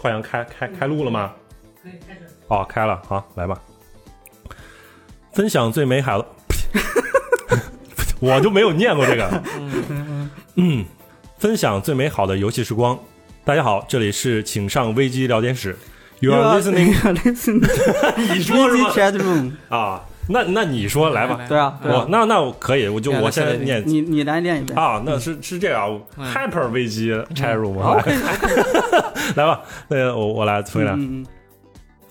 快阳开开开录了吗？可以开始。哦，开了，好，来吧。分享最美好的， 我就没有念过这个。嗯，分享最美好的游戏时光。大家好，这里是请上危机聊天室。You are listening？ You are listening. 你说什 Busy 么 chat room？啊？那那你说来吧。对啊，对我啊。那那我可以，我就对啊我来现在来来念你你来练一遍。啊，那是是这样啊嗯，Hyper 危机 chat room 啊。 来吧，那个我我来重新来。嗯，嗯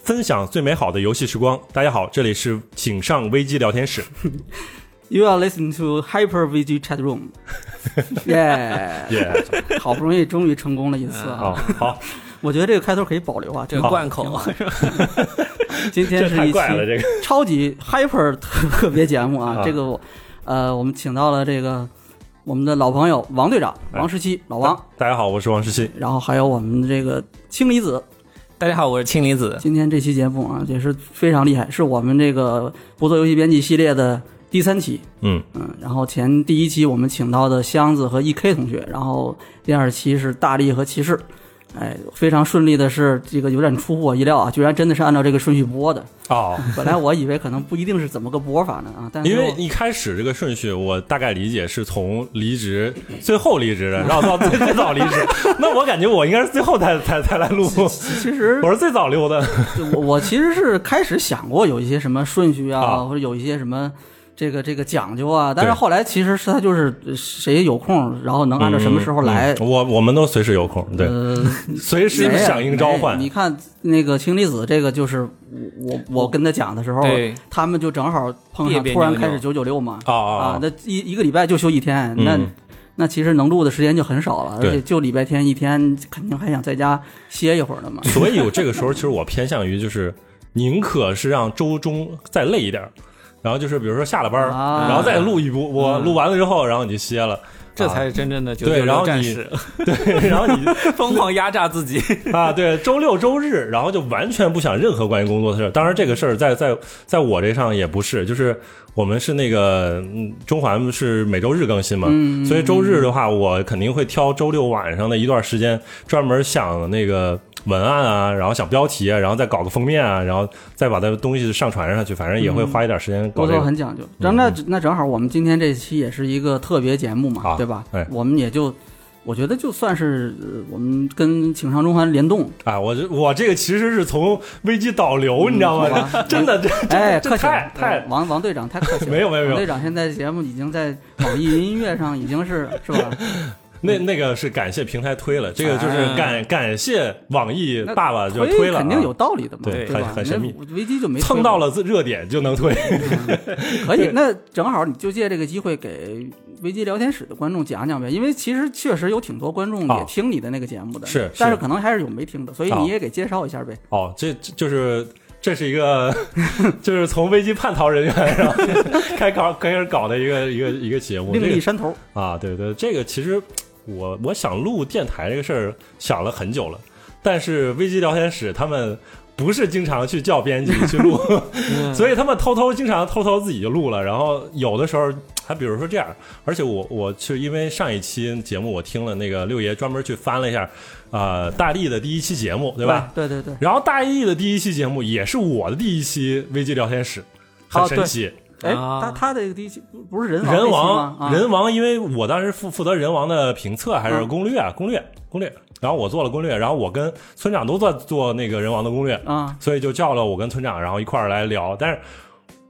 分享最美好的游戏时光。大家好，这里是请上危机聊天室。 You are listening to Hyper VG chat room. 耶，耶、好不容易终于成功了一次哦啊！，好，我觉得这个开头可以保留啊。这个挺好贯口，今天这是太一期怪了，这个超级 Hyper 特别节目啊啊。这个我呃，我们请到了这个我们的老朋友王队长哎王十七老王，。大家好，我是王石鑫。然后还有我们这个氢离子 大家好，我是青离 子。今天这期节目啊，也是非常厉害，是我们这个不做游戏编辑系列的第三期。嗯，嗯，然后前第一期我们请到的箱子和 E.K 同学，然后第二期是大力和骑士。哎，非常顺利的是，这个有点出乎我意料啊，居然真的是按照这个顺序播的。哦，本来我以为可能不一定是怎么个播法呢 啊，但是因为我一开始这个顺序，我大概理解是从离职最后离职的，然后到最最早离 职。那我感觉我应该是最后才才才来录，其实我是最早溜的。我我其实是开始想过有一些什么顺序啊，啊或者有一些什么这个这个讲究啊，但是对后来其实是他就是谁有空，然后能按照什么时候来。嗯我我们都随时有空，对，呃，随时没响应召没唤你。看那个氢离子，这个就是我我我跟他讲的时候对，他们就正好碰别上，别突然扭扭开始九九六嘛。哦啊哦，那一一个礼拜就休一天，那嗯那其实能录的时间就很少了，对而且就礼拜天一天，肯定还想在家歇一会儿的嘛。哦 所以我这个时候其实我偏向于就是，宁可是让周中再累一点儿，然后就是比如说下了班儿，啊然后再录一波，我嗯录完了之后，然后你就歇了， 这啊才是真正的九对九然后六你战士，对，然后你 疯狂压榨自己。 啊，对，周六周日，然后就完全不想任何关于工作的事儿。当然，这个事儿在在在我这上也不是，就是我们是那个嗯中环是每周日更新嘛，嗯所以周日的话，我肯定会挑周六晚上的一段时间，专门想那个文案啊，然后想标题啊，然后再搞个封面啊，然后再把它的东西上传上去，反正也会花一点时间搞工这作个。嗯很讲究。然后那那正好，我们今天这期也是一个特别节目嘛，啊对吧哎？我们也就我觉得就算是呃我们跟请上中环联动，啊，我这我这个其实是从危机导流，你知道嗯吗好吧？ 真的，这哎，这客气了太太哎王王队长太客气 了。没有没有没有王队长现在节目已经在网易云音乐上已经是是 吧？那那个是感谢平台推了，这个就是哎感感谢网易那爸爸就推了啊，肯定有道理的嘛，对吧？很很神秘那危机就没推蹭到了自热点就能推。 可以，那正好你就借这个机会给危机聊天室的观众讲讲呗，因为其实确实有挺多观众啊也听你的那个节目的，是但是是可能还是有没听的，所以啊你也给介绍一下呗。哦，这这就是这是一个， 就是从危机叛逃人员然后开搞开始搞的一个一个一个节目。另这立个山头，啊，对对，这个其实我我想录电台这个事儿想了很久了，但是危机聊天室他们。不是经常去叫编辑去录， 嗯所以他们偷偷经常偷偷自己就录了，然后有的时候还比如说这样，而且我我是因为上一期节目我听了那个六爷专门去翻了一下，呃，大力的第一期节目对吧？？对对对，然后大力的第一期节目也是我的第一期危机聊天室，很哦神奇。哎，啊他他的第一期啊不不是人王人王王，人王，因为我当时负负责人王的评测还是嗯攻略啊，攻略攻略。然后我做了攻略，然后我跟村长都在做那个人王的攻略，啊，所以就叫了我跟村长，然后一块儿来聊。但是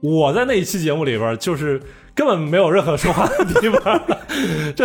我在那一期节目里边儿，就是根本没有任何说话的地方， 这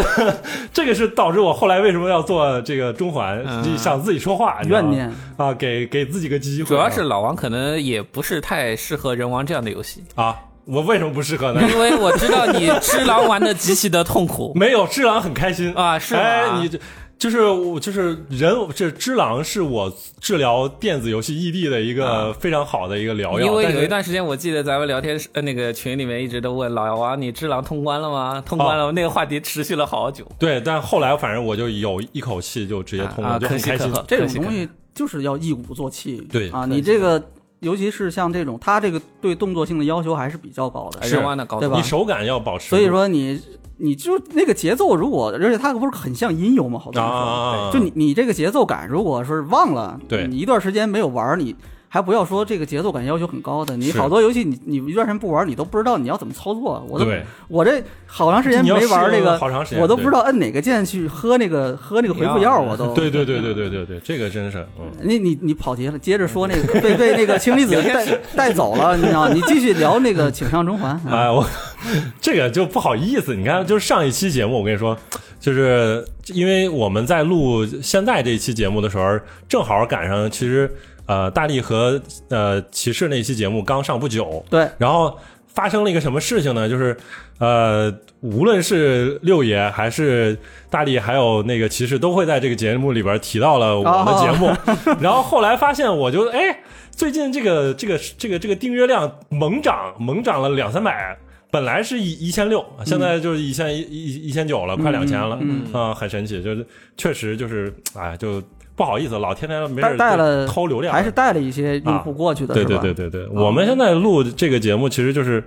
这个是导致我后来为什么要做这个中环，嗯想自己说话，你知道吗怨念啊，给给自己个机会啊，主要是老王可能也不是太适合人王这样的游戏，啊，我为什么不适 合呢？因为我知道你只狼玩的极其的痛苦没有，只狼很开心啊，是吗哎，你这就是我就是人，这只狼是我治疗电子游戏异地的一个非常 好的一个疗药。啊因为但有一是段时间，我记得咱们聊天室呃那个群里面一直都问老姚啊，你只狼通关了吗？通关了吗，那个话题持续了好久。对，但后来反正我就有一口气就直接通啊了，就可很喜开可心。贺，这可喜种可东贺西就是要一鼓作气。对啊，对你这个尤其是像这种，它这个对动作性的要求还是比较高的，是人湾的高对度吧你手感要保持住，所以说你你就那个节奏，如果而且它不是很像音游吗？好多啊人说啊啊啊就你你这个节奏感，如果是忘了，对你一段时间没有玩儿，你还不要说这个节奏感要求很高的，你是好多游戏你你一段时间不玩儿，你都不知道你要怎么操作。我都对我这好长时间你要没玩儿适这应个，好长时间我都不对知道摁哪个键去喝那个喝那个回复药，药我 都对对对对对对对，这个真是嗯。你你你跑题了，接着说那个 被被那个氢离子带带走了，你知道吗？你继续聊那个《请上中 环》啊哎，我 这个就不好意思，你看，就是上一期节目，我跟你说，就是因为我们在录现在这一期节目的时候，正好赶上其实呃大力和呃骑士那一期节目刚上不久，对，然后发生了一个什么事情呢？就是呃，无论是六爷还是大力，还有那个骑士，都会在这个节目里边提到了我的节目。哦然后后来发现，我就哎，最近这个这个这个这个订阅量猛涨，猛涨了两三百。本来是一一千六，现在就是一千一一一千九了，快两千了，嗯啊、很神奇，就是确实就是，哎，就不好意思，老天天没事带儿带了偷流量，还是带了一些用户过去的，啊对是对吧？嗯对对对，我们现在录这个节目其实就是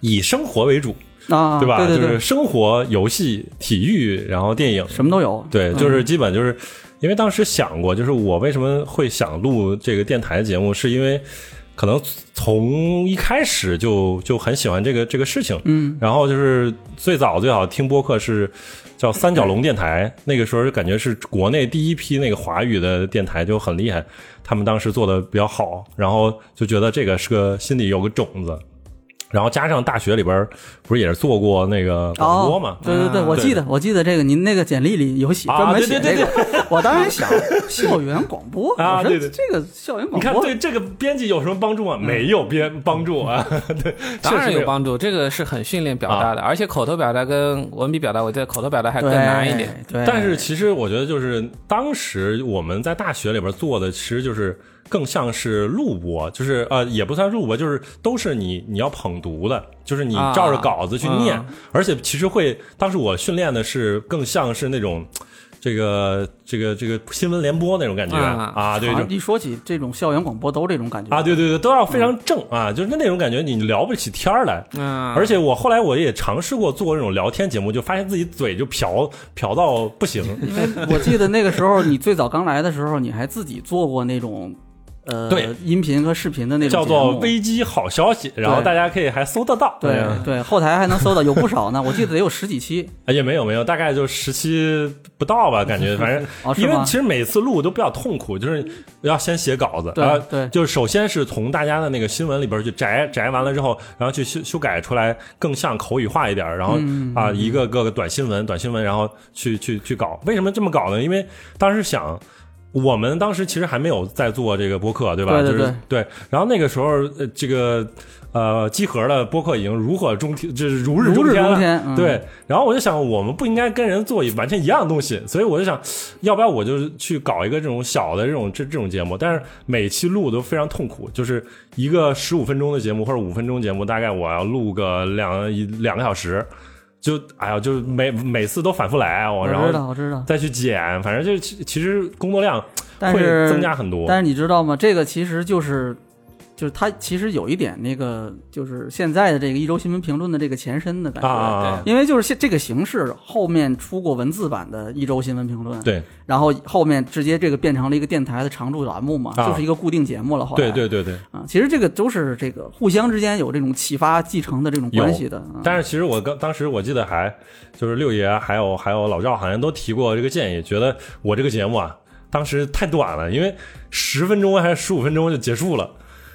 以生活为主，啊，对吧？对就是对，生活、游戏、体育，然后电影，什么都有。对，嗯就是基本就是。因为当时想过，就是我为什么会想录这个电台节目，是因为可能从一开始就就很喜欢这个这个事情，嗯，然后就是最早最早听播客是叫三角龙电台，那个时候感觉是国内第一批那个华语的电台就很厉害，他们当时做的比较好，然后就觉得这个是个心里有个种子，然后加上大学里边儿不是也是做过那个广播嘛哦，，对对对，嗯我记得我记得这个，您那个简历里有写啊专门对写对这对个，我当时想校园广播啊我说对对这个校园你广看播对这个编辑有什么帮助吗？没有编帮助啊， 对，当确然实没有帮助，这个是很训练表达的，而且口头表达跟文笔表达，我觉得口头表达还对更难一点。，对，但是其实我觉得，就是当时我们在大学里边做的，其实就是更像是录播，就是呃，也不算录播，就是都是你你要捧读的，就是你啊照着稿子去念，嗯而且其实会，当时我训练的是更像是那种。这个这个这个新闻联播那种感觉啊啊，对，好就像一说起这种校园广播都这种感觉啊，对对对，都要非常正啊，就是那种感觉，你聊不起天儿来。嗯而且我后来我也尝试过做这种聊天节目，就发现自己嘴就瓢瓢到不行。因为 我记得那个时候，你最早刚来的时候，你还自己做过那种，呃，对，音频和视频的那种叫节做目危机好消息，然后大家可以还搜得到。对嗯对，后台还能搜到有不少呢， 我记得得有十几期啊也没有没有，大概就十期不到吧，感觉反正 哦，是因为吗其？实每次录都比较痛苦，就是要先写稿子，对然后对就是首先是从大家的那个新闻里边去摘摘完了之后，然后去修修改出来更像口语化一点儿，然后、嗯啊一个个短新闻短新闻，然后去去去搞。为什么这么搞呢？因为当时想。我们当时其实还没有在做这个播客，对吧？对对就是对。然后那个时候，呃，这个呃，集合的播客已经如火中天，就是如日如中日天了。中天，嗯对，然后我就想，我们不应该跟人做一完全一样的东西，所以我就想，要不要我就去搞一个这种小的这种这这种节目，但是每期录都非常痛苦，就是一个十五分钟的节目或者五分钟节目，大概我要录个两一两个小时，就哎呀，就是每每次都反复来，啊我我然知后道我知道，再去剪，反正就其其实工作量但会是增加很多但是你知道吗？这个其实就是，就是它其实有一点那个，就是现在的这个一周新闻评论的这个前身的感啊啊，觉，啊因为就是现这个形式后面出过文字版的一周新闻评论，对然后后面直接这个变成了一个电台的常驻栏目嘛，啊就是一个固定节目了。后来对对对对。啊，其实这个都是这个互相之间有这种启发、继承的这种关系的。啊但是其实我刚当时我记得还就是六爷还有还有老赵好像都提过这个建议，觉得我这个节目啊当时太短了，因为十分钟还是十五分钟就结束嗯了，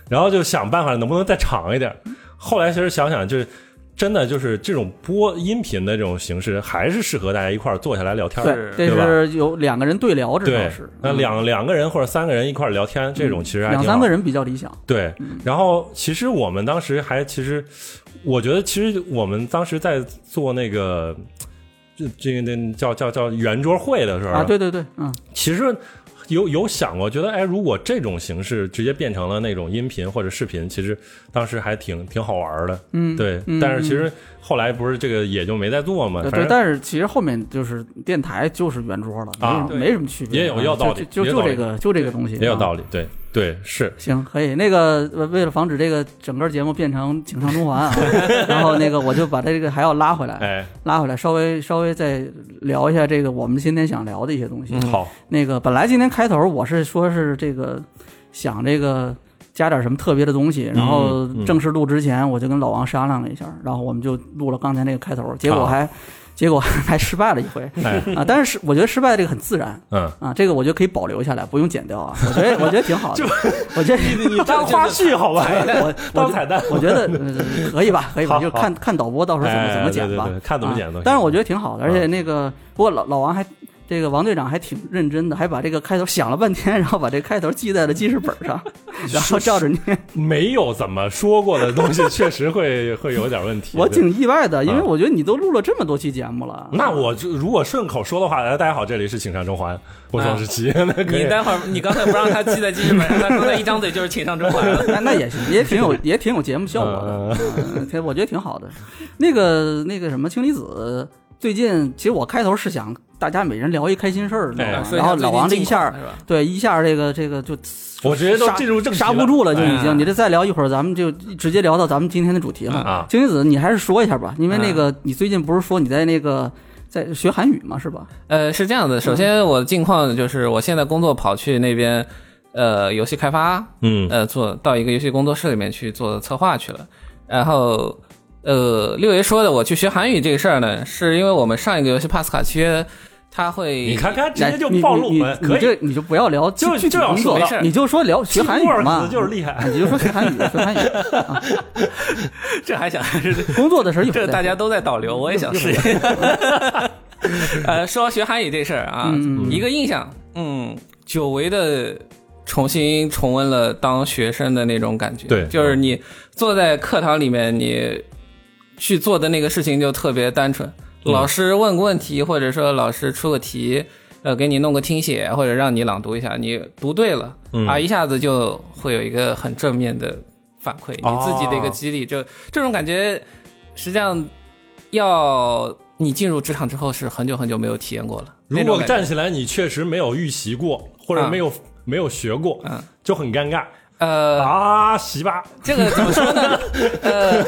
然后就想办法能不能再长一点。后来其实想想就是。真的就是这种播音频的这种形式，还是适合大家一块儿坐下来聊天儿，对，吧？这是有两个人对聊，至少对是，那嗯两两个人或者三个人一块儿聊天，这种其实还挺两好三个人比较理想。对，然后其实我们当时还其实，我觉得其实我们当时在做那个这这个叫叫叫圆桌会的时候啊，对对对，嗯，其实有有想过，觉得哎，如果这种形式直接变成了那种音频或者视频，其实当时还挺挺好玩的，嗯，呃对。但是其实后来不是这个也就没再做嘛，对反对，正但是其实后面就是电台就是圆桌了，啊没没什么区别，也有要道理就也有就就道理这个就这个东西也有啊道理，对对是，行，可以。那个呃为了防止这个整个节目变成请上中环啊， 然后那个我就把这个还要拉回来，哎，拉回来，稍微稍微再聊一下这个我们今天想聊的一些东西。好，那个本来今天开头我是说是这个想这个加点什么特别的东西，然后嗯嗯正式录之前我就跟老王商量了一下，然后我们就录了刚才那个开头，结果还、结果还 失败了一回 哎，啊！但是我觉得失败这个很自然。嗯，啊，这个我觉得可以保留下来，不用剪掉啊。我觉得我觉得挺 好的，我觉得 你当花絮好吧，我我 当彩蛋我觉得呃可以吧，可以吧，好就看看导播到时候怎么哎怎么剪对吧对对，看怎么剪都行啊啊但是我觉得挺好的，而且那个不过老老王还。这个王队长还挺认真的，还把这个开头想了半 天，然后把这开头记在了记事本上，然后照着念。没有怎么说过的 东西，确实会会有点问题。我对挺意外的，因为我觉得你都录了这么多期节目了。啊那我就如果顺口说的话，来大家好，这里是请上中环，我是王世奇。那可以啊 你待会儿，你刚才不让他记在记事本上，他说他一张嘴就是请上中环了。那那也行，也挺有也挺有节目效果的，嗯挺我觉得挺好的。那个那个什么氢离子，最近其实我开头是想大家每人聊一开心事儿，你知道哎吗说一然下后老王这最近一下近况是吧对一下这个这个就我直接都刹进入正题刹不住了，就已哎经。你这再聊一会儿，咱们就直接聊到咱们今天的主题了。啊嗯氢离子，你还是说一下吧，因为那个你最近不是说你在那个在学韩语嘛，是吧？ 呃，是这样的，首先我的近况就是我现在工作跑去那边，呃，游戏开发，嗯呃，做到一个游戏工作室里面去做策划去了。然后，呃，六爷说的我去学韩语这个事儿呢，是因为我们上一个游戏《帕斯卡契约》，他会你 看看，直接就你暴露门，你可你以这你就不要聊具就具体就要工作说没事儿你就说聊学韩语啊嘛，就是厉害。你就说学韩语，学韩语。这还想是工作的时候一会儿这再大家说都在导 流，我也想试。 呃，说到学韩语这事儿啊，一个印象，嗯，久违的重新重温了当学生的那种感觉。对就是你坐在课堂里面，你去做的那个事情就特别单纯。老师问个问题，或者说老师出个题，呃，给你弄个听写，或者让你朗读一下，你读对了、啊，一下子就会有一个很正面的反馈，你自己的一个哦激励，就这种感觉，实际上要你进入职场之后是很久很久没有体验过了。如 那种果感觉站起来，你确实没有预习过，或者啊没有没有学过嗯，就很尴尬呃，啊，习吧，这个怎么说 呢？呃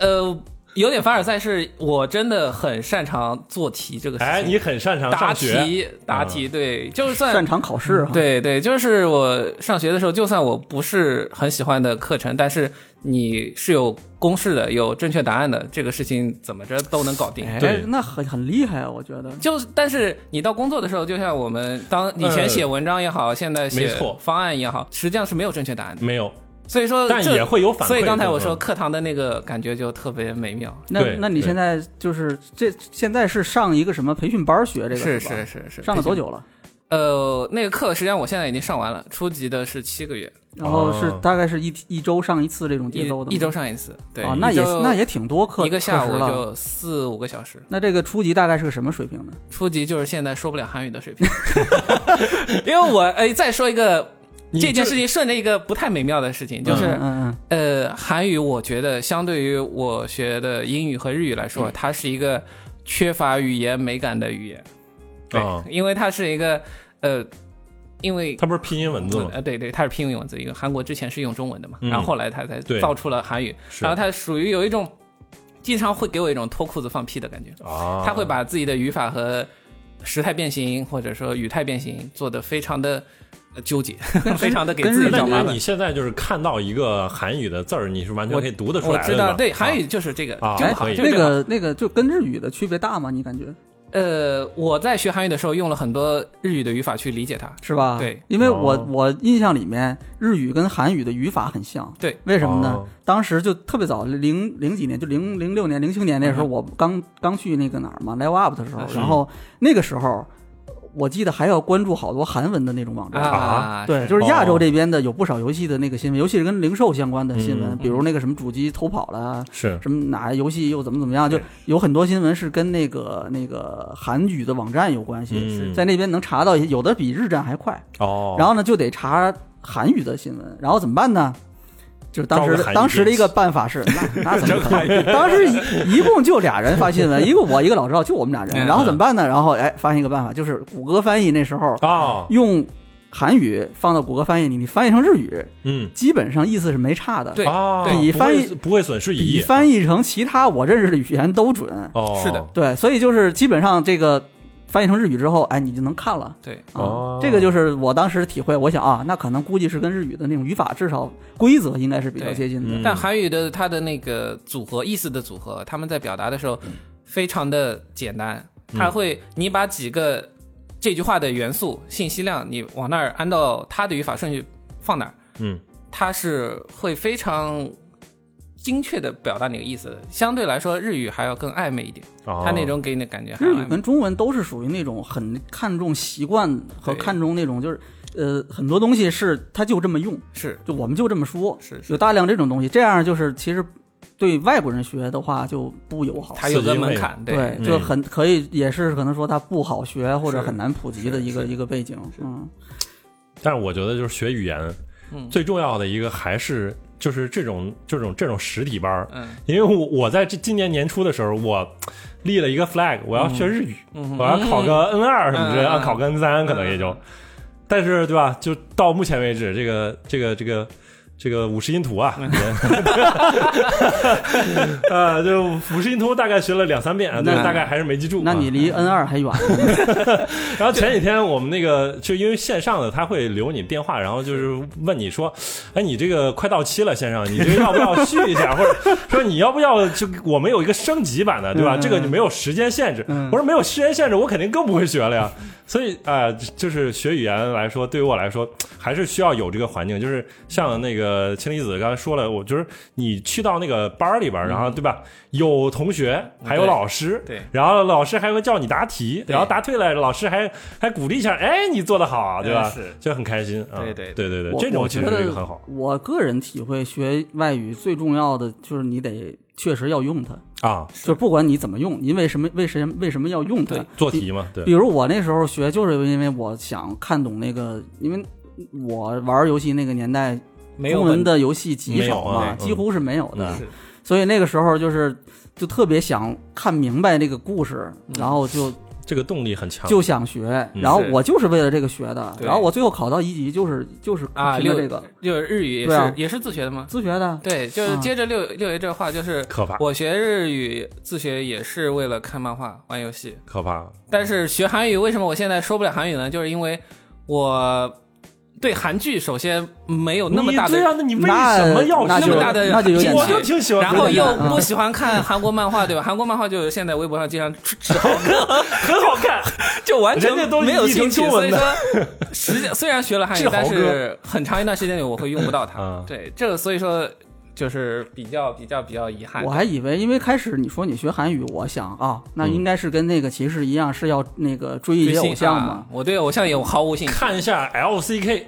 呃，有点凡尔赛，是我真的很擅长做题这个事情。哎，你很擅长答上学，嗯题答题，对，就算擅长考试哈。对对，就是我上学的时候，就算我不是很喜欢的课程，但是你是有公式的，有正确答案的，这个事情怎么着都能搞定。哎对那很很厉害啊，我觉得。就是，但是你到工作的时候，就像我们当以前写文章也好，现在没写错方案也好，实际上是没有正确答案的。没有，所以说呃这，但也会有反馈。所以刚才我对说吧，课堂的那个感觉就特别美妙。那对那你对现在就是这现在是上一个什么培训班学这个是吧？是是是，上了多？久了？呃，那个课实际上我现在已经上完了，初级的是七个月，然后是哦大概是一一周上一次这种节奏的吗。一一周上一次，对，啊，那也一周那也挺多课一个下课时午了。就四五个小时。那这个初级大概是个什么水平呢？初级就是现在说不了韩语的水平， 因为我哎再说一个你这件这事情，顺着一个不太美妙的事情，就是。嗯嗯呃，韩语我觉得相对于我学的英语和日语来嗯说，它是一个缺乏语言美感的语言。对，啊因为它是一个呃，因为它不是拼音文字吗？呃，对对，它是拼音文字。一个韩国之前是用中文的嘛，嗯然后后来它才对造出了韩语，是然后它属于有一种经常会给我一种脱裤子放屁的感觉。啊，他会把自己的语法和时态变形或者说语态变形做得非常的纠结， 非常的给跟自己日那找本麻你烦你。现在就是看到一个韩语的字儿，你是完全我可以读得出我来的。知道，对啊韩语就是这个，啊正哎好可以就是那这个。个那个就跟日语的区别大吗？你感觉呃，我在学韩语的时候用了很多日语的语法去理解它。是吧？对，因为我哦我印象里面日语跟韩语的语法很像。对，为什么呢？哦当时就特别早，零零几年，就零零六年、零七年那时候，我刚刚去那个哪儿嘛，Live Up 的时候啊，是然后那个时候。我记得还要关注好多韩文的那种网站。啊，对，就是亚洲这边的有不少游戏的那个新闻，尤其是跟零售相关的新闻，嗯比如那个什么主机偷跑了，是什么哪游戏又怎么怎么样，就有很多新闻是跟那个那个韩语的网站有关系，嗯在那边能查到一些，有的比日站还快。哦，然后呢，就得查韩语的新闻，然后怎么办呢？就是当招个时韩语当时的一个编辑 办法是，那那怎么可能？当时一一共就俩人 发新闻，一个我，一个老赵，就我们俩人。嗯然后怎么办呢？然后哎，发现一个办法，就是谷歌翻译那时候哦，用韩语放到谷歌翻译里，你翻译成日语，嗯，基本上意思是没差的，对哦，比不翻会译不会损失一比亿，翻译成其他我认识的语言都准。哦，是的，对，所以就是基本上这个翻译成日语之后，哎，你就能看了。对，啊哦这个就是我当时体会，我想啊，那可能估计是跟日语的那种语法，至少规则应该是比较接近的。对嗯但韩语的它的那个组合意思的组合，他们在表达的时候非常的简单，嗯它会你把几个这句话的元素信息量，你往那儿按照它的语法顺序放哪儿，嗯，它是会非常精确的表达你的意思的。相对来说，日语还要更暧昧一点，哦它那种给你的感觉还要日暧语昧。跟中文都是属于那种很看重习惯和对看重那种就是，呃，很多东西是它就这么用，是就我们就这么说，是是有大量这种东西，这样就是其实对外国人学的话就不友好。它有刺个激门类槛，对，嗯就很可以，也是可能说它不好学或者是很难普及的一个是是一个背景，嗯，但是我觉得就是学语言，嗯最重要的一个还是就是这种这种这种实体班儿，嗯因为我我在这今年年初的时候，我立了一个 flag，我要学日语，我要考个 N 二什么之类的，嗯啊嗯嗯要考个 N 三可能也就，但是对吧？就到目前为止，这个这个这个。这个五十音图啊，嗯 呃，就五十音图大概学了两三嗯遍，但是那大概还是没记住啊。那你离 N 二还远呢，然后前几天我们那个就因为线上的他会留你电话，然后就是问你说，哎，你这个快到期了，线上你这个要不要续一下，或 者说你要不要就我们有一个升级版的，对吧？嗯这个就没有时间限制。我说没有时间限制，我肯定更不会学了呀。所以啊、呃就是学语言来说，对于我来说还是需要有这个环境，就是像那个氢离子刚才说了，我就是你去到那个班儿里边儿，嗯然后对吧？有同学，还有对老师，对然后老师还会叫你答题，对然后答对了，老师还还鼓励一下，哎，你做的好，对吧嗯是？就很开心啊！对对对对对我这种我其觉实得这个很好我个人体会，学外语最重要的就是你得确实要用它，嗯啊，就是不管你怎么用，因为什么，为什么为什么要用它对？做题嘛，对比如我那时候学，就是因为我想看懂那个，因为我玩游戏那个年代，没有中文的游戏极少没有嘛，啊对几乎是没有的，嗯是所以那个时候就是就特别想看明白这个故事，嗯然后就这个动力很强，就想学，嗯然后是我就是为了这个学的，对然后我最后考到一级，就是就是啊，凭着六这个就是日语也对啊是也是自学的吗？自学的。对，就是嗯接着六、六爷这话，就是可怕我学日语自学也是为了看漫画、玩游戏，可怕。但是学韩语为什么我现在说不了韩语呢？就是因为我对韩剧首先没有那么大你对的，啊，那你为什么要那那学就么大 的那就有点我兴趣就挺喜欢然看的，后又嗯不喜欢看韩国漫画，对吧？韩国漫画就是现在微博上经常吃 吃很好看，就完全人家都没有译成兴趣，中所文以的说，实际虽然学了 汉志语，豪但哥是很长一段时间里我会用不到它嗯。对，这个所以说就是比较比较比较遗憾我。还以为，因为开始你说你学韩语，我想啊，那嗯应该是跟那个骑士一样，是要那个追一些偶像啊嘛。我对偶像也毫无兴趣，看一下 LCK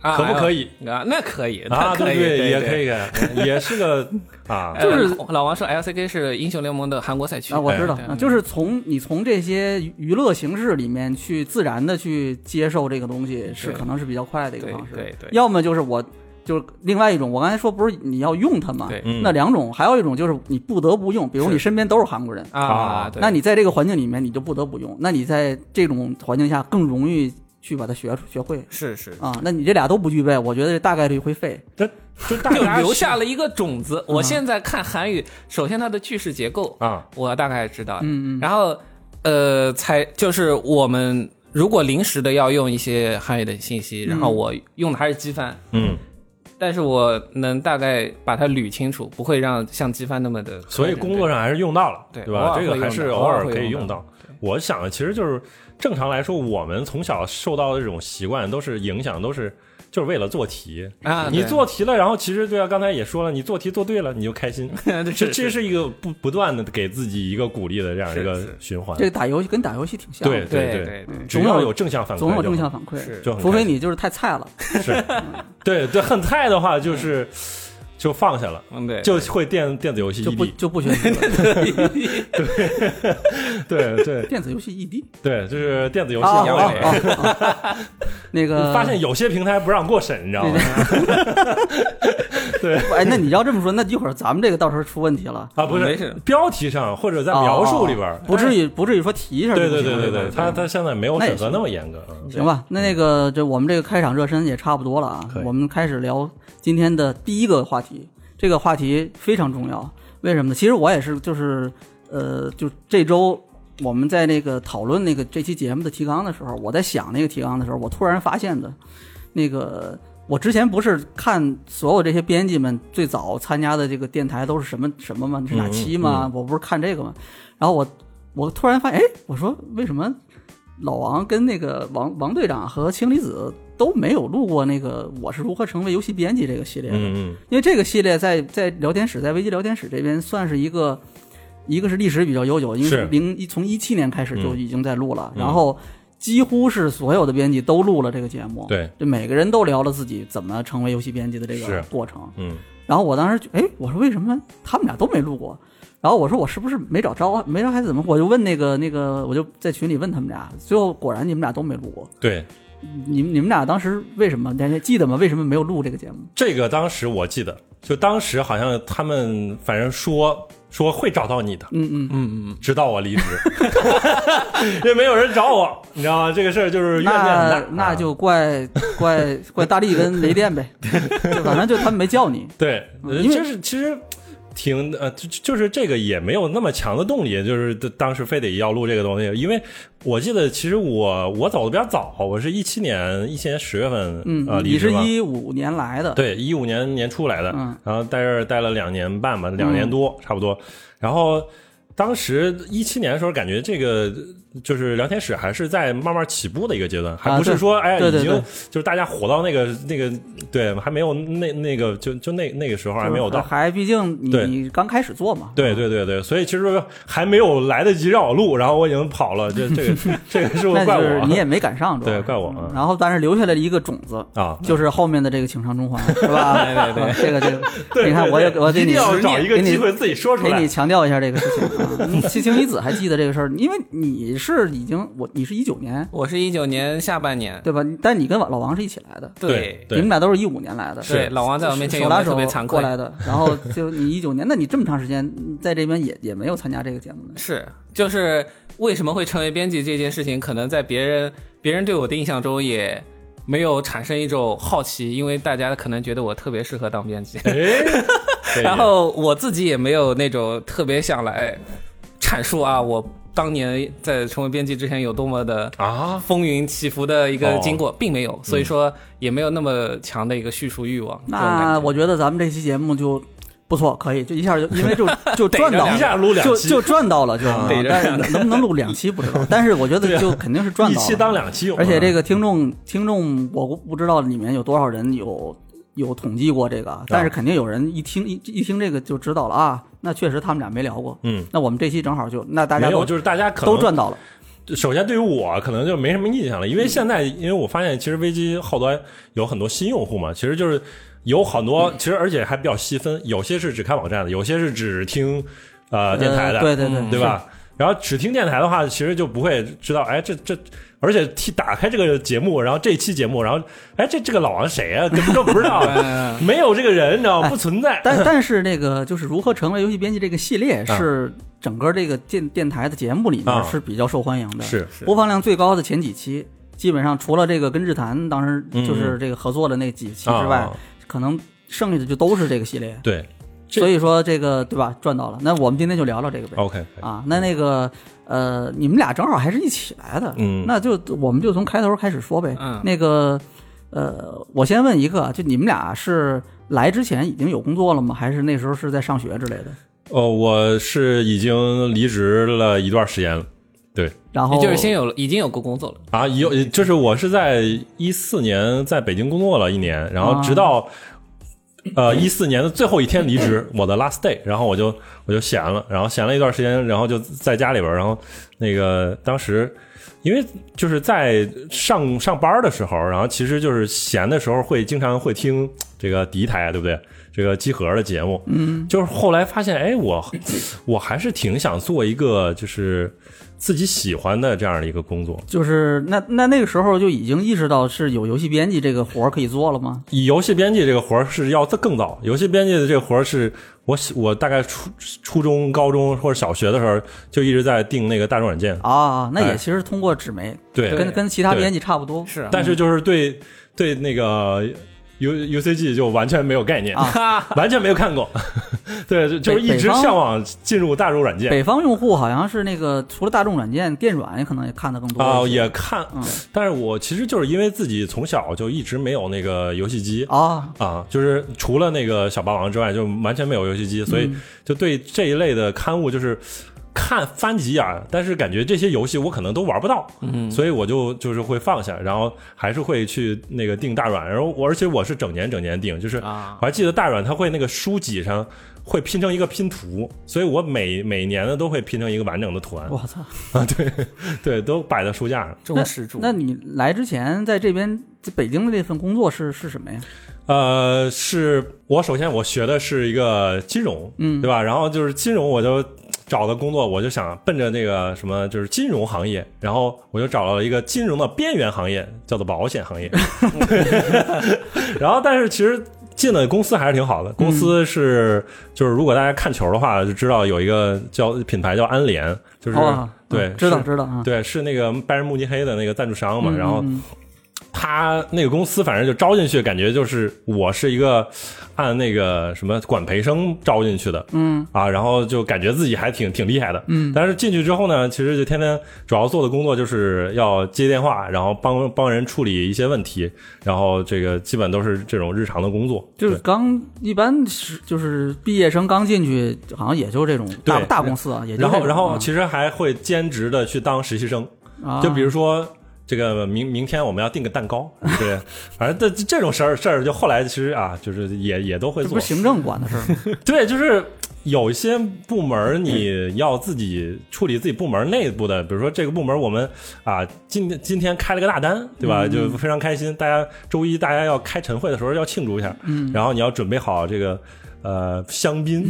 啊可不可以啊？那可以，啊，那可对以，对，对也可。以看，也是个啊 呃，就是老王说 LCK 是英雄联盟的韩国赛区啊，我知道对，啊就是从你从这些娱乐形式里面去自然的去接受这个东西，是对可能是比较快的一个对方式。对对要么就是我，就是另外一种，我刚才说不是你要用它嘛对，嗯那两种，还有一种就是你不得不用，比如是你身边都是韩国人，啊啊，对那你在这个环境里面你就不得不用，那你在这种环境下更容易去把它学学会。是是。啊，那你这俩都不具备，我觉得这大概率会废。这就大就家嗯留下了一个种子。我现在看韩语，首先它的句式结构，啊，我大概知道。嗯嗯。然后，呃，才就是我们如果临时的要用一些汉语的信息，然后我用的还是机翻，嗯，但是我能大概把它捋清楚，不会让像机翻那么的。所以工作上还是用到了，对偶吧？尔这会个还用是到偶偶尔尔会可以用用到到。我想的其实就是正常来说，我们从小受到的这种习惯都是影响，都是就是为了做题啊你对做题了，然后其实对啊，刚才也说了，你做题做对了，你就开 心。这是这 是一个不不断的给自己一个鼓励的这样一是个是循环这。个打游戏跟打游戏挺像的，对对对对，只要有正向反馈就总好，有正向反馈，是就很除开非心你就是太菜了。是， 对对，很菜的话就是就放下了，嗯对，就会电电子游戏就异不地，就不学习了。 对对电子游戏异地，对，就是电子游戏啊也阳会啊痿啊啊 那个发现有些平台不让过审，你知道吗？ 对哎，那你要这么说，那一会儿咱们这个到时候出问题了。啊，不没是事标题上或者在描述里边儿哦，不至于。于不至于说提一下就对不对行。对对吧对，他他现在没有那也审核行那么严格，嗯行吧，那那个这我们这个开场热身也差不多了啊可以，我们开始聊今天的第一个话题。这个话题非常重要，为什么呢？其实我也是，就是呃，就这周我们在那个讨论那个这期节目的提纲的时候，我在想那个提纲的时候，我突然发现的，那个我之前不是看所有这些编辑们最早参加的这个电台都是什么什么吗？是哪期嗯吗？我不是看这个吗？然后我我突然发现，哎，我说为什么老王跟那个王王队长和氢离子都没有录过那个《我是如何成为游戏编辑》这个系列的？嗯因为这个系列在在聊天室，在危机聊天室这边算是一个，一个是历史比较悠久，因是为零一从一七年开始就嗯已经在录了，嗯然后几乎是所有的编辑都录了这个节目，对，就每个人都聊了自己怎么成为游戏编辑的这个是过程。嗯然后我当时就，哎，我说为什么他们俩都没录过？然后我说我是不是没找着，啊没着还是怎么？我就问那个那个，我就在群里问他们俩，最后果然你们俩都没录过。嗯，对，你们你们俩当时为什么？大家记得吗？为什么没有录这个节目？这个当时我记得，就当时好像他们反正说说会找到你的，嗯嗯。嗯嗯，直到我离职， 也没有人找我，你知道吗？这个事儿就是怨念很那大，那啊就怪怪怪大力跟雷 电呗，就反正就他们没叫你。对，嗯因为就是其实挺呃，就就是这个也没有那么强的动力，就是当时非得要录这个东西，因为我记得其实我我走的比较早，我是一七年一七年十月份嗯，呃离你职是嘛。一五年来的，对，一五年年初来的，嗯然后在这儿待了两年半吧，两年多、差不多。然后当时一七年的时候，感觉这个就是聊天室还是在慢慢起步的一个阶段，还啊不是对说、哎呀对对已对经就是大家火到那个那个对，还没有那那个就就那那个时候还没有就是到。还毕竟你对你刚开始做嘛。对对对对，所以其实还没有来得及让我录，然后我已经跑了，这这个 这个是不那是怪就是我？啊你也没赶上，主要对是怪我啊然后，但是留下来了一个种子， 啊，就是后面的这个请上中 环，是吧？啊对 对对，这个这对个，你看对我也对我给一你定要找一个给你机会自己说出给来你。强调一下这个事情啊。 嗯七情一子还记得这个事儿，因为你是已经我你是一九年我是一九年下半年，对吧？但你跟老王是一起来的，对你对们俩都是一五年来的，对，老王在我面前手有拉没手有特别惭过愧？来的，然后就你一九年，那你这么长时间在这边也也没有参加这个节目呢？是，就是为什么会成为编辑这件事情，可能在别人别人对我的印象中也没有产生一种好奇，因为大家可能觉得我特别适合当编辑， 哎，对然后我自己也没有那种特别想来阐述啊，我当年在成为编辑之前有多么的。啊，风云起伏的一个经过，并没有，所以说也没有那么强的一个叙述欲望。这种感那觉我觉得咱们这期节目就不错，可以就一下 就因为就就赚到一了。下录两就期，就赚 到了就，啊逮着但是能不能录两期不知道，但是我觉得就肯定是赚啊一到期了。当两期用啊，而且这个听众听众，我不不知道里面有多少人有有统计过这个，啊但是肯定有人一听一一听这个就知道了啊。那确实他们俩没聊过，嗯，那我们这期正好就那大家没有，都就是大家可能都赚到了。首先对于我可能就没什么印象了，因为现在因为我发现其实危机后端有很多新用户嘛，其实就是有很多，嗯其实而且还比较细分，有些是只看网站的，有些是只听呃电台的，呃对对对，对吧？然后只听电台的话，其实就不会知道，哎，这这，而且替打开这个节目，然后这期节目，然后，哎，这这个老王谁啊？根本就不知道， 嗯没有这个人，你知道吗？不存在。哎但但是那个就是如何成为游戏编辑这个系列是整个这个电电台的节目里啊面是比较受欢迎的，是播放量最高的前几期，基本上除了这个跟日坛当时就是这个合作的那几期之外嗯啊，可能剩下的就都是这个系列。对这所以说这个对吧，赚到了。那我们今天就聊聊这个呗。 ，OK，啊，嗯那那个呃，你们俩正好还是一起来的，嗯那就我们就从开头开始说呗。嗯那个呃，我先问一个，就你们俩是来之前已经有工作了吗？还是那时候呃是在上学之类的？哦，我是已经离职了一段时间了，对然后也就是先有了，已经有过工作了。啊，有就是我是在一四年在北京工作了一年，然后啊直到、呃一四年的最后一天离职，我的 last day，然后我就我就闲了，然后闲了一段时间，然后就在家里边儿，然后那个当时因为就是在上上班的时候，然后其实就是闲的时候会经常会听这个第一台，对不对？这个集合的节目，嗯，就是后来发现，哎，我我还是挺想做一个就是自己喜欢的这样的一个工作，就是那那那个时候就已经意识到是有游戏编辑这个活儿可以做了吗？以游戏编辑这个活儿是要再更早，游戏编辑的这个活儿是我喜我大概初初中、高中或者小学的时候就一直在定那个大众软件，啊，那哎也其实通过纸媒，对，对跟跟其他对编辑差不多。是啊，但是就是对对那个 U U C G 就完全没有概念，哈， 完全没有 看过，对，就就是一直啊北方向往进入大众软件。北方用户好像是那个除了大众软件，电软也可能也看的更多啊、哦一些也看，嗯但是我其实就是因为自己从小就一直没有那个游戏机，啊，啊，就是除了那个小霸王之外，就完全没有游戏机，所嗯以就对这一类的刊物就是看翻几眼，但是感觉这些游戏我可能都玩不到，嗯，所以我就就是会放下，然后还是会去那个订大软，然后我而且我是整年整年订，就是啊，我还记得大软它会那个书籍上会拼成一个拼图，所以我每每年呢都会拼成一个完整的图案，我操！对，都摆在书架上。重视重，那你来之前在这边在北京的这份工作是是什么呀？呃，是我首先我学的是一个金融，嗯对吧？然后就是金融，我就找的工作，我就想奔着那个什么，就是金融行业，然后我就找了一个金融的边缘行业，叫做保险行 业。然后，但是其实进了公司还是挺好的，嗯公司是、就是如果大家看球的话，就知道有一个叫品牌叫安联，就是、哦，对嗯知道是知道啊。对，是那个拜仁慕尼黑的那个赞助商嘛，嗯然后嗯他那个公司反正就招进去，感觉就是我是一个按那个什么管培生招进去的，嗯，啊，然后就感觉自己还挺挺厉害的，嗯但是进去之后呢，其实就天天主要做的工作就是要接电话，然后帮帮人处理一些问题，然后这个基本都是这种日常的工作，就是对刚一般是就是毕业生刚进去，好像也就这种大对大公司啊，也就然这后种然后啊其实还会兼职的去当实习生，啊就比如说这个明明天我们要订个蛋糕， 对，反正这这种事儿事儿就后来其实啊，就是也也都会这做不是，行政管的事 儿吗？对，就是有一些部门儿你要自己处理自己部门内部的，比如说这个部门我们啊今今天开了个大单，对嗯吧？就非常开心，大家周一大家要开晨会的时候要庆祝一下，嗯然后你要准备好这个。呃，香 槟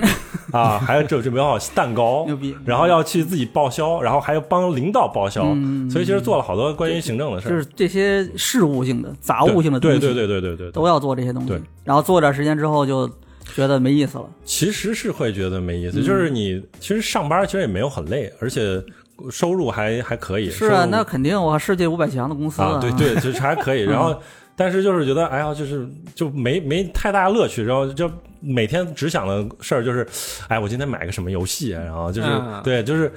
啊，还要准准备好蛋糕牛逼，然后要去自己报销，然后还要帮领导报销，所以其实做了好多关于行政的事嗯 就儿，是这些事务性的、杂对务性的东西，对对对对对对，都要做这些东西对。然后做点时间之后就觉得没意思了。其实是会觉得没意思，嗯就是你其实上班其实也没有很累，而且收入还还可以。是啊收，入那肯定我世界五百强的公司啊，对对，就是还可以。然后，但是就是觉得，哎呀，就是就没没太大乐趣，然后就每天只想的事儿就是，哎，我今天买个什么游戏，啊然后就是、嗯对，就是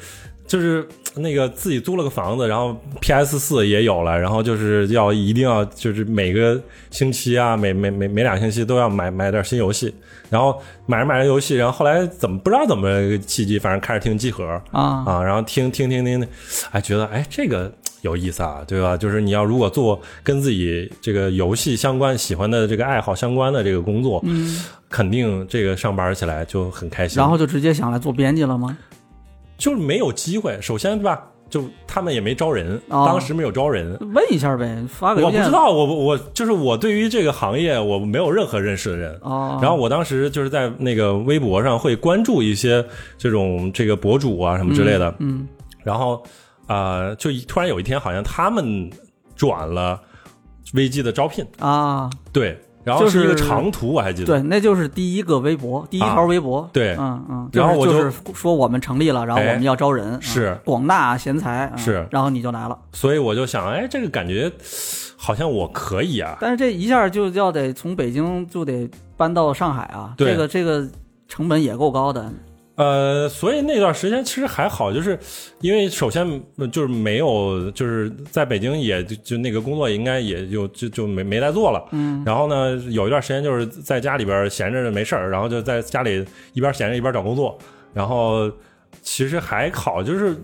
就是那个自己租了个房子，然后 PS 四也有了，然后就是要一定要就是每个星期啊，每每每每两星期都要买买点新游戏，然后买着买着游戏，然后后来怎么不知道怎么个契机，反正开始听集合， 啊，啊，然后听听听听，哎，觉得哎这个有意思啊，对吧？就是你要如果做跟自己这个游戏相关、喜欢的这个爱好相关的这个工作，嗯，肯定这个上班起来就很开心。然后就直接想来做编辑了吗？就是没有机会，首先对吧？就他们也没招人，哦当时没有招人。问一下呗，发我个邮不件知道，我我就是我对于这个行业我没有任何认识的人，哦。然后我当时就是在那个微博上会关注一些这种这个博主啊什么之类的，嗯，然后呃，就一突然有一天，好像他们转了危机的招聘，啊，对，然后就是一个长途，我还记得，对，那就是第一个微博，第一条微博。啊对嗯嗯。然后我就就是就是说我们成立了，然后我哎们要招人，啊是广纳贤才，嗯是然后你就来了。所以我就想，哎，这个感觉好像我可以啊，但是这一下就要得从北京就得搬到上海啊，对这个这个成本也够高的。呃，所以那段时间其实还好，就是因为首先呃就是没有，就是在北京也就就那个工作应该也就就就没没再做了。嗯，然后呢，有一段时间就是在家里边闲着没事儿，然后就在家里一边闲着一边找工作，然后其实还好，就是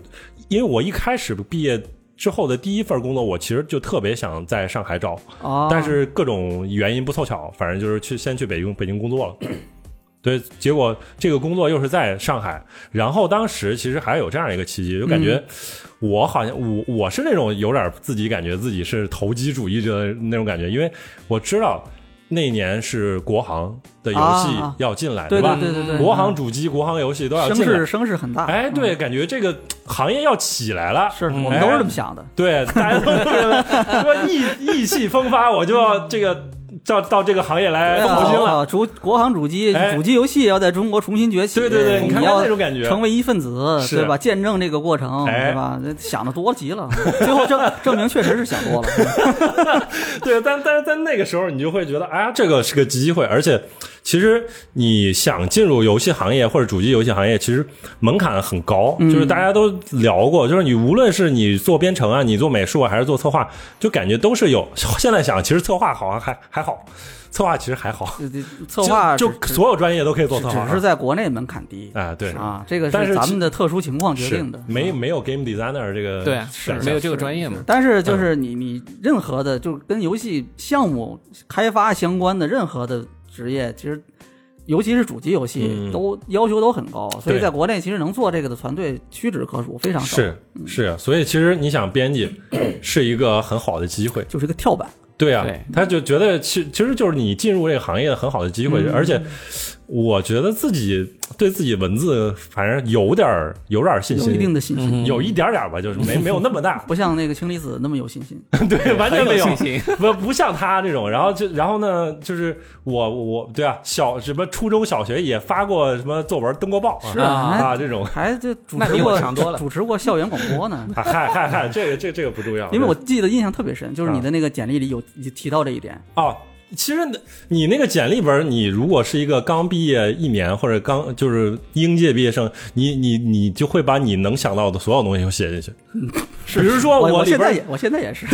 因为我一开始毕业之后的第一份工作，我其实就特别想在上海找，哦，但是各种原因不凑巧，反正就是去先去北京北京工作了。 对，结果这个工作又是在上海，然后当时其实还有这样一个契机，就感觉嗯我好像我我是那种有点自己感觉自己是投机主义者的那种感觉，因为我知道那年是国行的游戏啊啊要进来，对吧对？对对对，嗯国行主机、国行游戏都要声进来势，声势很大，嗯哎，对，感觉这个行业要起来了，是嗯我们都是哎这么想的。对，大家都觉得说意意气风发，我就要这个到到这个行业来对啊哎投心了。啊主国行主机哎主机游戏要在中国重新崛起，对对对，你你看要那种感觉，成为一份子，是对吧？见证这个过程，哎对吧？这想的多极了，最后证证明确实是想多了。 对，但但是在那个时候，你就会觉得，哎呀，这个是个机会，而且其实你想进入游戏行业或者主机游戏行业，其实门槛很高，嗯就是大家都聊过，就是你无论是你做编程啊，你做美术啊，还是做策划，就感觉都是有。现在想，其实策划好像还还好，策划其实还好，这这策划就就只所有专业都可以做策划只，是在国内门槛低啊，对啊，这个但是咱其们的特殊情况决是定的。没没有 game designer 这个对啊，选项没有这个专业嘛。但是就是你你任何的就跟游戏项目开发相关的任何的职业，其实尤其是主机游戏嗯都要求都很高，所以对在国内其实能做这个的团队屈指可数，非常少，是是，啊所以其实你想编辑是一个很好的机会，就是一个跳板。对啊，对他就觉得其其实就是你进入这个行业的很好的机会，而且我觉得自己对自己文字反正有点儿有点儿信有心，一定的信心，有一点点儿吧，就是没没有那么大， 不像那个氢离子那么有信心。对，完全没有信，心，不不像他这种，然后就然后呢，就是我我对啊，小什么初中小学也发过什么作文登过报啊是啊，啊这种，还这主那比持我过强多了主持过校园广播呢。 啊嗨嗨嗨，这个这这个不重要，因为对我记得印象特别深，就是你的那个简历里有你提到这一点，哦，其实呢你那个简历本儿，你如果是一个刚毕业一年或者刚就是应届毕业生，你你你就会把你能想到的所有东西都写进去。 比如说嗯我哦我里现边在儿，也我现在也是，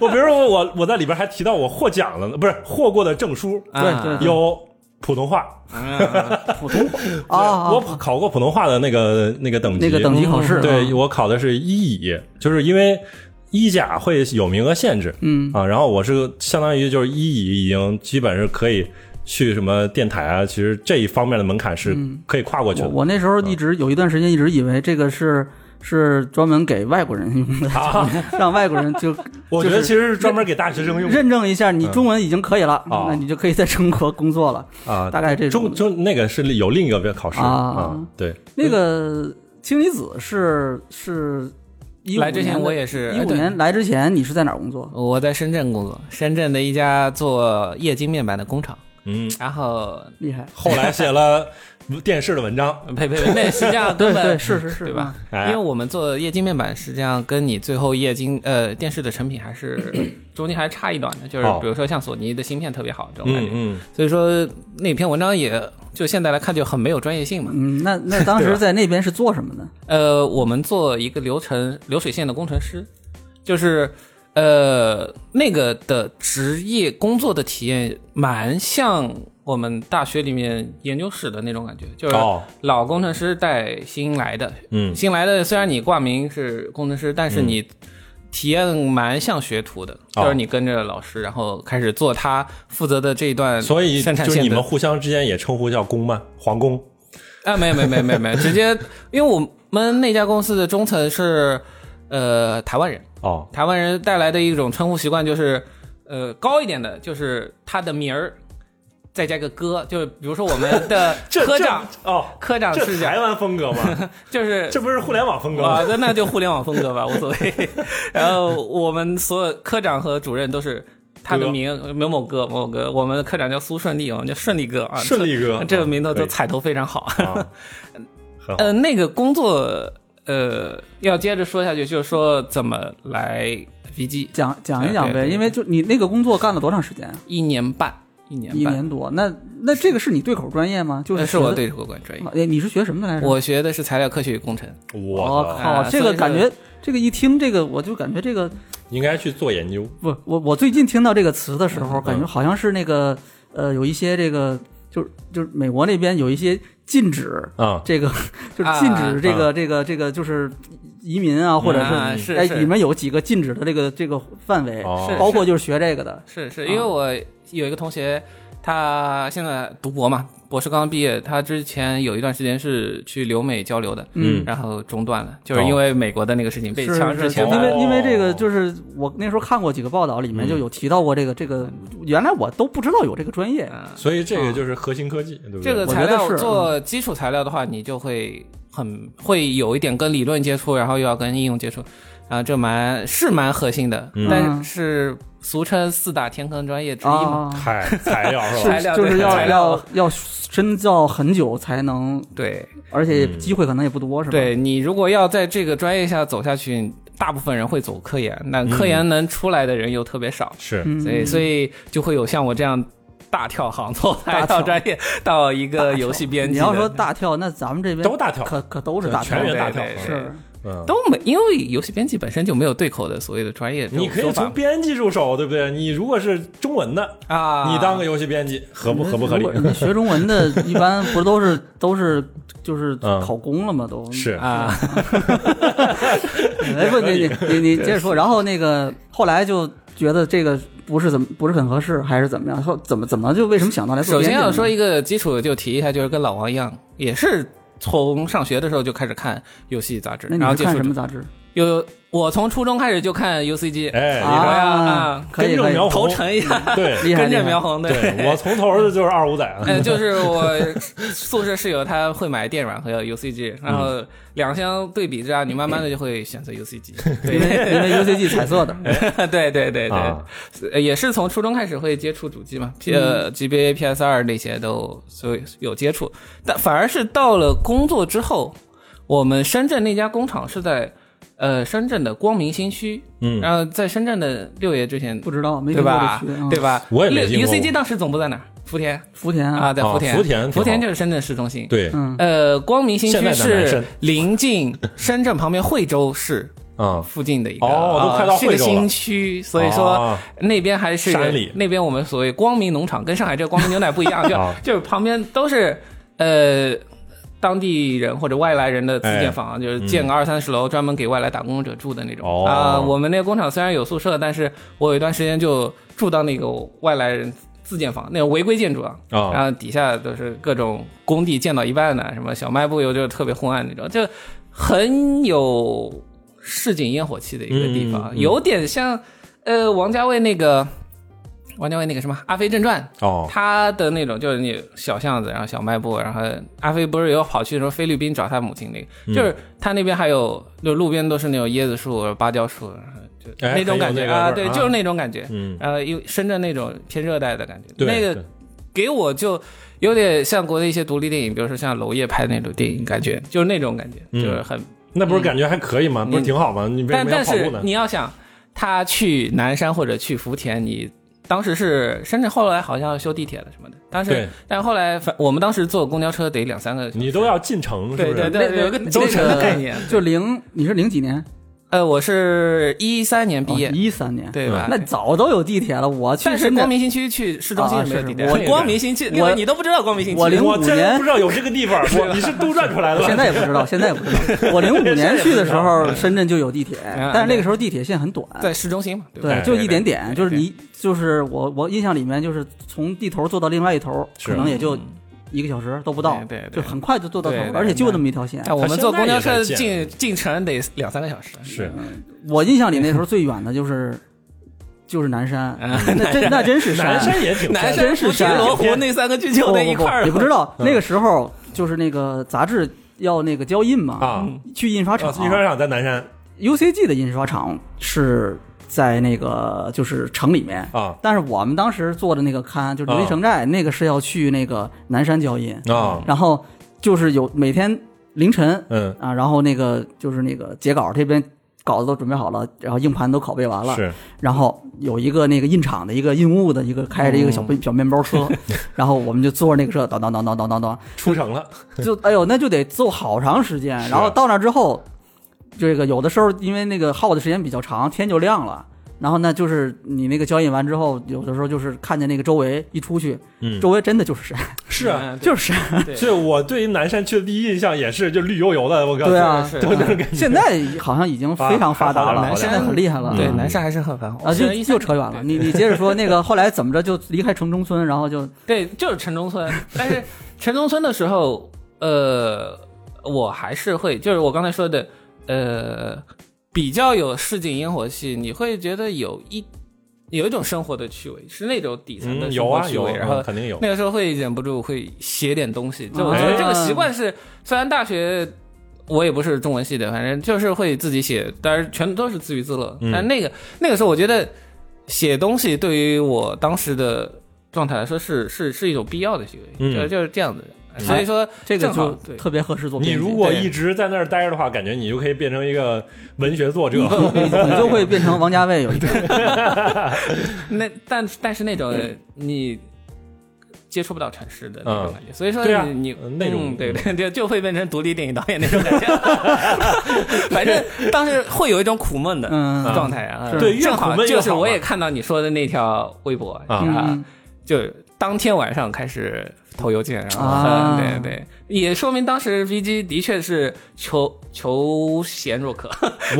我比如说我我在里边儿还提到我获奖了呢，不是获过的证书啊对对有。普通话，嗯普通话啊，我啊考过普通话的那个那个等级，嗯那个等级考试，对啊我考的是一乙，就是因为一甲会有名额限制，嗯啊，然后我是相当于就是一乙已经基本是可以去什么电台啊，其实这一方面的门槛是可以跨过去嗯我的。我那时候嗯一直有一段时间一直以为这个是是专门给外国人用的，啊 让外国人 就我觉得其实是专门给大学生用的认证一下你中文已经可以嗯了，啊哦那你就可以在中国工作了。啊，大概这种中中那个是有另一个考试啊啊，对，那个氢离子是是一五来之前年的我也是一哎五对年来之前你是在哪儿工作？ 我在深圳工作，深圳的一家做液晶面板的工厂，嗯，然后厉害，后来写了电视的文 章，呸呸呸，那实际上对根本对是是嗯是对吧？？因为哎，我们做液晶面板，实际上跟你最后液晶呃电视的成品 还是中间还差一段的，就是哦比如说像索尼的芯片特别好这种感嗯觉，嗯，所以说那篇文章也就现在来看就很没有专业性嘛。嗯，那那当对时吧在那边是做什么呢？呃，我们做一个流程流水线的工程师，就是呃那个的职业工作的体验蛮像我们大学里面研究室的那种感觉，就是哦老工程师带新来的，嗯新来的虽然你挂名是工程师，但是你体验蛮像学徒的，哦就是你跟着老师，然后开始做他负责的这一段所以生产就是线你的们互相之间也称呼叫公吗？皇宫啊，没有没有没有没有没有，直接 因为我们那家公司的中层是呃台湾人，哦，台湾人带来的一种称呼习惯就是，呃高一点的就是他的名儿，再加个哥，就是比如说我们 的这科长，这哦，科长这是这台样，湾风格 吗？就是这不是互联网 风格吗啊，？那那就互联网风格吧，无所谓。然后我们所有科长和主任都是他的哥名某某哥某某哥，我们的科长叫苏顺利，我们叫顺利哥啊，顺利哥这个名字可都以彩头非常好。啊， 很好呃，那个工作，呃，要接着说下去，就是说怎么来 VG，讲讲一讲对对呗，对因为就你那个工作干了多长时间啊？一年半，一年一半，年多。那那这个是你对口专业吗？就呃是是我学的对这个管专业，哎，你是学什么的来着？我学的是材料科学与工程，我我靠，哦靠，啊这所以个是感觉，这个一听这个，我就感觉这个应该去做研究。不，我我最近听到这个词嗯的时候，感觉好像是那个呃，有一些这个就是就是美国那边有一些禁止啊这个就是禁止这嗯个、这个这个就是移民啊，或者啊是哎是里面有几个禁止的这个这个范围哦是，包括就是学这个的，是是因为我有一个同学，他现在读博嘛，博士刚刚毕业，他之前有一段时间是去留美交流的，嗯然后中断了，就是因为美国的那个事情被哦是强是制是，遣前返因排为因为这个哦就是我那时候看过几个报道，里面嗯就有提到过这个这个，原来我都不知道有这个专业，啊嗯所以这个就是核心科技，对不对？这个我觉材得料是嗯做基础材料的话，你就会很会有一点跟理论接触，然后又要跟应用接触，啊，这蛮是蛮核心的，嗯但是俗称四大天坑专业之一嘛。啊，嗨， 材 料是吧材？料就是对要材料要要深造很久才能，对，而且嗯机会可能也不多，是吧？对你如果要在这个专业下走下去，大部分人会走科研，那科研能出来的人又特别少，是，嗯，所以所以就会有像我这样大跳行从材大料跳专业到一大个跳游戏编辑你的。要说大跳，那咱们这边都大跳可可都是大跳，全员大跳对，对是嗯，都没，因为游戏编辑本身就没有对口的所谓的专业这种你可以说法从编辑入手，对不对？你如果是中文的，啊，嗯你当个游戏编辑，合不合不合理如？果人家学中 文的，一般不是都是都是就是嗯考公了吗？都是， 啊，哎，不，你你你你接着说。然后那个后来就觉得这个不是怎么不是很合适，还是怎么样？后怎么怎么就为什么想到来做首编先辑呢？要说一个基础，就提一下，就是跟老王一样，也是从上学的时候就开始看游戏杂志，那然后你是接看触什么杂志？有我从初中开始就看 UCG，哎，啊你 可以跟着可以描，头沉一下，看对厉害跟着厉害苗红对，我从头的就是二五仔啊， 嗯，就是我宿舍室友他会买电软和 UCG，然嗯后两相对比之下，你慢慢的就会选 择 UCG。因为 因为 UCG 彩色的，对对对对啊，嗯呃也是从初中开始会接触主机嘛，P 呃 GBA、PS 二那些都所以有接触，但反而是到了工作之后，我们深圳那家工厂是在呃深圳的光明新区，嗯然后在深圳的六爷之前，不知道没听对过这吧区啊？？对吧？我也没进 U 过 C G 当时总部在哪儿？福田福田啊，，在啊福田，福田挺好福田就是深圳市中心。对嗯，呃，光明新现在区的南是深临近深圳旁边惠州市啊，附近的一个，哦都呃快到是一个惠州了新区，所以说啊那边还是山里那边我们所谓光明农场，跟上海这个光明牛奶不 一样，就啊就是旁边都是呃当地人或者外来人的自建房，啊就是建个二三十楼，专门给外来打工者住的那种哎嗯哦啊。我们那个工厂虽然有宿舍，但是我有一段时间就住到那个外来人。自建房那种违规建筑啊，啊然后底下都是各种工地建到一半的，什么小卖部又就是特别昏暗那种，就很有市井烟火气的一个地嗯方，嗯嗯有点像呃王家卫那个王家卫那个什么《阿飞正传》哦，他的那种就是你小巷子，然后小卖部，然后阿飞不是有跑去说菲律宾找他母亲那嗯个，就是他那边还有就路边都是那种椰子树、芭蕉树，然后就哎那种感觉很有那个味儿啊，对，啊就是那种感觉，嗯，呃，因为深圳那种偏热带的感觉，对，那个对给我就有点像国内一些独立电影，比如说像娄烨拍那种电影，感觉就是那种感觉，嗯就是很。那不是感觉还可以吗？不是挺好吗？你为什但么要但跑步是呢？你要想，他去南山或者去福田，你当时是深圳，后来好像修地铁了什么的，当时对但后来反我们当时坐公交车得两三个小时。你都要进城，是不对是？对对，对有个那周程的个概念。就零，你是零几年呃，我是一三年毕业，哦一三年，对吧？那早都有地铁了。我去但是深光圳，明新区去市中心啊是没有是地是铁，我 光明新区，我另外你都不知道光明新区。我零我五真年不知道有这个地方，我你是杜撰出来的吧？现在也不知道，现在也不知道。 我零五年去的时候，深圳就有地铁，啊但是那个时候地铁线很短，在市中心嘛，嗯对吧？哎对，就对一对点点，对就是对你，就是我，我印象里面就是从地头坐到另外一头，是可能也就一个小时都不到，嗯对对对就很快就坐到头对，对而且就那么一条线。那啊我们坐公交车它现在进进城得两三个小时。是我印象里那时候最远的就是就是南山，嗯 那真那真是南山，山也挺南山山、真福是田、山罗湖那三 个巨不就不在一块不，儿，你不知道嗯那个时候就是那个杂志要那个交印嘛，啊，去印刷厂印刷厂在南山，UCG 的印刷厂是在那个就是城里面。啊哦但是我们当时做的那个刊，就是《琉璃城寨》，那个是要去那个南山交印，啊，然后就是有每天凌晨嗯，啊，然后那个就是那个截稿这边稿子都准备好了，然后硬盘都拷贝完了，是然后有一个那个印厂的一个印务的一个开着一个小背、小面包 车，然后我们就坐着那个车，当当当当当当 当，出城了，就哎呦，那就得坐好长时间。然后到那之后，这个有的时候因为那个耗的时间比较长，天就亮了。然后呢，就是你那个脚引完之后，有的时候就是看见那个周围一出去，嗯周围真的就是山，是啊，嗯，就是山。对所以我对于南山去的第一印象也是就绿油油的，我告诉你，对啊，是就那种感觉。 现在好像已经非常发达发达了，了现在很厉害了。对嗯南山还是很繁华。啊，就虽然一三又扯远了。你你接着说，那个后来怎么着就离开城中村，然后就对，就是城 中村。但是城中村的时候，呃，我还是会，就是我刚才说的，呃，比较有市井烟火气，你会觉得有一有一种生活的趣味，是那种底层的嗯，生有活啊趣有味。啊，然后嗯肯定有。那个时候会忍不住会写点东西，就我哎觉得这个习惯是，虽然大学我也不是中文系的，反正就是会自己写，当然全都是自娱自乐。嗯但那个那个时候，我觉得写东西对于我当时的状态来说是是是一种必要的行为，嗯就就是这样子。所以说这个正好就对特别合适做编你辑。如果对一直在那儿待着的话，感觉你就可以变成一个文学作者。你你就会变成王家卫有一 天。那但但是那种嗯你。接触不到城市的那种感觉，所以说对啊你你呃那种嗯对对 就就会变成独立电影导演那种感觉， 反正当时会有一种苦闷的，嗯状态啊。是对越正苦好闷越就是好我嘛也看到你说的那条微博啊啊嗯，就是当天晚上开始投邮件，然后啊嗯对对，也说明当时 VG 的确是求求贤若渴，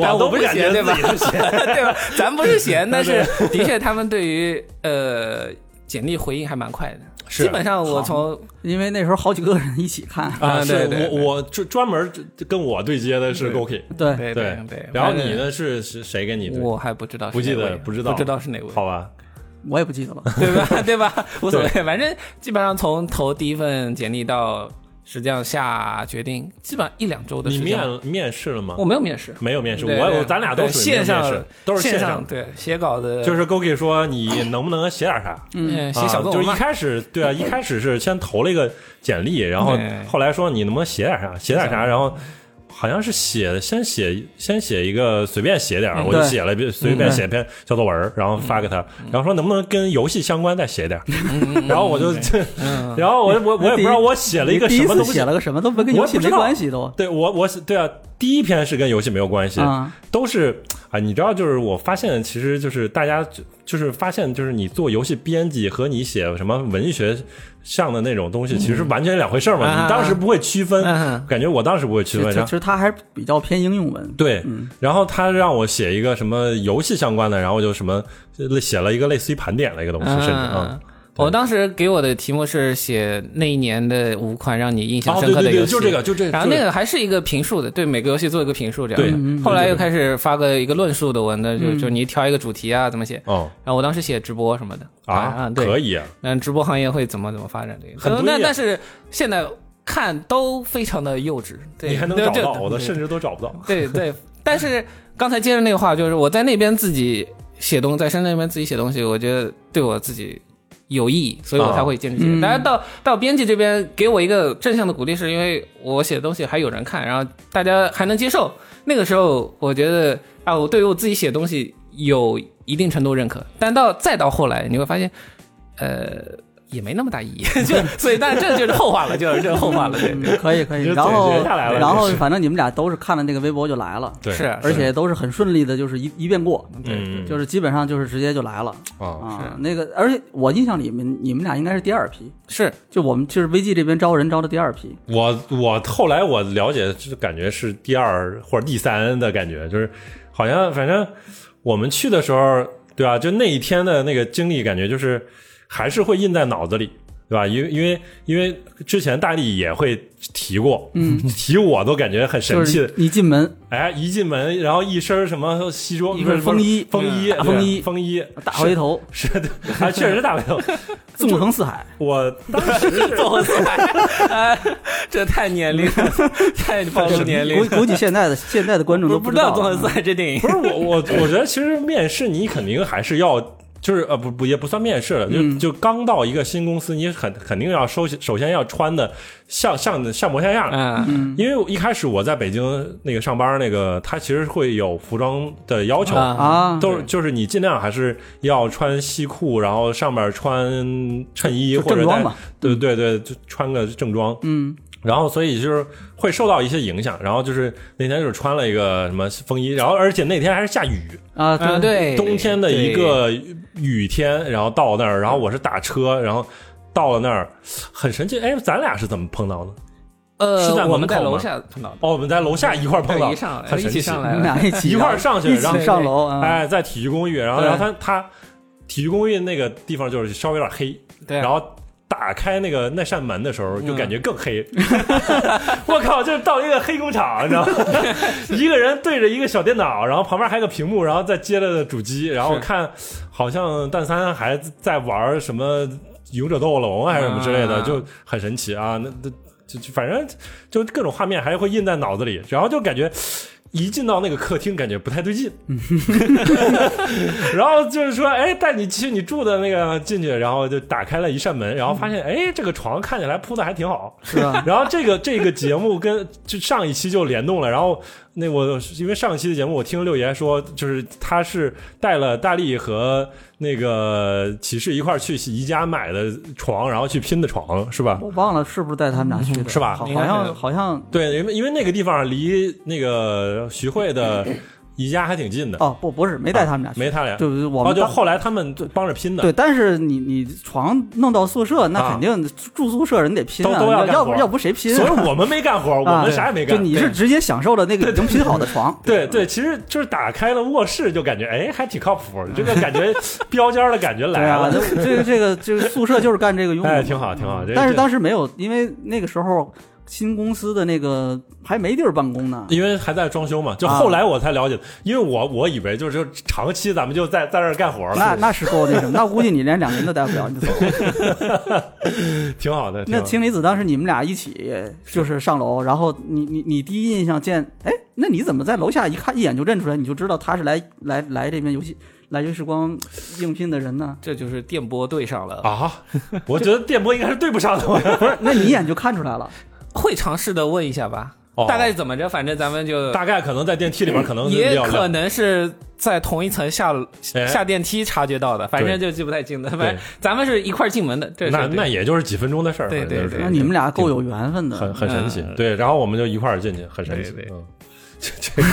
但都不感觉贤对吧自？己是写对吧？咱不是闲，但是的确他们对于呃简历回应还蛮快的，是基本上我好从因为那时候好几个人一起看，啊，嗯是对对我我专专门跟我对接的是 Goki，对，对对对，然后反正你呢是是谁给你对？我还不知道是不记哪得位不知道不知道是哪位，好吧，我也不记得了。对 吧？对吧？无所谓，反正基本上从投第一份简历到实际上下决定，基本上一两周的你时间。面面试了吗我？没有面试，没有面试，对我对我咱俩都对属于没有面线上试，都是线上。对写稿的，就是 Goki 说你能不能写点啥？嗯写啊小作就是文一嘛。开始对啊，一开始是先投了一个简历，然后对后来说你能不能写点啥，写点啥，然后好像是写先写先写一个随便写点儿，嗯我就对写了随便写篇小作文儿，然后发给他，然后说能不能跟游戏相关再写点儿，然后我就，嗯 然后我我我也不知道我写了一个第什一么次东西写，了个什么都跟游戏没关系都。对我我对啊，第一篇是跟游戏没有关系，啊，都是啊，你知道，就是我发现，其实就是大家就就是发现，就是你做游戏编辑和你写什么文学上的那种东西，其实完全两回事儿嘛。啊你当时不会区分，嗯感觉我当时不会其区实分。然其后实他还比较偏应用文。对，嗯然后他让我写一个什么游戏相关的，然后就什么写了一个类似于盘点的一个东西，甚至啊嗯，，我当时给我的题目是写那一年的五款让你印象哦深对刻的对游对，戏，就这个，就这，然后就那这个还是一个评述的，对每个游戏做一个评述这对样。嗯后来又开始发个一个论述的文的，就嗯就你挑一个主题啊，怎么写。哦然后我当时写直播什么的啊，对，可以啊，嗯，直播行业会怎么怎么发展这个？很多那页但是现在看都非常的幼稚，对，你还能对找就到，我的对甚至都找不 到。对对，但是刚才接着那个话，就是我在那边自己写东，在深圳那边自己写东西，我觉得对我自己有意义，所以我才会坚持嗯写。大家到到编辑这边给我一个正向的鼓励，是因为我写的东西还有人看，然后大家还能接受。那个时候，我觉得啊，我对于我自己写的东西有一定程度认可。但到再到后来，你会发现，呃。也没那么大意义， 就所以，但是这就是后话了，就是这是后话了，对对嗯，可以可以。你就然后总结下来了然后这是反正你们俩都是看了那个微博就来了，对，是啊而且都是很顺利的，就是一一遍过，嗯，就是基本上就是直接就来了啊，啊。那个，而且我印象里面你们俩应该是第二批，是就我们就是 VG 这边招人招的第二批。我我后来我了解，就是感觉是第二或者第三的感觉，就是好像反正我们去的时候，对吧？就那一天的那个经历，感觉就是还是会印在脑子里，对吧？因为因为因为之前大力也会提过，嗯，提我都感觉很神就气的是。一进门，哎，一进门，然后一身什么西装，一身风衣风衣，嗯大对风衣风衣，大回头，是的，啊，确实大背 头。纵横四海。我当时 是走起来， 这太年龄 了，太暴露年龄估。估计现 在的现在的观众我都不知知道道啊《纵横四海》这电影不是我我我觉得其实面试你肯定还是要。就是呃不不也不算面试了，就、就刚到一个新公司，你很肯定要首先首先要穿的像像像模像样，啊，因为我一开始我在北京那个上班那个，他其实会有服装的要求，啊啊，都是就是你尽量还是要穿西裤，然后上面穿衬衣就或者正装带吧对对对，就穿个正装，嗯，然后所以就是会受到一些影响。然后就是那天就是穿了一个什么风衣，然后而且那天还是下雨，啊，啊，对，冬天的一个雨天，然后到那儿，然后我是打车，然后到了那儿，很神奇。哎，咱俩是怎么碰到的？呃，是在我们在门口楼吗下碰到的，哦，我们在楼下一块儿碰到，对一上来很一神起奇。嗯上你来们俩了，一起一块儿上去一然起后上楼啊，哎，在体育公寓，然后对然后他他体育公寓那个地方就是稍微有点黑，对啊，然后打开那个那扇门的时候，就嗯感觉更黑。 我靠，就是到一个黑工厂，你知道吗？ 一个人对着一个小电脑，然后旁边还有个屏幕，然后再接着主机，然后是看好像蛋三还在玩什么勇者斗恶龙还是什么之类的，啊就很神奇啊！那那就就反正就各种画面还会印在脑子里，然后就感觉。一进到那个客厅，感觉不太对 劲，然后就是说，哎，带你去你住的那个进去，然后就打开了一扇门，然后发现，哎，这个床看起来铺的还挺好，是啊吧？ 然后这个这个节目跟就上一期就联动了，然后那我因为上一期的节目我听六爷说，就是他是带了大力和那个骑士一块儿去宜家买的床，然后去拼的床是吧？我忘了是不是带他们俩去的，嗯是吧好应好该像是好像对，因为因为那个地方离那个徐汇的宜家还挺近 的，哦不不是没带他们俩去，没他俩。对不对？我哦，们就当后来他们帮着拼的，对，但是你你床弄到宿舍，那啊肯定住宿舍人得拼啊都都要要干要活不要不谁拼所以啊？我们没干 活，我们啥也没干。就你是直接享受了那个已经拼好的床，对对，其实就是打开了卧室，就感觉哎还挺靠谱，这个感 觉标间儿的感觉对来啊，了，这这个这个这个宿舍就是干这个用哎，的，挺好挺好。这但是这当时没有，因为那个时候新公司的那个还没地儿办公呢。因为还在装修嘛，就啊后来我才了解，因为我我以为就是就长期咱们就在在这儿干活那了，那是够那什么，那估计你连两年都待不了，你就走。挺好的。挺那好的氢离子当时你们俩一起就是上楼，然后你你你第一印象见，哎，那你怎么在楼下一看一眼就认出来，你就知道他是来来来这边游戏来游戏时光应聘的人呢？这就是电波对上了，啊，我觉得电波应该是对不上的。不是，那你一眼就看出来了，会尝试的问一下吧哦，大概怎么着，反正咱们就大概可能在电梯里面，可能是比也较可能是在同一层下哎下电梯察觉到的，反正就记不太清的。反正咱们是一块儿进门的，这是那对那也就是几分钟的事儿。对反正对就是对那你们俩够有缘分的。很很神奇嗯。对，然后我们就一块儿进去，很神奇。对对嗯，这这个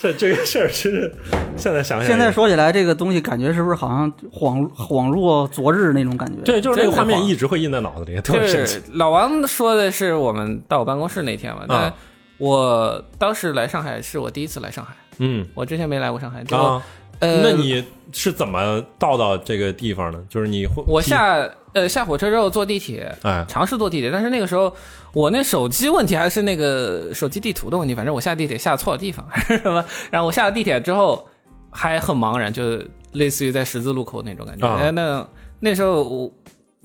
这这个事儿真是现在想想也，现在说起来，这个东西感觉是不是好像恍恍若昨日那种感觉？对，就是那真个的画面晃一直会印在脑子里，特别神就奇是。老王说的是我们到我办公室那天嘛，但啊我当时来上海是我第一次来上海，嗯我之前没来过上海。就啊，呃，那你是怎么到到这个地方呢？就是你会我提下呃下火车之后坐地铁，哎尝试坐地铁，但是那个时候我那手机问题还是那个手机地图的问题，反正我下地铁下错了地方还 是什么，然后我下了地铁之后还很茫然，就类似于在十字路口那种感觉。啊哎，那那时候我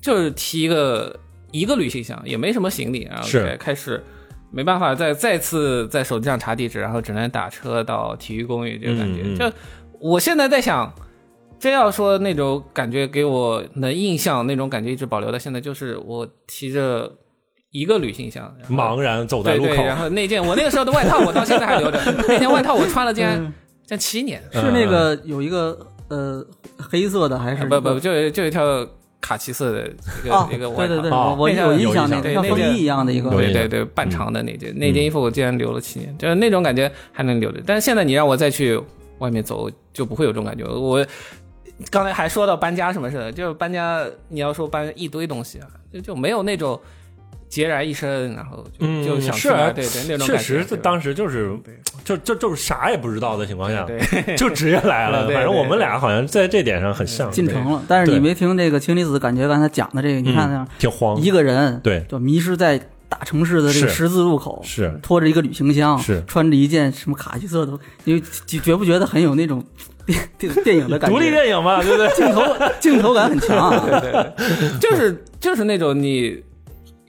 就是提一个一个旅行箱，也没什么行李，然后是开开始。没办法，再再次在手机上查地址，然后只能打车到体育公寓，这个感觉。嗯嗯就我现在在想，真要说那种感觉给我的印象，那种感觉一直保留到现在，就是我提着一个旅行箱，然后茫然走在对路对，口，然后那件我那个时候的外套，我到现在还留着。那件外套我穿了竟嗯然将七年，是那个有一个呃黑色的还是啊 不不不，就有就有一条卡其色的一个、哦，一个外对套。对对，哦我我那件有印有象印那象个对像那风件衣一样的一个有对印象嗯对对，半长的那件、那件衣服我竟然留了七年，就是那种感觉还能留着。但是现在你让我再去外面走，就不会有这种感觉。我刚才还说到搬家什么事的，就是搬家，你要说搬一堆东西啊，就就没有那种孑然一身，然后就、嗯就想是去哪儿对对那种确感觉。实，对吧当时就是就就就是啥也不知道的情况下，对就直接来了。对对反正我们对俩好像在这点上很像，进城了，但是你对没听这个氢离子，感觉刚才讲的这个，你看那嗯挺慌，一个人对就迷失在大城市的这个是十字路口，是拖着一个旅行箱，是穿着一件什么卡其色的，你就觉不觉得很有那种电电电影的感觉？独立电影嘛，对不 对？镜头镜头感很强啊，对对，对，就是就是那种你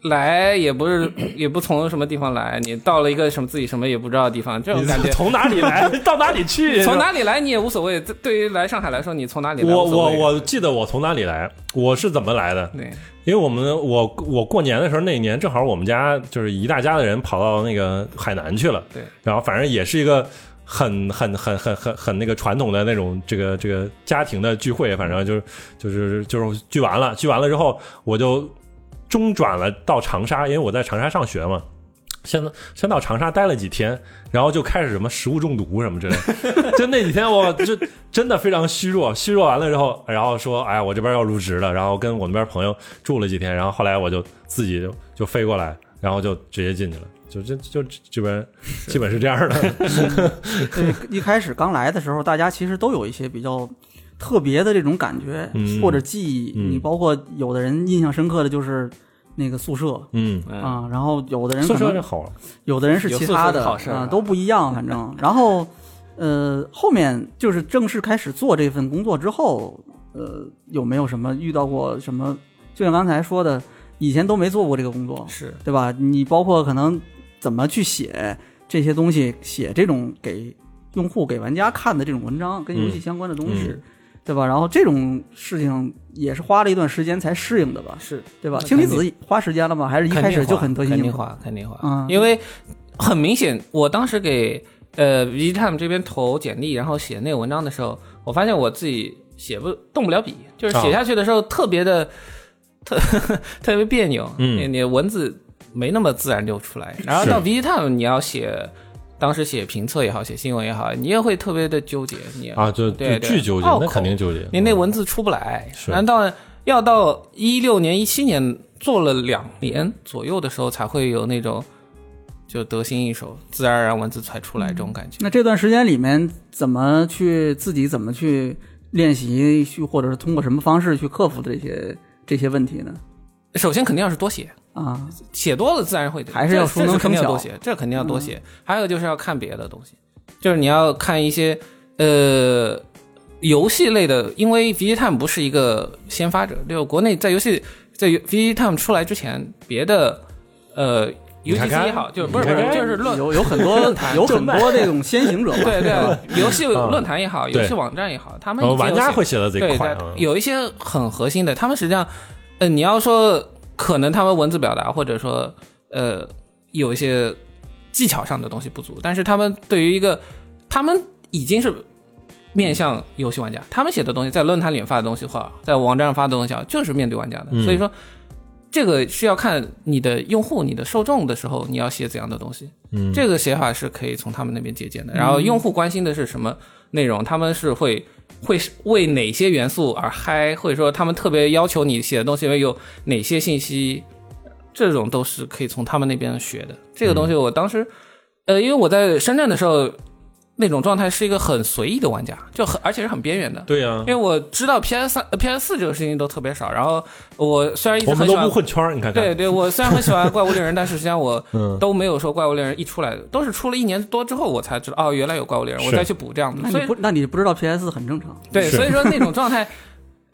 来也不是也不从什么地方来，你到了一个什么自己什么也不知道的地方，这种你 感觉。从哪里 来到哪里去？从哪里来你也无所谓，这对于来上海来说，你从哪里来我无所我谓我记得我从哪里来，我是怎么来的？对因为我们我我过年的时候那一年正好我们家就是一大家的人跑到那个海南去了，对，然后反正也是一个很很很很很很那个传统的那种这个这个家庭的聚会，反正就是就是就是聚完了，聚完了之后我就中转了到长沙，因为我在长沙上学嘛。先先到长沙待了几天，然后就开始什么食物中毒什么之类的。就那几天我就真的非常虚弱，虚弱完了之后，然后说，哎，我这边要入职了，然后跟我那边朋友住了几天，然后后来我就自己就就飞过来，然后就直接进去了，就这就基本基本是这样 的。对，一开始刚来的时候，大家其实都有一些比较特别的这种感觉、嗯或者记忆。嗯你包括有的人印象深刻的就是那个宿舍嗯，嗯，啊、然后有的人宿可舍能就好了。有的人是其他的有宿舍好事儿啊、啊都不一样，反正。然后呃，后面就是正式开始做这份工作之后，呃，有没有什么遇到过什么？就像刚才说的，以前都没做过这个工作，是对吧？你包括可能怎么去写这些东西，写这种给用户、给玩家看的这种文章，跟游戏相关的东西，嗯对吧？然后这种事情也是花了一段时间才适应的吧，是，对吧？那氢离肯子花时间了吗？还是一肯开定始就花很得心肯应定手？花，肯定花，嗯因为很明显，我当时给呃 V Time 这边投简历，然后写那个文章的时候，我发现我自己写不动不了笔，就是啊写下去的时候特别的、 特特别别扭，嗯你你文字没那么自然就出来。然后到 V Time 你要写，当时写评测也好，写新闻也好，你也会特别的纠结，你也啊，就就对对巨纠结，拗口那肯定纠结。嗯你那文字出不来。是难道要到一六年、一七年做了两年左右的时候，才会有那种就得心应手、自然而然文字才出来这种感觉？那这段时间里面，怎么去自己怎么去练习，去或者是通过什么方式去克服的这些这些问题呢？首先肯定要是多写，啊，写多了自然会得还是要熟这这能是肯定要生巧嗯多写，这肯定要多写。还有就是要看别的东西，就是你要看一些呃游戏类的，因为 V Time 不是一个先发者，就国内在游戏在 V Time 出来之前，别的呃你游戏看看机也好，就是不是你不看看是就是论有有很 多有很多这种先行者嘛，对是吧对，游戏论坛也好，游戏嗯对网站也好，他们呃已经玩有家写会写的贼对，快在啊。有一些很核心的，他们实际上，呃，你要说可能他们文字表达或者说呃有一些技巧上的东西不足，但是他们对于一个他们已经是面向游戏玩家，他们写的东西在论坛里发的东西或在网站上发的东西啊，就是面对玩家的，嗯所以说。这个是要看你的用户、你的受众的时候，你要写怎样的东西。嗯，这个写法是可以从他们那边借鉴的。然后用户关心的是什么内容，他们是会会是为哪些元素而嗨，或者说他们特别要求你写的东西里面有哪些信息，这种都是可以从他们那边学的。这个东西我当时，呃，因为我在深圳的时候，那种状态是一个很随意的玩家，就很而且是很边缘的。对啊呀因，为我知道 PS 三、PS 四这个事情都特别少，然后我虽然一直我们很喜都欢不混圈儿，你看看。对对，我虽然很喜欢怪物猎人，但是实际上我 嗯都没有说怪物猎人一出来，都是出了一年多之后我才知道哦，原来有怪物猎人，我是再去补这样那的。所你以不那你不知道 PS 很正常，对，是所以说 那种状态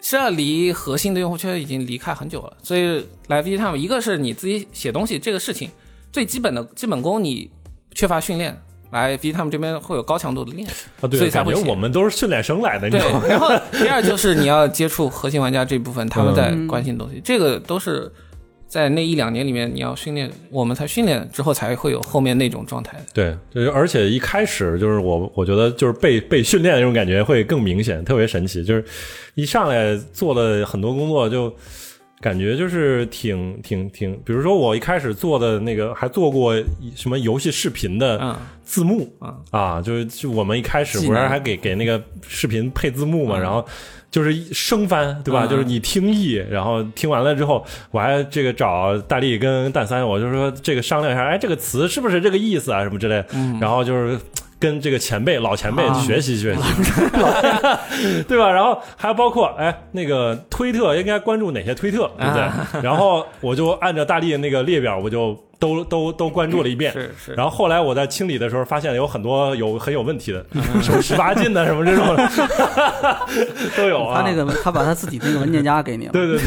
是要离核心的用户圈已经离开很久了。所以来 V 他们，一个是你自己写东西这个事情最基本的基本功，你缺乏训练，来 V 他们这边会有高强度的练。啊，对，所以才感会觉写我们都是训练生来的，你对知道吗？，然后第二就是你要接触核心玩家这部分，他们在关心的东西，这个都是在那一两年里面你要训练，我们才训练之后才会有后面那种状态。对，就是而且一开始就是我，我觉得就是被被训练的那种感觉会更明显，特别神奇。就是一上来做了很多工作，就感觉就是挺挺挺，比如说我一开始做的那个，还做过一什么游戏视频的嗯，字幕、嗯啊，就是就我们一开始技不是能还给给那个视频配字幕嘛，嗯然后。就是一生翻，对吧？嗯就是你听译，然后听完了之后，我还这个找大力跟蛋三，我就说这个商量一下，哎，这个词是不是这个意思啊？什么之类的。嗯然后就是跟这个前辈、老前辈啊学习 学习，对吧？然后还包括哎，那个推特应该关注哪些推特，对不啊对？然后我就按照大力的那个列表，我就都都都关注了一遍。是是。然后后来我在清理的时候，发现有很多有很有问题的，什么十八禁的，什 么这种的都有啊。他那个他把他自己那个文件夹给你了，对对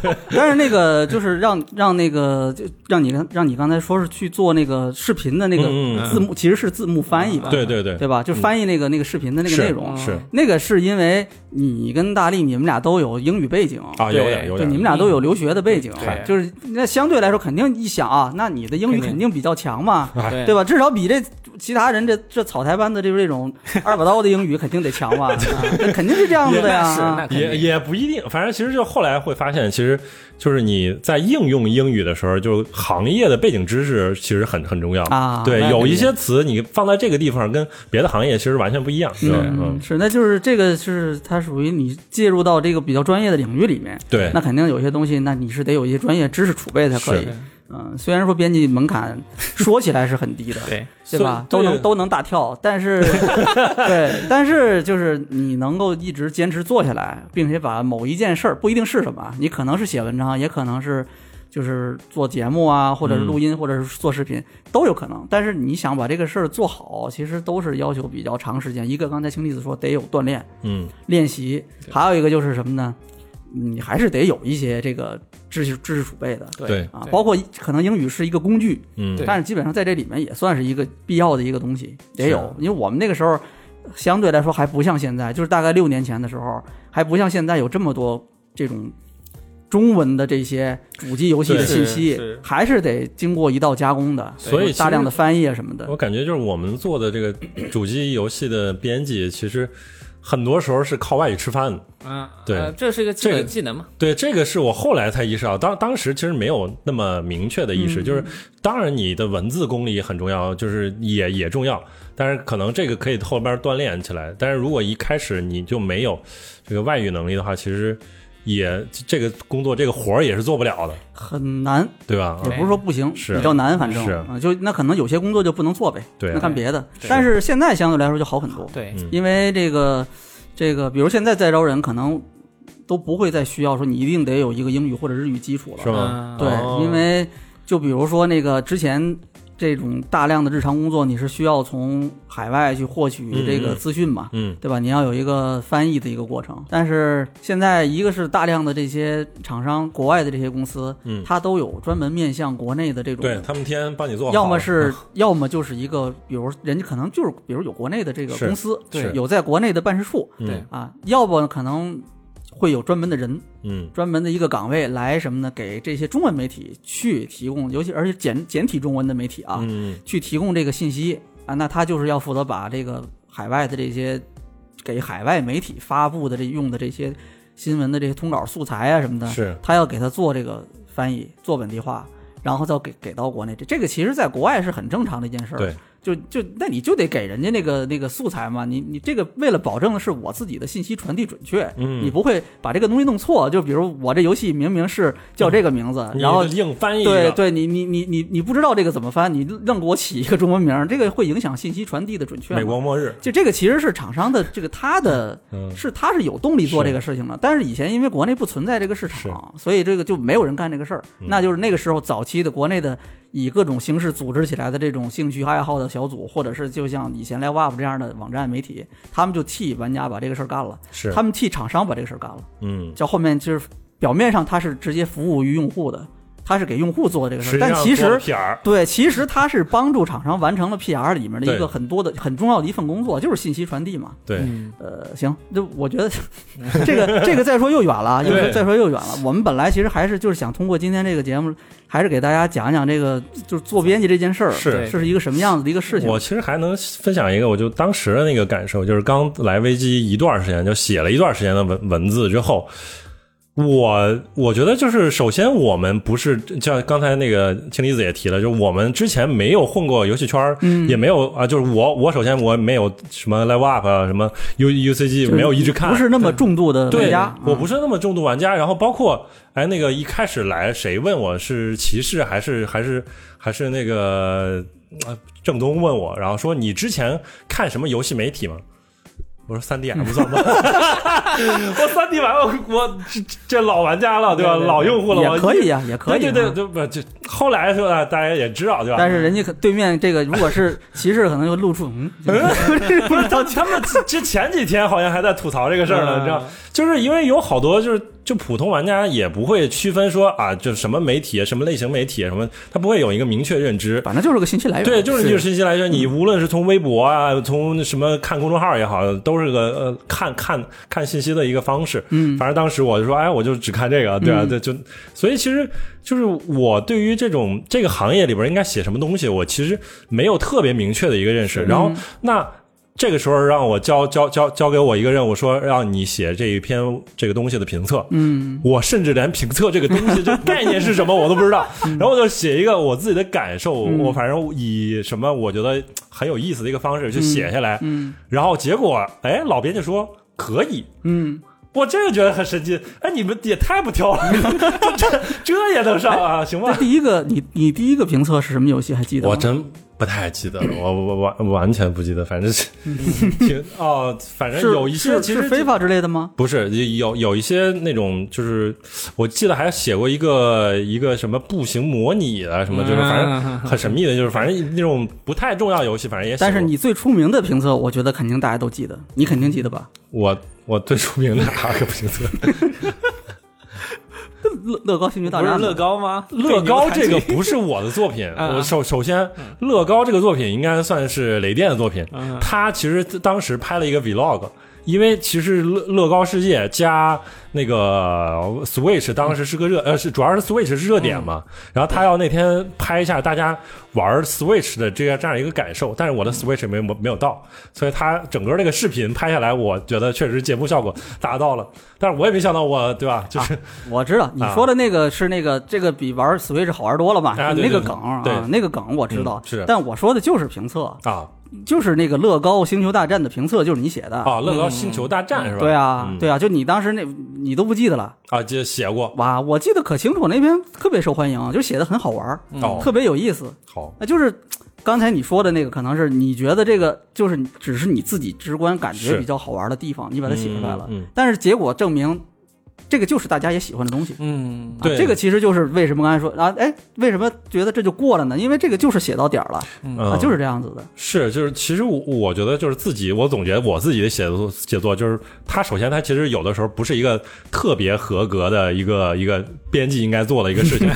对， 但是那个就是让让那个就让你让你刚才说是去做那个视频的那个嗯嗯嗯字幕，其实是字幕翻译吧？对对对对吧？就翻译那个那个视频的那个是内容。是那个是因为你跟大力你们俩都有英语背景啊，有点有对，点，嗯你们俩都有留学的背景对，就是那相对来说肯定一想啊，那你的英语肯定肯定比较强嘛，哎对对吧？至少比这其他人这这草台班子就是这种 二把刀的英语肯定得强吧？啊那肯定是这样子的呀。啊那是那肯也定也不一定，反正其实就后来会发现，其实就是你在应用英语的时候，就行业的背景知识其实很很重要啊对那，有肯一定些词你放在这个地方跟别的行业其实完全不一样，对吧？嗯嗯，，是，那就是这个是它属于你介入到这个比较专业的领域里面，对那肯定有些东西，那你是得有一些专业知识储备才可以是。嗯，虽然说编辑门槛说起来是很低的，对，对吧？所都以能都能大跳，但是 对，但是就是你能够一直坚持做下来，并且把某一件事儿不一定是什么啊，你可能是写文章，也可能是就是做节目啊，或者是录音，或者是做视嗯频，都有可能。但是你想把这个事儿做好，其实都是要求比较长时间。一个刚才青弟子说得有锻炼嗯，练习，还有一个就是什么呢？你还是得有一些这个知识知识储备的，对，啊，包括可能英语是一个工具，嗯，对但是基本上在这里面也算是一个必要的一个东西，得啊有，因为我们那个时候相对来说还不像现在，就是大概六年前的时候，还不像现在有这么多这种中文的这些主机游戏的对信息是是，还是得经过一道加工的，所以其实哦大量的翻译啊什么的我。感觉就是我们做的这个主机游戏的编辑，其实很多时候是靠外语吃饭的。嗯，对呃这是一个基这个本技能嘛，对，这个是我后来才意识到，当当时其实没有那么明确的意嗯识，就是当然你的文字功力很重要，就是也也重要，但是可能这个可以后边锻炼起来。但是如果一开始你就没有这个外语能力的话，其实也这个工作这个活儿也是做不了的，很难，对吧？也不是说不行，哦是比较难，反正是啊就那可能有些工作就不能做呗，对啊那干别的。对但是现在相对来说就好很多，对，嗯因为这个这个，比如现在在招人，可能都不会再需要说你一定得有一个英语或者日语基础是了。吗？嗯对，哦因为就比如说那个之前这种大量的日常工作，你是需要从海外去获取这嗯个嗯资讯嘛。嗯，对吧？你要有一个翻译的一个过程，但是现在一个是大量的这些厂商，国外的这些公司，嗯它都有专门面向国内的这种对他们天天帮你做好，要 么是，要么就是一个，比如人家可能就是，比如有国内的这个是公司，对有在国内的办事处嗯啊，要不可能会有专门的人，嗯专门的一个岗位来什么呢？给这些中文媒体去提供，尤其而且简简体中文的媒体啊，嗯去提供这个信息啊，那他就是要负责把这个海外的这些给海外媒体发布的这用的这些新闻的这些通稿素材啊什么的，是他要给他做这个翻译，做本地化，然后再给给到国内。这这个其实在国外是很正常的一件事儿。对，就就那你就得给人家那个那个素材嘛，你你这个为了保证的是我自己的信息传递准确，嗯你不会把这个东西弄错。就比如我这游戏明明是叫这个名字，嗯你然后硬翻译一对个，对，你你你你你不知道这个怎么翻，你愣给我起一个中文名儿，这个会影响信息传递的准确嘛。美国末日，就这个其实是厂商的这个他的嗯是他是有动力做这个事情的，但是以前因为国内不存在这个市场，所以这个就没有人干这个事儿。嗯那就是那个时候早期的国内的以各种形式组织起来的这种兴趣爱好的小组，或者是就像以前 Live Up 这样的网站媒体，他们就替玩家把这个事儿干了，是他们替厂商把这个事儿干了。嗯，叫后面就是表面上他是直接服务于用户的，他是给用户做这个事实儿，际但上其做实片儿对，其实它是帮助厂商完成了 PR 里面的一对个很多的很重要的一份工作，就是信息传递嘛。对，呃，行，就我觉得这个这个再说又远 了，啊又对说再说又远了。我们本来其实还是就是想通过今天这个节目，还是给大家讲讲这个就是做编辑这件事儿是这是一个什么样子的一个事情。我其实还能分享一个，我就当时的那个感受，就是刚来危机一段时间，就写了一段时间的文文字之后，我我觉得就是首先我们不是像刚才那个青离子也提了，就是我们之前没有混过游戏圈儿，嗯也没有啊，就是我我首先我没有什么 Live Up 啊，什么 U U C G 就是没有一直看，不是那么重度的玩对家，，我不是那么重度玩家。然后包括哎，那个一开始来谁问我是骑士还是还是还是那个呃郑东问我，然后说你之前看什么游戏媒体吗？我说三 D M 算吗？ 我三 D 玩我我这这老玩家了，对吧？老用户了，我也可以呀、也可以、啊对对对，，对不就后来是吧？大家也知道对吧？ 但是人家可对面这个如 果是骑士，可能就露出嗯，就不是他他们之前几天好像还在吐槽这个事儿呢，嗯你知道，就是因为有好多就是就普通玩家也不会区分说啊，就什么媒体、什么类型媒体、啊什么，他不会有一个明确认知。 反正就是个信息来源。对，就是就是信息来源，你无论是从微博啊，从什么看公众号也好，都是个呃看看看信息的一个方式。嗯，反正当时我就说，哎，我就只看这个，对啊，对，就所以其实就是我对于这种这个行业里边应该写什么东西，我其实没有特别明确的一个认识。然后那这个时候让我交交交交给我一个任务，说让你写这一篇这个东西的评测。嗯，我甚至连评测这个东西这个概念是什么我都不知 道。嗯然后我就写一个我自己的感受，我反正以什么我觉得很有意思的一个方式去写下来。嗯，然后结果哎，老编就说可以。嗯，我真是觉得很神奇，哎，你们也太不挑了， 这这这也能上 啊？行这吧？第一个，你你第一个评测是什么游戏？还记得吗？我真不太记得了，我我完完全不记得，反正是嗯挺哦，反正是有一些是其实是非法之类的吗？不是有有一些那种，就是我记得还写过一个一个什么步行模拟的什么，嗯就是反正正很神秘的，就是反正那种不太重要游戏，反正也写过。但是你最出名的评测，我觉得肯定大家都记得，你肯定记得吧？我我最出名的哪个不行测？乐乐高星球大不是战乐吗，高吗？乐高这个不是我的作品，嗯我首首先，乐高这个作品应该算是雷电的作品。嗯他其实当时拍了一个 vlog，因为其实乐乐高世界加那个 Switch 当时是个热，呃，是主要是 Switch 是热点嘛。然后他要那天拍一下大家玩 Switch 的这样这样一个感受，但是我的 Switch 没没有到，所以他整个那个视频拍下来，我觉得确实节目效果达到了，但是我也没想到我对吧，就是我知道你说的那个是那个，这个比玩 Switch 好玩多了吧？啊啊对那个对梗对啊，那个梗我知道嗯。是但我说的就是评测，啊就是那个乐高星球大战的评测，就是你写的。啊，乐高星球大战是吧？对啊嗯，对啊，就你当时那，你都不记得了啊，就写过哇？我记得可清楚，那篇特别受欢迎，就写的很好玩，哦特别有意思。好，那就是刚才你说的那个，可能是你觉得这个就是你只是你自己直观感觉是比较好玩的地方，你把它写出来了。嗯嗯但是结果证明，这个就是大家也喜欢的东西。嗯，对啊，这个其实就是为什么刚才说啊，哎，为什么觉得这就过了呢？因为这个就是写到点儿了、啊，嗯，就是这样子的。是就是，其实我我觉得就是自己，我总结我自己的写作写作，就是他首先他其实有的时候不是一个特别合格的一个一个编辑应该做的一个 事情，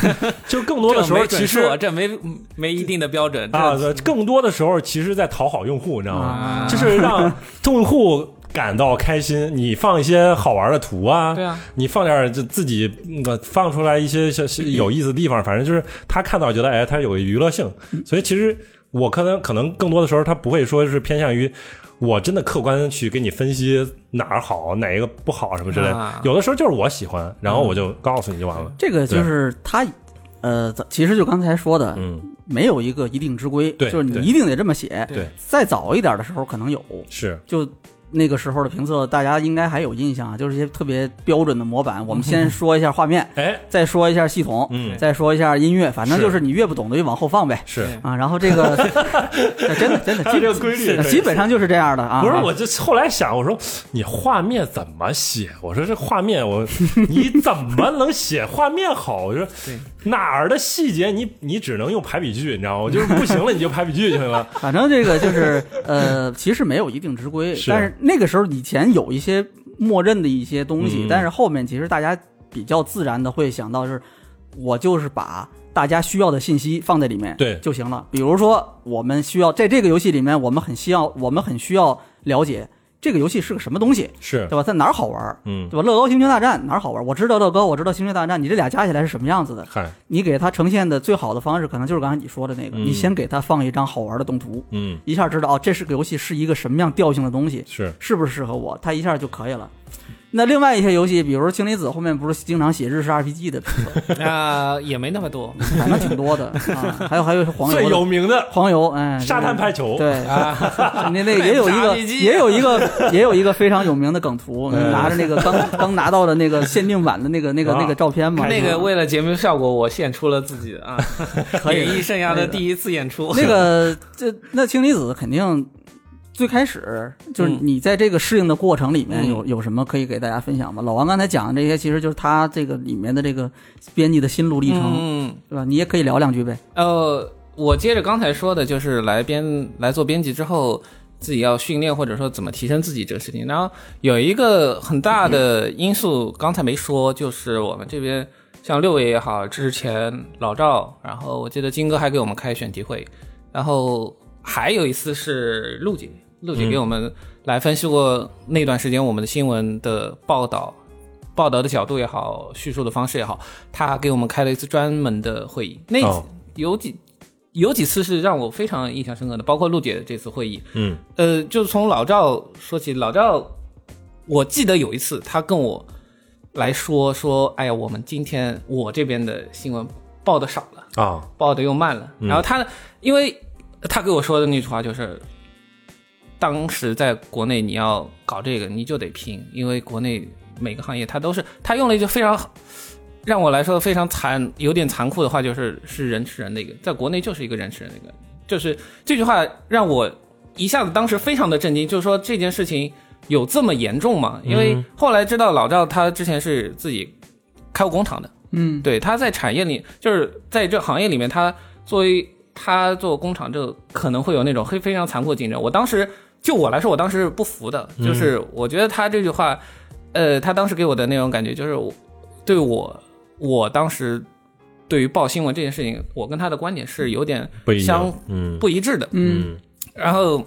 就更多的时这候没准其数啊实这没没一定的标准啊这，更多的时候其实在讨好用户，你知道吗？啊就是让用户感到开心，你放一些好玩的图啊，对啊，你放点儿就自己嗯放出来一些小小有意思的地方，反正就是他看到觉得哎，他有娱乐性，所以其实我可能可能更多的时候他不会说是偏向于。我真的客观地去给你分析哪儿好，哪一个不好什么之类的啊。有的时候就是我喜欢，然后我就告诉你就完了。这个就是他，呃，咱其实就刚才说的，嗯，没有一个一定之规，对就是你对一定得这么写。对，再早一点的时候可能有，是就那个时候的评测，大家应该还有印象啊，就是一些特别标准的模板。我们先说一下 画面，哎，再说一下系统，嗯再说一下音乐，反正是就是你越不懂的就往后放呗。是，对啊，然后 这个真的真的还有这个规律基基本上就是这样的啊。不是，我就后来想，我说你画面怎么写？我说这画面我你怎么能写画面好？我说对哪儿的细节你你只能用排比句，你知道吗？我就是不行了你就排比句就行了。 反正这个就是呃，其实没有一定之规，是但是那个时候以前有一些默认的一些东西，嗯但是后面其实大家比较自然的会想到是，我就是把大家需要的信息放在里面，对就行了。比如说我们需要在这个游戏里面，我们很需要我们很需要了解这个游戏是个什么东西，是对，吧？在哪儿好玩？嗯，对吧？乐高星球大战哪儿好玩？我知道乐高，我知道星球大战，你这俩加起来是什么样子的？嗨，你给它呈现的最好的方式，可能就是刚才你说的那个，嗯你先给它放一张好玩的动图，嗯，一下知道哦，这是个游戏是一个什么样调性的东西，是是不是适合我，它一下就可以了。那另外一些游戏，比如说《氢离子》，后面不是经常写日式 RPG 的，啊也没那么多反正 挺多的啊。还有还有黄最油有的，名的黄油，嗯哎，沙滩排球，对，啊， 那那也 有一奶茶个，笔记也有一啊个， 也有一个非常有名的梗图，拿着那个刚刚拿到的那个限定版的那个那个啊那个照片嘛，那个为了节目效果，我献出了自己的 啊，可以演艺生涯的第一次演出。那个这那氢离子肯定最开始就是嗯你在这个适应的过程里面嗯有、有什么可以给大家分享吗？老王刚才讲的这些，其实就是他这个里面的这个编辑的心路历程，嗯，对吧？你也可以聊两句呗。呃，我接着刚才说的，就是来编来做编辑之后，自己要训练或者说怎么提升自己这个事情。然后有一个很大的因素，刚才没说，就是我们这边像六位也好，之前老赵，然后我记得金哥还给我们开选题会，然后还有一次是陆姐，陆姐给我们来分析过那段时间我们的新闻的报道。报道的角度也好，叙述的方式也好，他给我们开了一次专门的会议。那一次哦有几有几次是让我非常印象深刻的，包括陆姐这次会议。嗯，呃，就从老赵说起，老赵，我记得有一次他跟我来说说，哎呀，我们今天我这边的新闻报的少了。啊，报的又慢了。然后他，因为他给我说的那句话就是，当时在国内你要搞这个，你就得拼，因为国内每个行业它都是，他用了一句非常让我来说非常残，有点残酷的话，就是是人吃人的一个，在国内就是一个人吃人的一个，就是这句话让我一下子当时非常的震惊，就是说这件事情有这么严重吗？因为后来知道老赵他之前是自己开过工厂的，嗯，对，他在产业里，就是在这行业里面，他作为他做工厂，这可能会有那种非非常残酷的竞争。我当时就我来说，我当时是不服的，就是我觉得他这句话，呃，他当时给我的那种感觉就是我对我，我当时对于报新闻这件事情，我跟他的观点是有点不一相样，嗯不一致的。嗯然后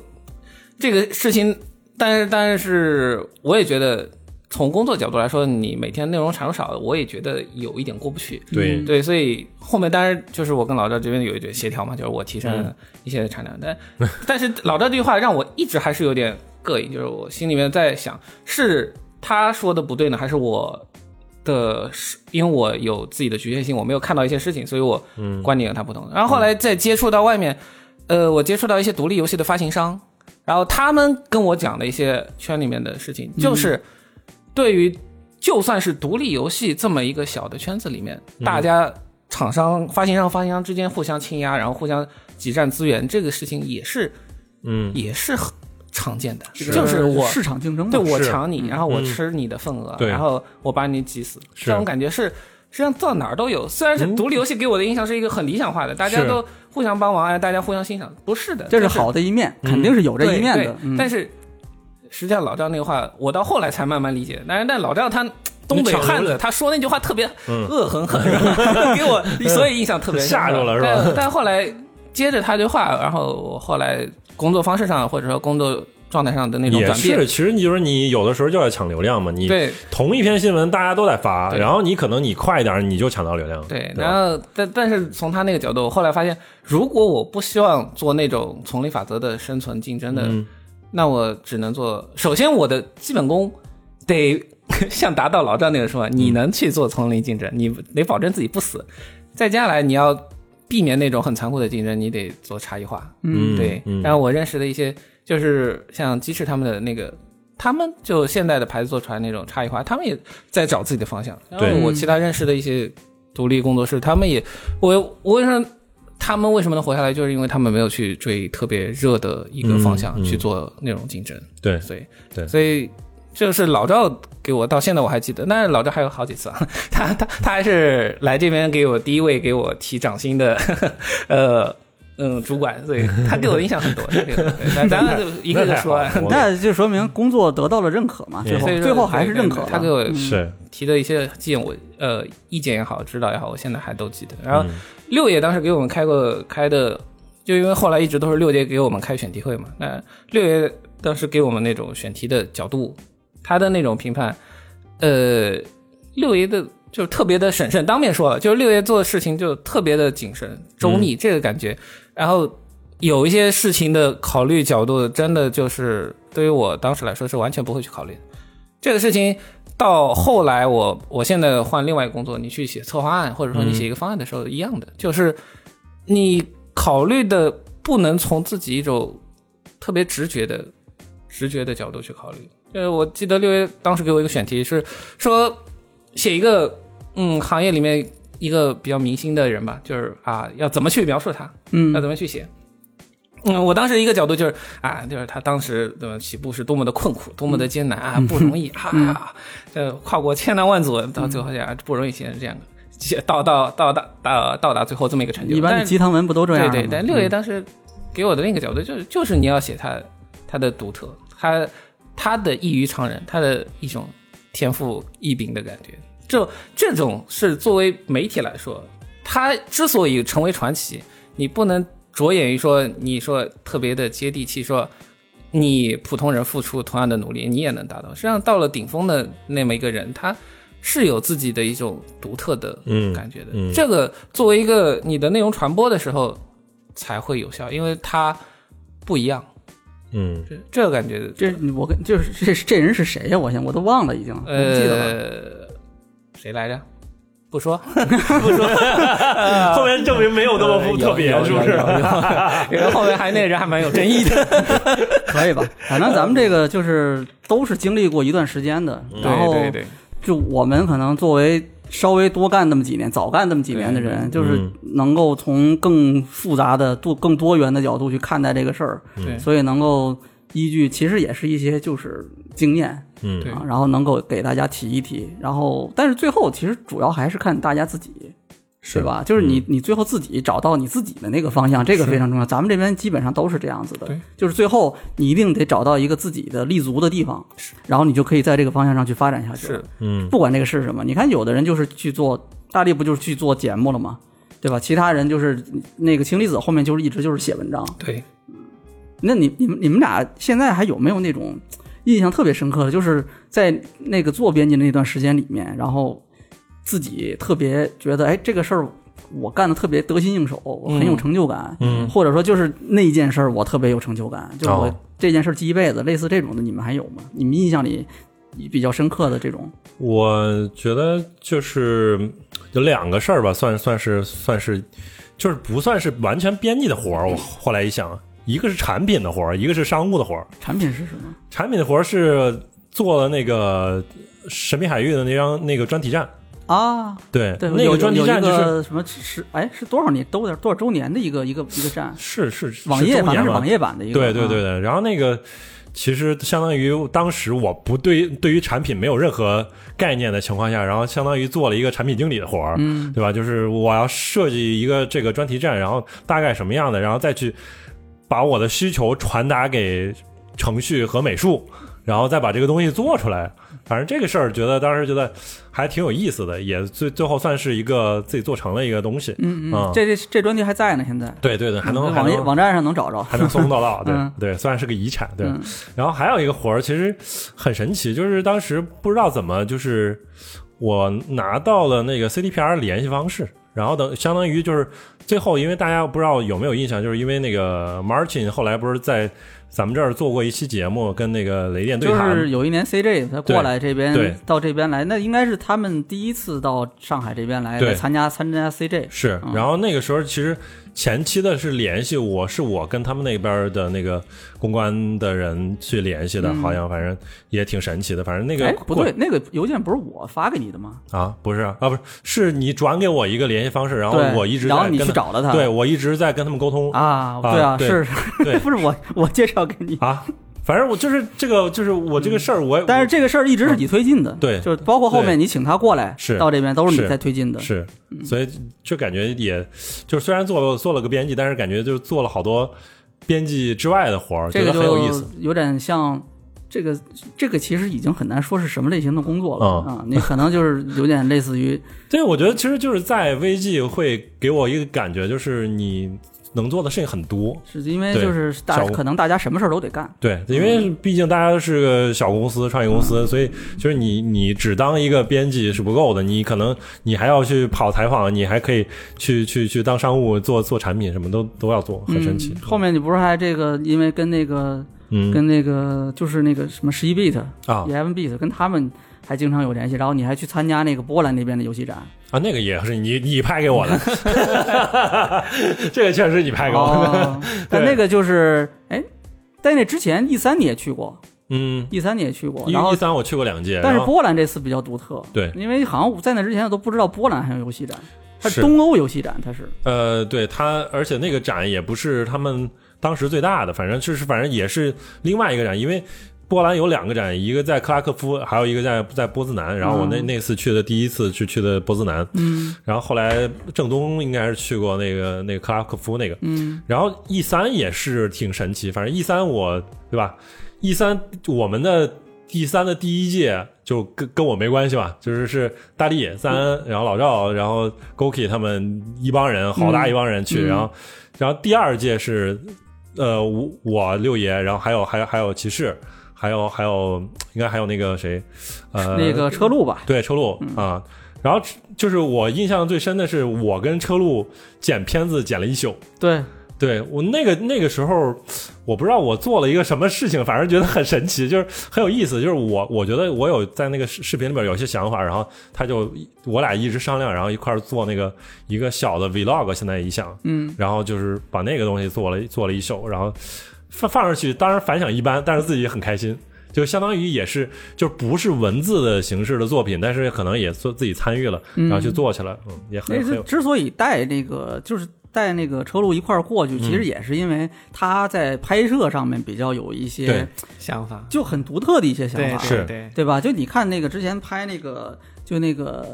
这个事情，但是但是我也觉得，从工作角度来说，你每天内容产出少，我也觉得有一点过不去。对对，所以后面当然就是我跟老赵这边有一点协调嘛，就是我提升一些产量，但但是老赵这句话让我一直还是有点膈应，就是我心里面在想，是他说的不对呢，还是我的是因为我有自己的局限性，我没有看到一些事情，所以我观点跟他不同。然后后来再接触到外面，呃，我接触到一些独立游戏的发行商，然后他们跟我讲的一些圈里面的事情，就是对于就算是独立游戏这么一个小的圈子里面，嗯大家厂商、发行商、发行商之间互相倾压，然后互相挤占资源，这个事情也是嗯也是很常见的，这个就是我市场竞争嘛，对我是抢你，然后我嗯吃你的份额，对然后我把你挤死，是这种感觉是。实际上到哪儿都有，虽然是嗯独立游戏给我的印象是一个很理想化的，大家是都互相帮忙，哎，大家互相欣赏，不是的，这就是好的一面，肯定是有这对一面对的。嗯但是实际上老赵那个话，我到后来才慢慢理解。但是但老赵他东北汉你抢流子，了他说那句话特别恶狠狠，然后 给我所以印象特别深刻吓着了是吧但但后来接着他这话，然后我后来工作方式上或者说工作状态上的那种也转是，变，其实你就是你有的时候就要抢流量嘛，你对同一篇新闻大家都在发，对然后你可能你快一点你就抢到流量，对，对然吧，后但但是从他那个角度，我后来发现，如果我不希望做那种丛林法则的生存竞争的，那我只能做。首先，我的基本功得 像达到老赵那个说法，你能去做丛林竞争，你得保证自己不死。再接下来，你要避免那种很残酷的竞争，你得做差异化。嗯对。嗯然后我认识的一些，就是像鸡翅他们的那个。他们就现代的牌子做出来那种差异化，他们也在找自己的方向。然后对我其他认识的一些独立工作室，他们也，我我为什么他们为什么能活下来，就是因为他们没有去追特别热的一个方向、嗯嗯去做内容竞争，对所以对所以就是老赵给我到现在我还记得，但是老赵还有好几次啊， 他他他还是来这边给我第一位给我提涨薪的， 呵呵呃。嗯，主管，所以他给我的印象很多。这个对咱咱们就一个一个说 啊，那太好了那就说明工作得到了认可嘛，嗯最后所以说最后还是认可了。对嗯对对他给我是提的一些建议，我呃意见也好，指导也好，我现在还都记得。然后六爷当时给我们开过开的，就因为后来一直都是六爷给我们开选题会嘛，那六爷当时给我们那种选题的角度，他的那种评判，呃，六爷的就是特别的审慎，当面说了，就是六爷做的事情就特别的谨慎周密，这个感觉。然后有一些事情的考虑角度，真的就是对于我当时来说是完全不会去考虑的。这个事情到后来我，我现在换另外一个工作，你去写策划案，或者说你写一个方案的时候，一样的，就是你考虑的不能从自己一种特别直觉的直觉的角度去考虑。就是我记得六月当时给我一个选题是说写一个嗯行业里面一个比较明星的人吧，就是啊要怎么去描述他，嗯要怎么去写。嗯，我当时一个角度就是啊，就是他当时的起步是多么的困苦，多么的艰难嗯啊，不容易啊，这跨过千难万阻，到最嗯后这样不容易，写成这样的，到到到达到到达最后这么一个成就。一般但的嗯是鸡汤文不都这样吗？对对，但六爷当时给我的那个角度就是，就是你要写他他的独特，他他的异于常人，他的一种天赋异禀的感觉。这这种是作为媒体来说，他之所以成为传奇，你不能着眼于说你说特别的接地气，说你普通人付出同样的努力，你也能达到。实际上，到了顶峰的那么一个人，他是有自己的一种独特的嗯感觉的。嗯这个作为一个你的内容传播的时候才会有效，因为它不一样。嗯这这个感觉，这我跟就是这这人是谁呀、我先我都忘了，已经不记得了。呃，谁来着？不说，后面证明没有那么不特别，有是不是？有 有有有因为后面还那人还蛮有争议的。可 以吧？反正咱们这个就是都是经历过一段时间的，然后嗯对对对，就我们可能作为稍微多干那么几年、早干那么几年的人，就是嗯能够从更复杂的、多更多元的角度去看待这个事儿，对所以能够依据其实也是一些就是经验嗯对啊，然后能够给大家提一提，然后但是最后其实主要还是看大家自己。是对吧？就是嗯你，你最后自己找到你自己的那个方向，这个非常重要。咱们这边基本上都是这样子的对，就是最后你一定得找到一个自己的立足的地方，然后你就可以在这个方向上去发展下去。是，嗯不管这个是什么，你看有的人就是去做，大力不就是去做节目了吗？对吧？其他人就是那个氢离子后面就是一直就是写文章。对，那你你们你们俩现在还有没有那种印象特别深刻的，就是在那个做编辑的那段时间里面，然后自己特别觉得，哎，这个事儿我干的特别得心应手，我很有成就感，嗯或者说就是那一件事儿我特别有成就感，就是我哦这件事儿记一辈子，类似这种的，你们还有吗？你们印象里比较深刻的这种，我觉得就是有两个事儿吧，算算是算是，就是不算是完全编辑的活儿。我后来一想，一个是产品的活儿，一个是商务的活儿。产品是什么？产品的活儿是做了那个神秘海域的那张那个专题站，啊，对，对，那有个专题有站一就是个什么是哎是多少年多少多少周年的一个一个一个站，是是是网页周反正年是嘛网页版的一个，对对啊对，对，然后那个其实相当于当时我不对对于产品没有任何概念的情况下，然后相当于做了一个产品经理的活儿，嗯，对吧？就是我要设计一个这个专题站，然后大概什么样的，然后再去把我的需求传达给程序和美术，然后再把这个东西做出来。反正这个事儿，觉得当时觉得还挺有意思的，也最最后算是一个自己做成了一个东西。嗯嗯嗯，这这这专辑还在呢，现在对对对，还能还网能页网站上能找着，还能松松到到，对、嗯对，算是个遗产，对。嗯然后还有一个活儿，其实很神奇，就是当时不知道怎么，就是我拿到了那个 CDPR 联系方式，然后等相当于就是最后，因为大家不知道有没有印象，就是因为那个 Martin 后来不是在咱们这儿做过一期节目，跟那个雷电对就谈，是有一年 CJ 他过来对这边到这边来，那应该是他们第一次到上海这边来对来参加参加 CJ，是，然后那个时候其实前期的是联系我，是我跟他们那边的那个公关的人去联系的，好像反正也挺神奇的，反正那个嗯哎不过对，那个邮件不是我发给你的吗？啊，不是啊，啊不是，是你转给我一个联系方式，然后对我一直在然后你跟去他找了他对我一直在跟他们沟通啊，啊对啊，对是， 对不是我我介绍给你，啊，反正我就是这个，就是我这个事儿，我嗯但是是这个事儿一直是你推进的，对就是包括后面你请他过来是到这边都是是你在推进的，是，嗯所以就感觉也，就是虽然做了做了个编辑，但是感觉就做了好多编辑之外的活儿，这觉得个很就有意思。有点像。这个这个其实已经很难说是什么类型的工作了嗯啊，你可能就是有点类似于对，我觉得其实就是在 VG 会给我一个感觉，就是你能做的事情很多，是因为对就是大小可能大家什么事儿都得干，对，因嗯为毕竟大家都是个小公司、创业公司，所以就是你你只当一个编辑是不够的，你可能你还要去跑采访，你还可以去去去当商务、做做产品，什么都都要做，很神奇。嗯后面你不是还这个因为跟那个、嗯跟那个就是那个什么十一 bit、啊 eleven bit 跟他们还经常有联系，然后你还去参加那个波兰那边的游 戏展，啊，那个也是你你拍给我 的，这个确实你拍给我的。哦，但那个就是哎，在那之前 E 三你也去过嗯， ，E 三你也去过，一然后一三我去过两届，但是然后波兰这次比较独特，对因为好像在那之前我都不知道波兰还有游戏展，它是是东欧游戏展，它是呃，对他，而且那个展也不是他们当时最大的，反正就是反正也是另外一个展，因为波兰有两个展，一个在克拉科夫，还有一个在在波兹南。然后我那、那次去的第一次去去的波兹南，嗯，然后后来郑东应该是去过那个那个克拉科夫那个，嗯，然后 E 三也是挺神奇，反正 E 三我对吧？E 三我们的。E 三的第一届就跟跟我没关系吧，就是是大力、三嗯安，然后老赵，然后嗯 Goki 他们一帮人，好大一帮人去，然后然后第二届是呃，我我六爷，然后还有还有还有骑士，还有还有应该还有那个谁，呃，那个嗯车路吧，对车路啊、然后就是我印象最深的是，我跟车路剪片子剪了一宿。对，对我那个那个时候，我不知道我做了一个什么事情，反正觉得很神奇，就是很有意思。就是我我觉得我有在那个视视频里边有一些想法，然后他就我俩一直商量，然后一块儿做那个一个小的 vlog，现在一想，嗯，然后就是把那个东西做了做了一宿，然后放放上去，当然反响一般，但是自己很开心。就相当于也是，就不是文字的形式的作品，但是可能也做自己参与了，然后去做起来，嗯，也很那很次有，之所以带那个就是带那个车路一块儿过去，其嗯实也是因为他在拍摄上面比较有一对些想法，就很独特的一些想对法，是对对，对吧？就你看那个之前拍那个，就那个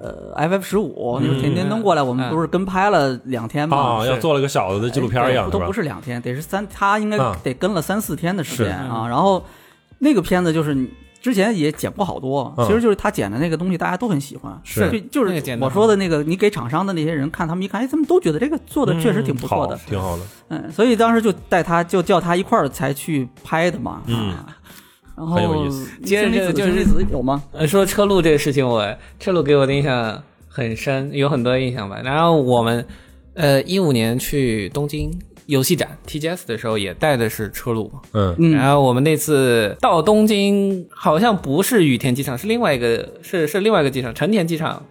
呃 FF 十五，就是田嗯天灯过来，我们不是跟拍了两天吗？嗯啊，是要做了个小的纪录片一样，都吧不？是两天，得是三，他应该啊得跟了三四天的时间是啊。然后那个片子就是你之前也剪过好多，嗯其实就是他剪的那个东西大家都很喜欢，是就就那个是剪得我好说的那个，你给厂商的那些人看，他们一看，哎，他们都觉得这个做的确实挺不错的嗯，好挺好的。嗯，所以当时就带他，就叫他一块儿才去拍的嘛，嗯啊。然后很有意思氢离子接着就氢离是子有吗？呃，说车路这个事情我，车路给我的印象很深，有很多印象吧。然后我们，呃，一五年去东京游戏展 TGS 的时候，也带的是车路嘛。嗯嗯然后我们那次到东京，好像不是羽田机场，是另外一个，是是另外一个机场，成田机场。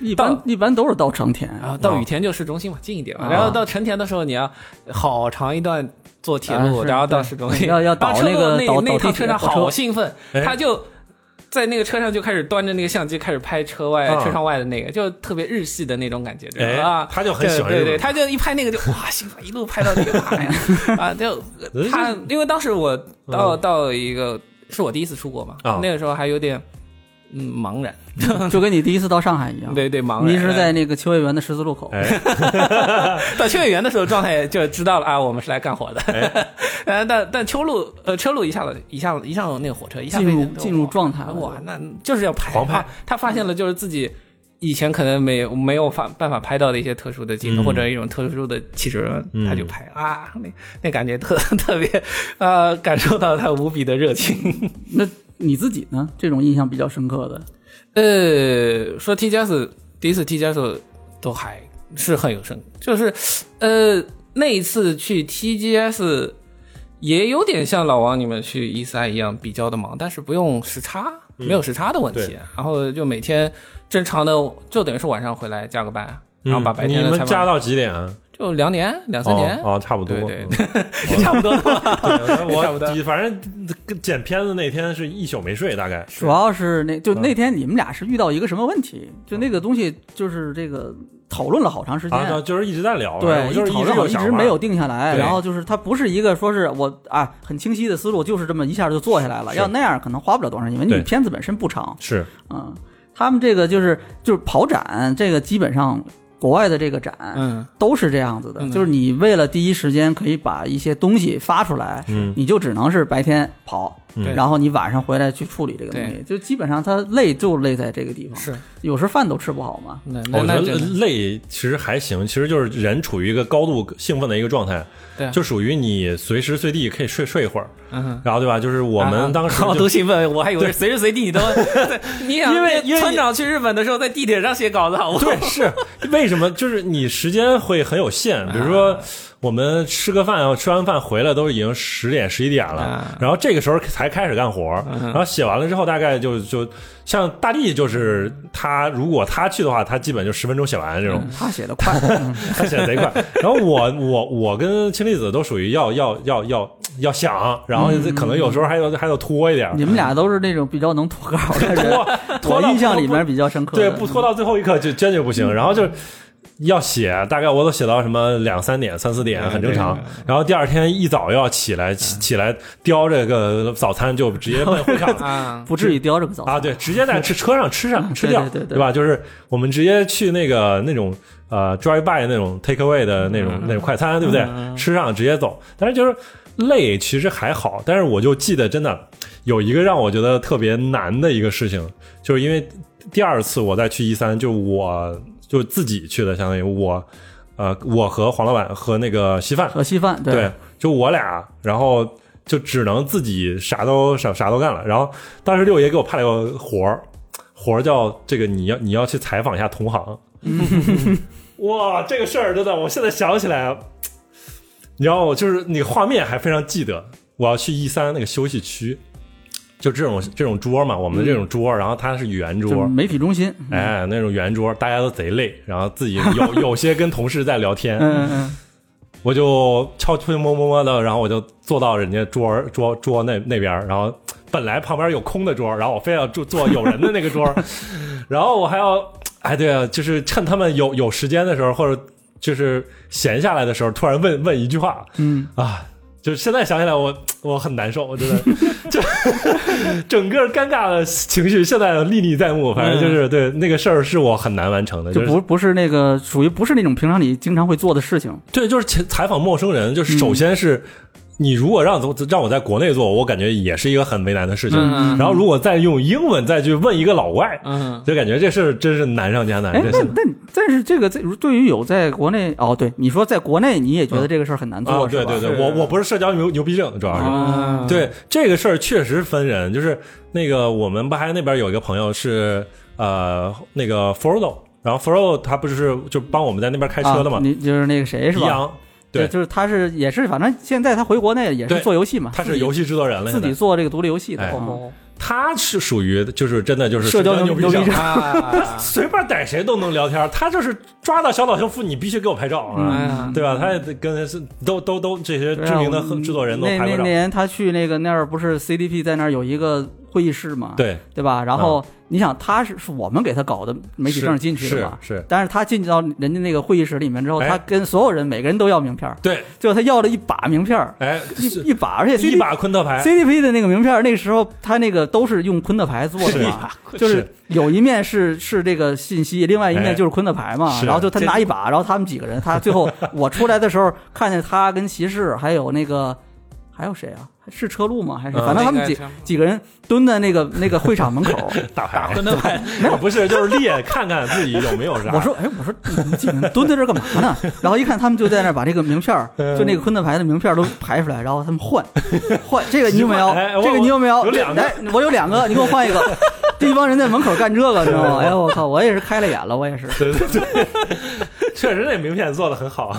一般一般都是到成田，嗯然后啊到羽田就市中心嘛，近一点嘛。啊然后到成田的时候，你要好长一段坐铁路，啊是然后到对市中心，要要倒然后车那个那倒那倒地趟铁车上火车好兴奋，哎他就。在那个车上就开始端着那个相机开始拍车外、嗯啊车窗外的那个，就特别日系的那种感觉，对哎吧？啊，他就很喜欢对对日对，本他就一拍那个就哇兴奋，一路拍到那个妈呀啊！就嗯他因为当时我到到一个是我第一次出国嘛，啊那个时候还有点嗯茫然，就跟你第一次到上海一样。对对茫然。啊迷失在那个秋叶原的十字路口，哎， 到秋叶原的时候，状态就知道了啊，我们是来干活的。哎 呃，但但秋路呃车路一下子一下子一上那个火车，一下子进入就进入状态了哇，那就是要拍狂拍他他发现了就是自己以前可能没有没有法办法拍到的一些特殊的景色、嗯或者一种特殊的气质，嗯他就拍啊，那那感觉特特别呃，感受到他无比的热情。那你自己呢？这种印象比较深刻的，呃，说 TGS 第一次 TGS 都还是很有深，就是呃那一次去 TGS 也有点像老王你们去一三一样比较的忙，但是不用时差，没有时差的问题，嗯对然后就每天正常的就等于是晚上回来加个班，然后把白嗯天你的们采加访到几点啊？就两年两三年。哦，哦差不多，对对嗯，也 差不多吧。 对 差不多我反正剪片子那天是一宿没睡，大概主要是那嗯就那天你们俩是遇到一个什么问题？就那个东西就是这个讨论了好长时间，啊，就是一直在聊，对，我就是讨直论好有一想直法没有，定下来，对然后就是它不是一个说是我啊很清晰的思路，就是这么一下就做下来了。是要那样可能花不了多长时间，因为对你片子本身不长，是嗯，他们这个就是就是跑展，这个基本上国外的这个展，嗯，都是这样子的，嗯就是你为了第一时间可以把一些东西发出来，嗯你就只能是白天跑，对然后你晚上回来去处理这个东西，就基本上它累就累在这个地方，是，有时饭都吃不好嘛。那那哦我觉那得呃真的累其实还行，其实就是人处于一个高度兴奋的一个状态，对啊就属于你随时随地可以睡睡一会儿，嗯哼然后对吧？就是我们当 时啊就我都兴奋，我还以为是随时随地 你都，对你想因为因为村长去日本的时候在地铁上写稿子，好不好？ 对，是为什么？就是你时间会很有限，啊比如说我们吃个饭，吃完饭回来都已经十点十一点了啊，然后这个时候才开始干活，嗯然后写完了之后，大概就就像大力，就是他如果他去的话，他基本就十分钟写完这种，他写的快， 嗯他写的贼 快。然后我我我跟氢离子都属于要要要要要想，然后可能有时候还有还有拖一点儿。嗯你们俩都是那种比较能脱稿的人， 拖拖我到印象里不面比较深刻的。嗯对，不拖到最后一刻就坚决不行。然后就要写，大概我都写到什么两三点、三四点，很正常。然后第二天一早又要起来，起嗯起来叼着个早餐就直接奔会场啊，不至于叼着个早餐啊，对，直接在吃车上吃上吃掉，嗯对对对对吧？就是我们直接去那个那种呃 drive by 那嗯种 take away 的那种、那种快餐，对不对？吃上直接走，但是就是累，其实还好。但是我就记得真的有一个让我觉得特别难的一个事情，就是因为第二次我再去一三，就我就自己去的，相当于我。呃，我和黄老板和那个稀饭，和稀饭，对，对，就我俩，然后就只能自己啥都啥啥都干了。然后当时六爷给我派了个活儿，活儿叫这个你要你要去采访一下同 行。哇，这个事儿真的，我现在想起来，你知道，我就是那个画面还非常记得。我要去一三那个休息区，就这种这种桌嘛，我们的这种桌，然后它是圆嗯就是嗯桌，媒体中心，哎，那种圆桌，大家都贼累，然后自己有有些跟同事在聊天，嗯嗯我就悄悄摸摸摸的，然后我就坐到人家桌儿桌桌那那边儿，然后本来旁边有空的桌儿，然后我非要坐坐有人的那个桌儿，然后我还要哎对啊，就是趁他们有有时间的时候，或者就是闲下来的时候，突然问问一句话嗯啊，就是现在想起来我我很难受，我真的就整个尴尬的情绪现在历历在目，反正就是对那个事儿是我很难完成的，嗯，就就是不不是那个属于不是那种平常你经常会做的事情，对，就是采采访陌生人，就是嗯首先是。你如果让让我在国内做，我感觉也是一个很为难的事情。嗯然后如果再用英文再去问一个老外， 嗯，就感觉这事儿真是难上加难。哎，这那是但但是这个在如对于有在国内哦，对你说在国内你也觉得这个事儿很难做，啊，是对吧？对对，是我我不是社交牛牛逼症，主要是、啊，对这个事儿确实分人。就是那个我们不还那边有一个朋友是呃那个 Frodo，然后 Frodo 他不是就帮我们在那边开车的嘛啊，，你就是那个谁是一吧？阳，对就是他是也是，反正现在他回国内也是对做游戏嘛，他自是己游戏制作人了，自现己在做这个独立游戏的，哎哦他是属于就是真的就是社交牛牛逼症症。啊，随便逮谁都能聊天儿，他就是抓到小岛秀夫，你必须给我拍照哎啊，嗯呀，对吧？他也得跟是都都都这些对知啊名的我制作人都那拍那过照那，年他去那个那儿不是 CDP 在那儿有一个会议室嘛，对，对吧？然后你想他是是我们给他搞的媒体是证进去的嘛，啊是是但是他进到人家那个会议室里面之后，哎他跟所有人每个人都要名片儿，对，最后他要了一把名片儿，哎，一是一把，而且 CDP 一把哎昆特牌， CDP 的那个名片儿，那个时候他那个都是用昆特牌做的嘛，就是啊是有一面是是这个信息，另外一面就是昆特牌嘛。哎是然后就他拿一把，然后他们几个人，他 最后我出来的时候看见他跟骑士还有那个还有谁啊？是车路吗？还是嗯反正他们几那个几个人蹲在那个那个会场门口。打牌，真的吗 没有，不是，就是列看看自己有没有啥。我说，哎，我说你们几个人蹲在这儿干嘛呢？ 然后一看他们就在那儿把这个名片儿，就那个昆特牌的名片儿都排出来，然后他们换换这个你有没有哎？我这个你有没有？有两个来，我有两个，你给我换一个。这一帮人在门口干这个，你知道吗？哎呦，我靠，我也是开了眼了，我也是。对对对，确实那名片做的很 好，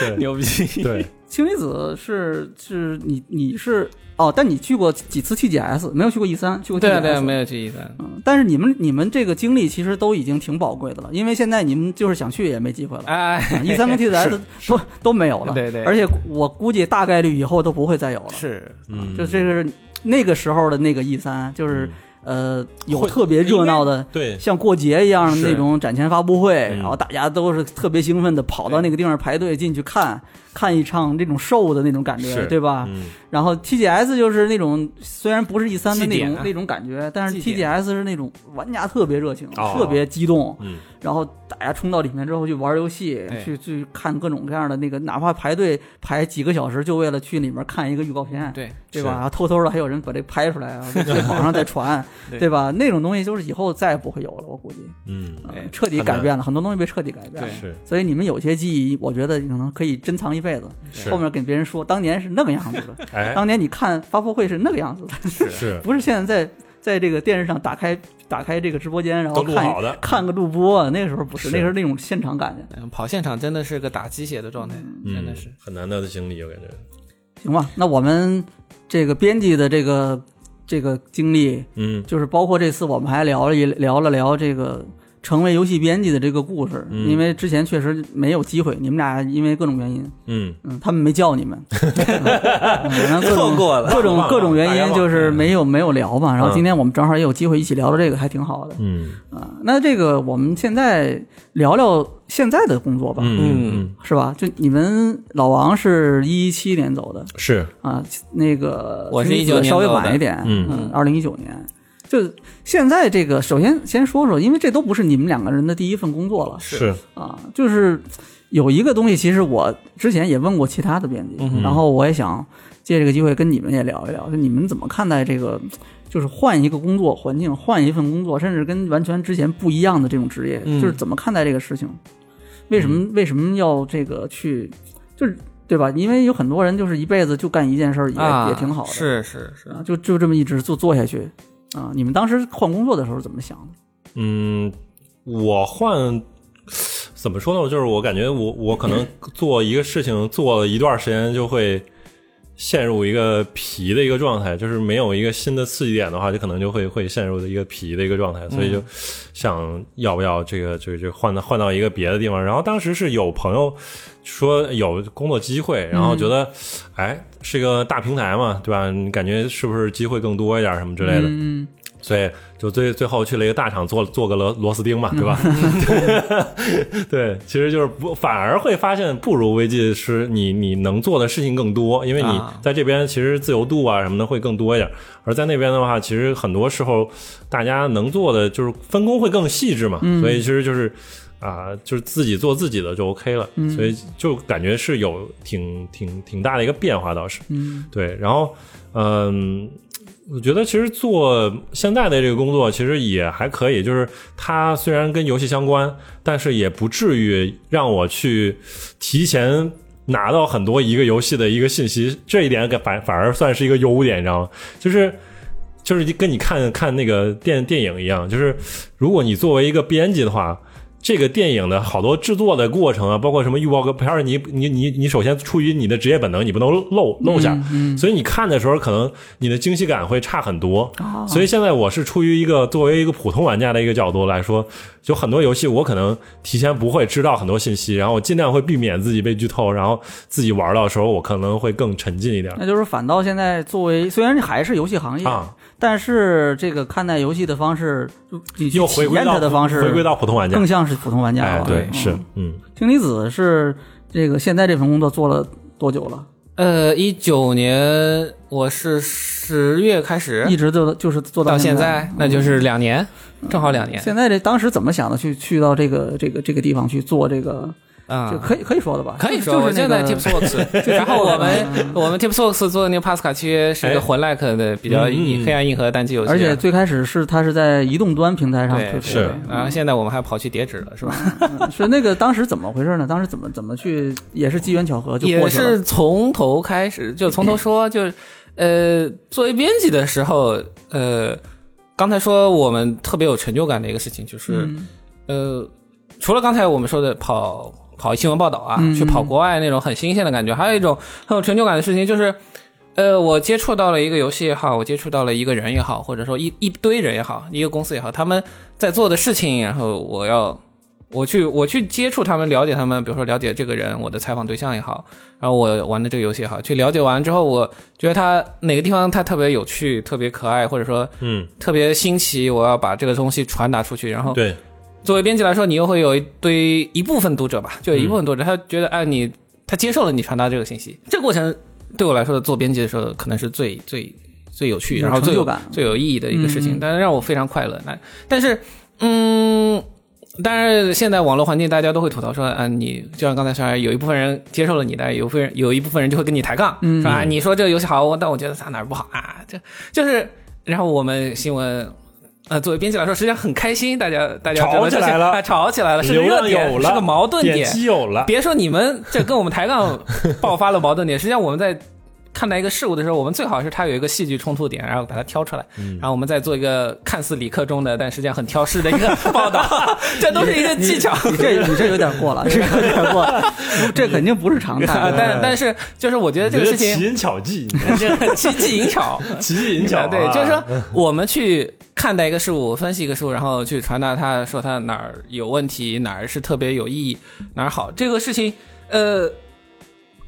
对牛逼，对，氢离子是是你你是哦，但你去过几次 TGS？没有去过 E 三，去过 TGS 对啊对啊，没有去一三，嗯但是你们你们这个经历其实都已经挺宝贵的了，因为现在你们就是想去也没机会了。哎， E 三跟 TGS 都都没有了，对对而且我估计大概率以后都不会再有了。是，嗯，就这是那个时候的那个 E 三，就是嗯呃有特别热闹的，对像过节一样的是那种展前发布会，嗯然后大家都是特别兴奋的跑到那个地方排队进去看嗯看一场这种 show 的那种感觉，是对吧？嗯然后 TGS 就是那种虽然不是 E 三的那祭种典啊那种感觉，但是祭典 TGS 是那种玩家特别热情，哦特别激动，嗯然后大家冲到里面之后去玩游戏，对去去看各种各样的那个，哪怕排队排几个小时，就为了去里面看一个预告片， 对，对是吧？然后偷偷的还有人把这拍出来啊， 在网上再传，对对吧？那种东西就是以后再也不会有了，我估计，嗯，嗯对彻底改变了很多东西被彻底改变了对。是所以你们有些记忆，我觉得可能可以珍藏一辈子，是后面跟别人说当年是那个样子的，哎当年你看发布会是那个样子的，是不是现在在在这个电视上打开打开这个直播间，然后都录看好的看个录播，那个时候不是，是那时候那种现场感觉。嗯跑现场真的是个打鸡血的状态，真的嗯是。很难得的经历，我感觉行吧，那我们这个编辑的这个这个经历，嗯就是包括这次我们还聊了一聊了聊这个。成为游戏编辑的这个故事，嗯因为之前确实没有机会，你们俩因为各种原因，嗯嗯，他们没叫 你们，嗯然后各种错过了各种忘了各种大家原忘因，了就是没有没有聊嘛。然后嗯今天我们正好也有机会一起聊聊这个，还挺好的。嗯啊，那这个我们现在聊聊现在的工作吧，嗯是吧？就你们老王是一七年走的是啊，那个我是听你19年稍微走的晚一点，嗯嗯，二零一九年。就现在这个，首先先说说，因为这都不是你们两个人的第一份工作了是啊，就是有一个东西，其实我之前也问过其他的编辑，嗯然后我也想借这个机会跟你们也聊一聊，就你们怎么看待这个，就是换一个工作环境，换一份工作，甚至跟完全之前不一样的这种职业，嗯就是怎么看待这个事情？为什么为什么要这个去，就是对吧？因为有很多人就是一辈子就干一件事儿，也、啊，也挺好的，是是是，啊，就就这么一直做做下去啊。你们当时换工作的时候怎么想的？嗯，我换怎么说呢？就是我感觉我我可能做一个事情做了一段时间，就会陷入一个疲的一个状态，就是没有一个新的刺激点的话，就可能就会会陷入一个疲的一个状态，所以就想要不要这个这个这个换到换到一个别的地方。然后当时是有朋友说有工作机会，嗯然后觉得、哎是个大平台嘛，对吧？你感觉是不是机会更多一点什么之类的？嗯，所以就最最后去了一个大厂做做个螺螺丝钉嗯嘛，对吧？ 对，其实就是不反而会发现不如微计师你你能做的事情更多，因为你啊在这边其实自由度啊什么的会更多一点，而在那边的话，其实很多时候大家能做的就是分工会更细致嘛，嗯所以其实就是。啊，就是自己做自己的就 OK 了，所以就感觉是有挺挺挺大的一个变化，倒是，嗯，对，然后，嗯，我觉得其实做现在的这个工作其实也还可以，就是它虽然跟游戏相关，但是也不至于让我去提前拿到很多一个游戏的一个信息，这一点给反反而算是一个优点，你知道吗？就是。就是跟你看看那个电电影一样，就是如果你作为一个编辑的话，这个电影的好多制作的过程啊，包括什么预告跟片儿，你你你你首先出于你的职业本能，你不能漏漏下，嗯所以你看的时候可能你的惊喜感会差很多。啊，哦所以现在我是出于一个作为一个普通玩家的一个角度来说，就很多游戏我可能提前不会知道很多信息，然后我尽量会避免自己被剧透，然后自己玩到的时候我可能会更沉浸一点那就是反倒现在作为虽然还是游戏嗯行业，啊，但是这个看待游戏的方式，就你去又回体归验到它的方式，回归到普通玩家更。像是普通玩家哎了。，对，嗯是，嗯，氢离子是这个现在这份工作做了多久了？呃，一九年我是十月开始一直就就是做到现现在，那就是两年，正好两年现在这当时怎么想的？去去到这个这个这个地方去做这个，就啊。可以可以说的吧？可以就说，我就是那现个在 Tipsworks，然后我们我们 Tipsworks 做的那个 Pascal 契约是一哎个魂 like 的比嗯较嗯硬黑暗硬核单机游戏，啊而且最开始是它是在移动端平台上推对出是的，然后现在我们还跑去叠纸了，是吧？嗯是那个当时怎么回事呢？当时怎么怎么去也是机缘巧合就也过去了是从头开始，就从头说，就是呃，作为编辑的时候，呃，刚才说我们特别有成就感的一个事情，就是、嗯呃，除了刚才我们说的跑跑新闻报道啊，嗯去跑国外那种很新鲜的感觉，还有一种很有成就感的事情就是。呃，我接触到了一个游戏也好，我接触到了一个人也好，或者说一一堆人也好，一个公司也好，他们在做的事情，然后我要我去我去接触他们，了解他们，比如说了解这个人，我的采访对象也好，然后我玩的这个游戏也好，去了解完之后，我觉得他哪个地方他特别有趣、特别可爱，或者说嗯，特别新奇，我要把这个东西传达出去。然后对，作为编辑来说，你又会有一堆一部分读者吧，就有一嗯部分读者，他觉得哎你他接受了你传达这个信息，这个过程对我来说做编辑的时候可能是最最最有趣，有然后最成就感嗯最有意义的一个事情，但是让我非常快乐。那但是嗯。当然，现在网络环境，大家都会吐槽说，啊，你就像刚才说，有一部分人接受了你的，有一部分人有一部分人就会跟你抬杠，嗯、说啊，你说这个游戏好，我但我觉得它哪儿不好啊，这就是，然后我们新闻，呃，作为编辑来说，实际上很开心，大家大家吵觉得这起来是了啊，吵起来了，是个流热量点，有是了，个矛盾点点，击有啊了，别说你们这跟我们抬杠爆发了矛盾点，实际上我们在看待一个事物的时候，我们最好是它有一个戏剧冲突点，然后把它挑出来，嗯然后我们再做一个看似理科中的，但实际上很挑事的一 个报道，这都是一个技巧。你这你这有点 过了，这有点过了，这肯定不是常态啊，。但但是就是我觉得这个事你奇情，淫巧技，哎 奇技淫巧，奇技淫巧啊， 对，就是说我们去看待一个事物，分析一个事物，然后去传达它，说它哪儿有问题，哪儿是特别有意义，哪儿好，这个事情，呃。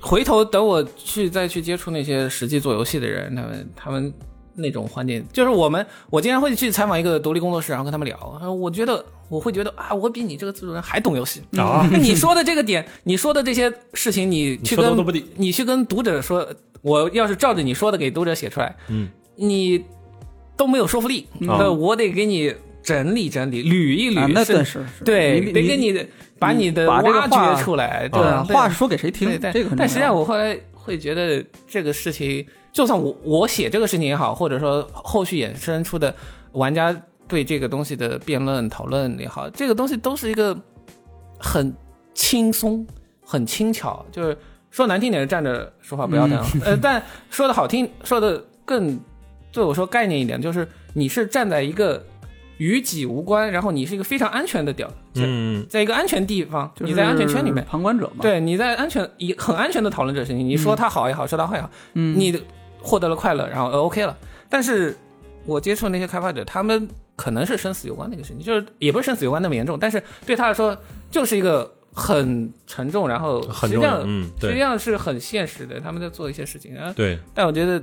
回头等我去再去接触那些实际做游戏的人，他们他们那种环境，就是我们我经常会去采访一个独立工作室，然后跟他们聊，呃我觉得我会觉得啊，我比你这个制作人还懂游戏啊那你说的这个点，你说的这些事情，你嗯去说跟多都不理你去跟读者说，我要是照着你说的给读者写出来，嗯，你都没有说服力，啊呃，我得给你整理整理，捋一嗯捋，哦啊，那是顿是，是对，你得给你你把你的把这个挖话掘出来，对啊，对话是说给谁听对，，但这个很重要但实际上我后来会觉得这个事情，就算我我写这个事情也好，或者说后续衍生出的玩家对这个东西的辩论讨论也好，这个东西都是一个很轻松，很轻巧，就是说难听点是站着说话嗯不腰疼，呃，但说的好听，说的更对我说概念一点，就是你是站在一个与己无关，然后你是一个非常安全的屌，嗯，在一个安全地方，就是你在安全圈里面。旁观者嘛，，对，你在安全一很安全的讨论这个事嗯情，你说它好也好，说它坏也好，嗯，你获得了快乐，然后呃 OK 了。但是我接触那些开发者，他们可能是生死有关的一个事情，就是也不是生死有关那么严重，但是对他来说就是一个很沉重，然后很实际重要，上、嗯，实际对上是很现实的，他们在做一些事情啊。呃对，但我觉得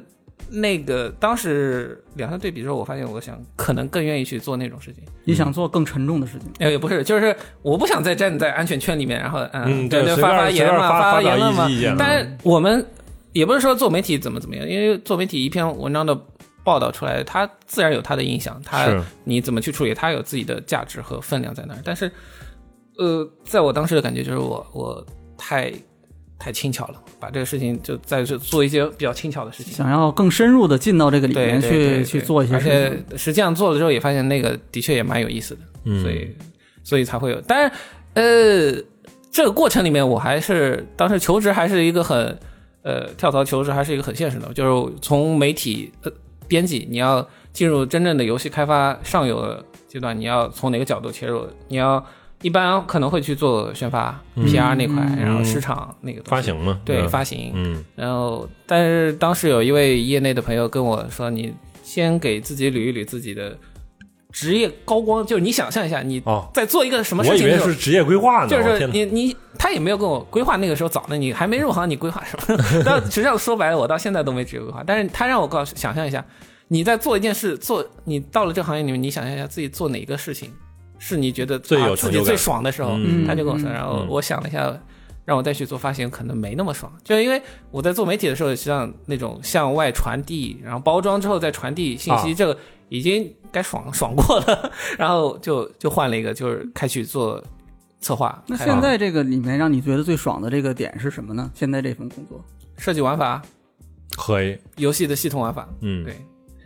那个当时两相对比之后，我发现我想可能更愿意去做那种事情，你想做更沉重的事情，哎，也不是，就是我不想再站在安全圈里面，然后嗯对对对，随便发随言便嘛，发发发表言论嘛意见。但是我们也不是说做媒体怎么怎么样，因为做媒体一篇文章的报道出来，它自然有它的影响，它是你怎么去处理，它有自己的价值和分量在那儿。但是，呃，在我当时的感觉就是我我太太轻巧了，把这个事情就在这做一些比较轻巧的事情。想要更深入的进到这个里对面对对对去去做一些而事情，且实际上做了之后也发现那个的确也蛮有意思的。嗯，所以所以才会有。当然，呃，这个过程里面，我还是当时求职还是一个很呃跳槽求职还是一个很现实的，就是从媒体呃编辑，你要进入真正的游戏开发上游的阶段，你要从哪个角度切入？你要一般可能会去做宣发、PR 那块，然后市场那个东嗯西发行嘛，对嗯发行，嗯然后，但是当时有一位业内的朋友跟我说，你先给自己捋一捋自己的职业高光，就是你想象一下，你哦在做一个什么事我以情的为时候。是职业规划呢，就我是天哪你你他也没有跟我规划那个时候早呢，你还没入行，你规划什么？ 但实际上说白了，我到现在都没职业规划。但是他让我告诉想象一下，你在做一件事，做你到了这个行业里面，你想象一下自己做哪个事情是你觉得最有啊成就自己感最爽的时候，嗯他就跟我说，嗯然后嗯我想了一下，让我再去做发行，可能没那么爽，就是因为我在做媒体的时候，实际上那种向外传递，然后包装之后再传递信息，啊这个已经该爽爽过了，然后就就换了一个，就是开始做策划。那还现在这个里面让你觉得最爽的这个点是什么呢？现在这份工作，设计玩法、可以，游戏的系统玩法，嗯，对。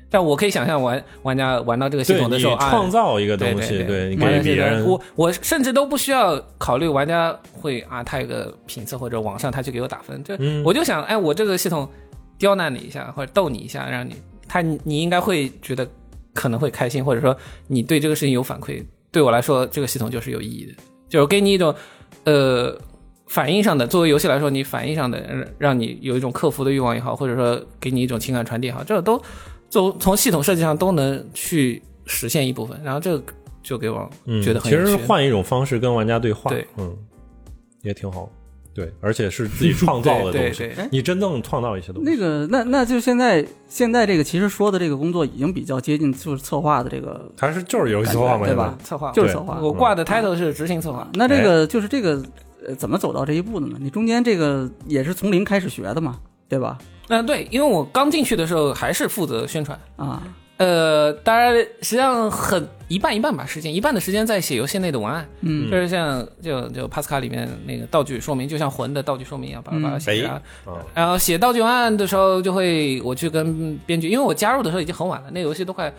但我可以想象玩玩家玩到这个系对统的你时候啊，创造一个对东西，对，你玩给游戏别的人，我我甚至都不需要考虑玩家会啊，他有个评测或者网上他去给我打分，就、嗯我就想，哎，我这个系统刁难你一下或者逗你一下，让你他你你应该会觉得可能会开心，或者说你对这个事情有反馈。对我来说，这个系统就是有意义的，就是给你一种呃反应上的，作为游戏来说，你反应上的让让你有一种克服的欲望也好，或者说给你一种情感传递也好，这都从从系统设计上都能去实现一部分。然后这个就给我嗯，觉得其很有实趣。换一种方式跟玩家对话，对，嗯，也挺好，对，而且是 自己创造的对哎东对西对，你真正创造一些东西，那个那那就现在现在这个其实说的这个工作已经比较接近就是策划的这个，还是就是游戏策划嘛，对吧？策划就是对策划。我挂的 title 是执行策划啊，哎那这个就是这个呃，怎么走到这一步的呢？你中间这个也是从零开始学的嘛，对吧？嗯、对，因为我刚进去的时候还是负责宣传，啊，呃，当然实际上很一半一半吧，时间一半的时间在写游戏内的文案，嗯就是像就就帕斯卡里面那个道具说明，就像魂的道具说明一样，把它把它写下来。嗯哎然后写道具文案的时候，就会我去跟编剧，因为我加入的时候已经很晚了，那个游戏都快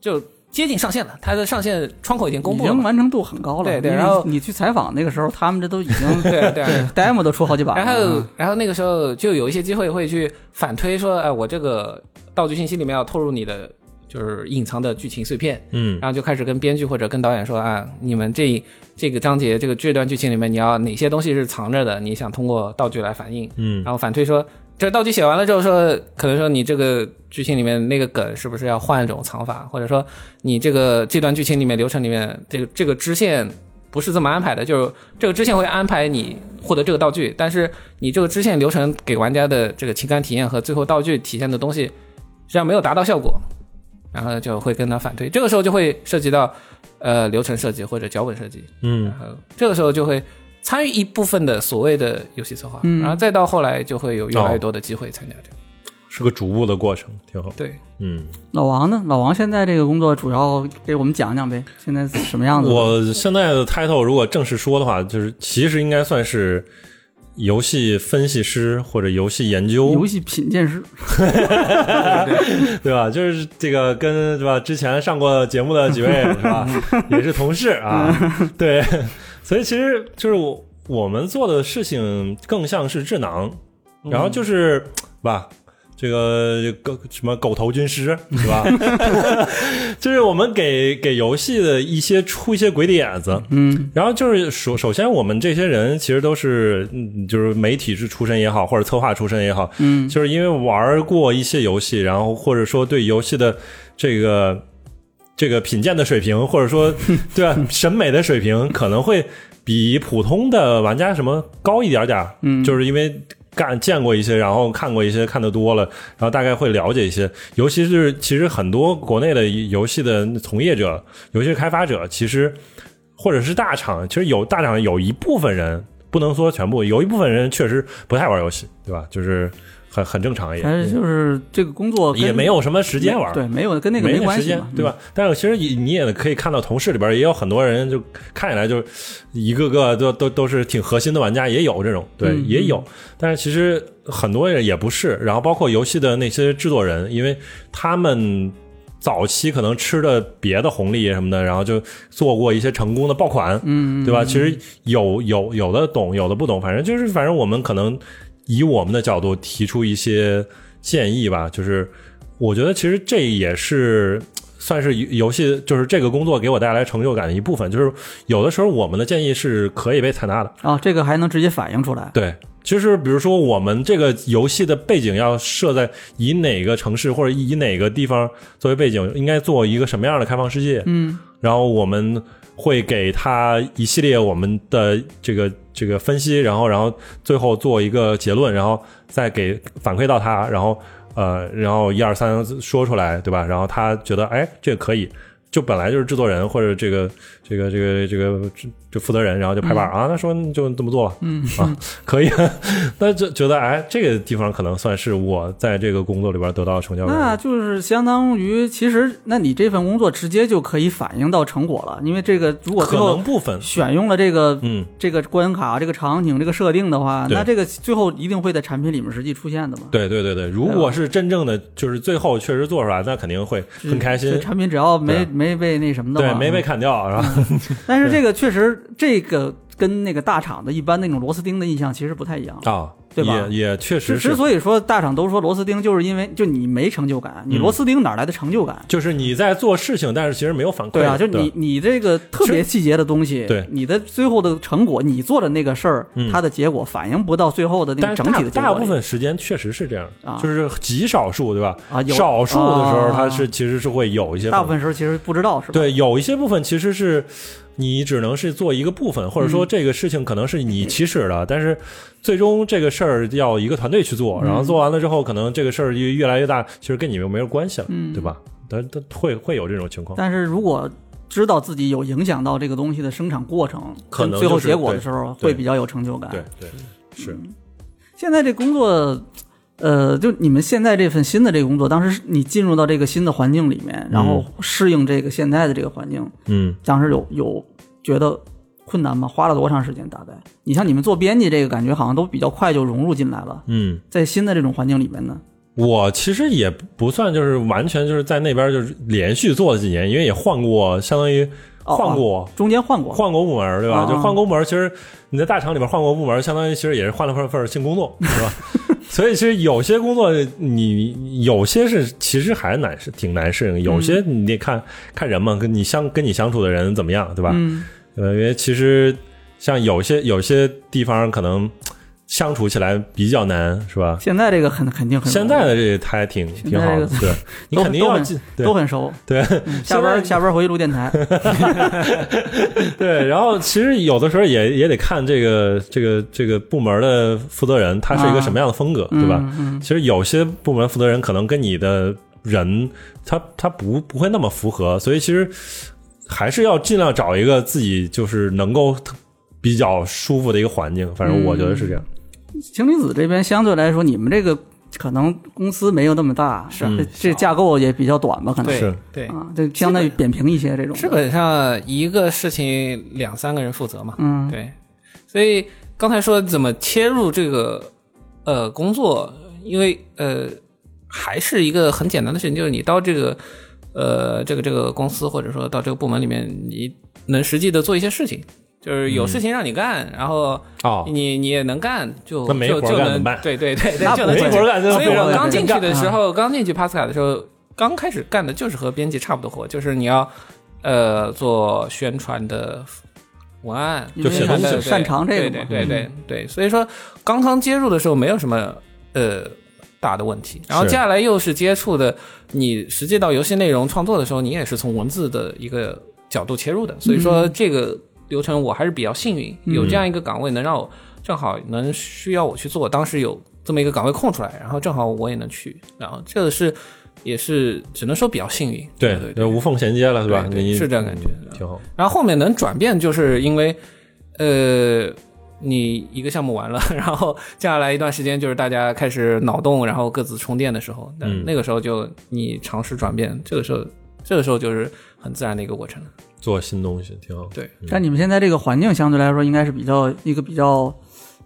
就接近上线了，它的上线窗口已经公已布了经嘛。完成度很高了。对对因为然后你你去采访那个时候，他们这都已经 嗯对对。 demo 都出好几版了。然后啊，然后那个时候就有一些机会会去反推说，哎，我这个道具信息里面要透露你的就是隐藏的剧情碎片，嗯然后就开始跟编剧或者跟导演说啊，你们这这个章节这个这段剧情里面，你要哪些东西是藏着的，你想通过道具来反映。嗯然后反推说，这道具写完了之后说，可能说你这个剧情里面那个梗是不是要换一种藏法，或者说你这个这段剧情里面流程里面这个这个支线不是这么安排的，就是这个支线会安排你获得这个道具，但是你这个支线流程给玩家的这个情感体验和最后道具体现的东西，实际上没有达到效果，然后就会跟他反推，这个时候就会涉及到呃流程设计或者脚本设计，嗯然后呃这个时候就会参与一部分的所谓的游戏策划，嗯然后再到后来就会有越来越多的机会参加这个。是个逐步的过程，挺好，对，嗯。老王呢？老王现在这个工作主要给我们讲讲呗，现在是什么样子？我现在的 title 如果正式说的话，就是其实应该算是游戏分析师或者游戏研究，游戏品鉴师， 对吧？就是这个跟对吧？之前上过节目的几位是吧，也是同事啊，对，所以其实就是我。我们做的事情更像是智囊，然后就是、吧。这个狗什么狗头军师是吧？ 就是我们给给游戏的一些出一些鬼点子，嗯然后就是首首先，我们这些人其实都是，嗯就是媒体是出身也好，或者策划出身也好，嗯就是因为玩过一些游戏，然后或者说对游戏的这个这个品鉴的水平，或者 说对吧、审美的水平，可能会比普通的玩家什么高一点点儿，嗯就是因为。干见过一些，然后看过一些，看的多了，然后大概会了解一些。尤其是其实很多国内的游戏的从业者、游戏开发者，其实或者是大厂，其实有大厂有一部分人不能说全部，有一部分人确实不太玩游戏，对吧？就是很很正常也，但是就是这个工作跟也没有什么时间玩，对，没有跟那个没关时系间嘛，，嗯对吧？但是其实你你也可以看到，同事里边也有很多人，就看起来就是一个个都都都是挺核心的玩家，也有这种，对，嗯也有。但是其实很多人也不是，然后包括游戏的那些制作人，因为他们。早期可能吃的别的红利什么的，然后就做过一些成功的爆款，嗯？嗯，对吧？其实有有有的懂，有的不懂，反正就是反正我们可能以我们的角度提出一些建议吧。就是我觉得其实这也是算是游戏，就是这个工作给我带来成就感的一部分。就是有的时候我们的建议是可以被采纳的。啊，这个还能直接反映出来，对，就是比如说我们这个游戏的背景要设在以哪个城市或者以哪个地方作为背景，应该做一个什么样的开放世界？嗯，然后我们会给他一系列我们的这个这个分析，然后然后最后做一个结论，然后再给反馈到他，然后呃，然后一二三说出来，对吧？然后他觉得哎，这个可以。就本来就是制作人或者这个这个这个这个这负责人，然后就拍板、嗯啊，那说就这么做吧，嗯啊，可以， 那就觉得哎，这个地方可能算是我在这个工作里边得到的成就感。那就是相当于，其实那你这份工作直接就可以反映到成果了，因为这个如果可最能后部分，选用了这个嗯，这个关卡、这个场景、这个设定的话，对那这个最后一定会在产品里面实际出现的嘛。对对对对，如果是真正的就是最后确实做出来，那肯定会很开这心。产品只要对没啊没被那什么的嗯对话，，没被砍掉，然后但是这个确实，这个跟那个大厂的一般那种螺丝钉的印象其实不太一样。 啊，对吧也也确实之之是，所以说大厂都说螺丝钉，就是因为就你没成就感，你嗯螺丝钉哪来的成就感？就是你在做事情，但是其实没有反馈。啊，就是你你这个特别细节的东西，对你的最后的成果，你做的那个事儿嗯，它的结果反映不到最后的那但个是整体的结大果大里部分时间确实是这样啊，就是极少数，对吧？啊，有少数的时候，啊它是其实是会有一些大反部馈。分时候其实不知道是吧？对，有一些部分其实是你只能是做一个部分，或者说嗯这个事情可能是你起始的，但是最终这个事儿要一个团队去嗯做，然后做完了之后，可能这个事儿越越来越大，其实跟你们没有关系了，嗯对吧？但但会会有这种情况，但是如果知道自己有影响到这个东西的生产过程，可能跟最后就是结果的对时候，对会比较有成就感。对对是。嗯现在这工作，呃，就你们现在这份新的这个工作，当时是你进入到这个新的环境里面，然后适应这个现在的这个环境，嗯，当时有有觉得困难吗？花了多长时间？大概？你像你们做编辑这个，感觉好像都比较快就融入进来了，嗯。在新的这种环境里面呢，我其实也不算就是完全就是在那边就是连续做了几年，因为也换过，相当于哦换过中间换过，换过部门儿，对吧？啊就换过部门儿，其实你在大厂里边换过部门儿，相当于其实也是换了份份儿新工作，是 吧？所以其实有些工作你有些是其实还难适挺难适嗯应，有些你得看、看人嘛，跟你相跟你相处的人怎么样，对吧？嗯呃，因为其实像有些有些地方可能相处起来比较难，是吧？现在这个很肯定 很现在的这还挺挺好的，现在 对，你肯定都要很进，对都很熟，对 嗯下班现在下班回去录电台，对，然后其实有的时候也也得看这个这个这个部门的负责人，他是一个什么样的风格， 对吧？嗯？嗯其实有些部门负责人可能跟你的人，他他不不会那么符合，所以其实还是要尽量找一个自己就是能够比较舒服的一个环境，反正我嗯觉得是这样。氢离子这边相对来说，你们这个可能公司没有那么大，是这嗯这架构也比较短吧，可能对是对，啊，就相当于扁平一些这种。基本上一个事情两三个人负责嘛。嗯对，所以刚才说怎么切入这个呃工作，因为呃还是一个很简单的事情，就是你到这个呃这个这个公司或者说到这个部门里面，你能实际的做一些事情。就是有事情让你干，然后哦，你你也能干，就那没活就儿就干能怎么办对对对那对，就没不能会啊进活去儿干真的所以没活我儿干刚进去的时干候，刚进去帕斯卡的时候，刚开始干的就是和编辑差不多活，就是你要呃做宣传的文案，就写东西对对擅长这个对嘛嗯对对对对，所以说刚刚接入的时候没有什么呃大的问题，然后接下来又是接触的你实际到游戏内容创作的时候，你也是从文字的一个角度切入的，所以说嗯这个流程我还是比较幸运，有这样一个岗位能让我正好能需要我去做，当时有这么一个岗位空出来，然后正好我也能去，然后这个是也是只能说比较幸运，对对就无缝衔接了，是吧？对对你是这样感觉嗯挺好。然后后面能转变，就是因为，呃，你一个项目完了， 然后接下来一段时间就是大家开始脑洞，然后各自充电的时候，那嗯那个时候就你尝试转变，这个时候，这个时候就是很自然的一个过程了。做新东西挺好。嗯对，但你们现在这个环境相对来说应该是比较一个比较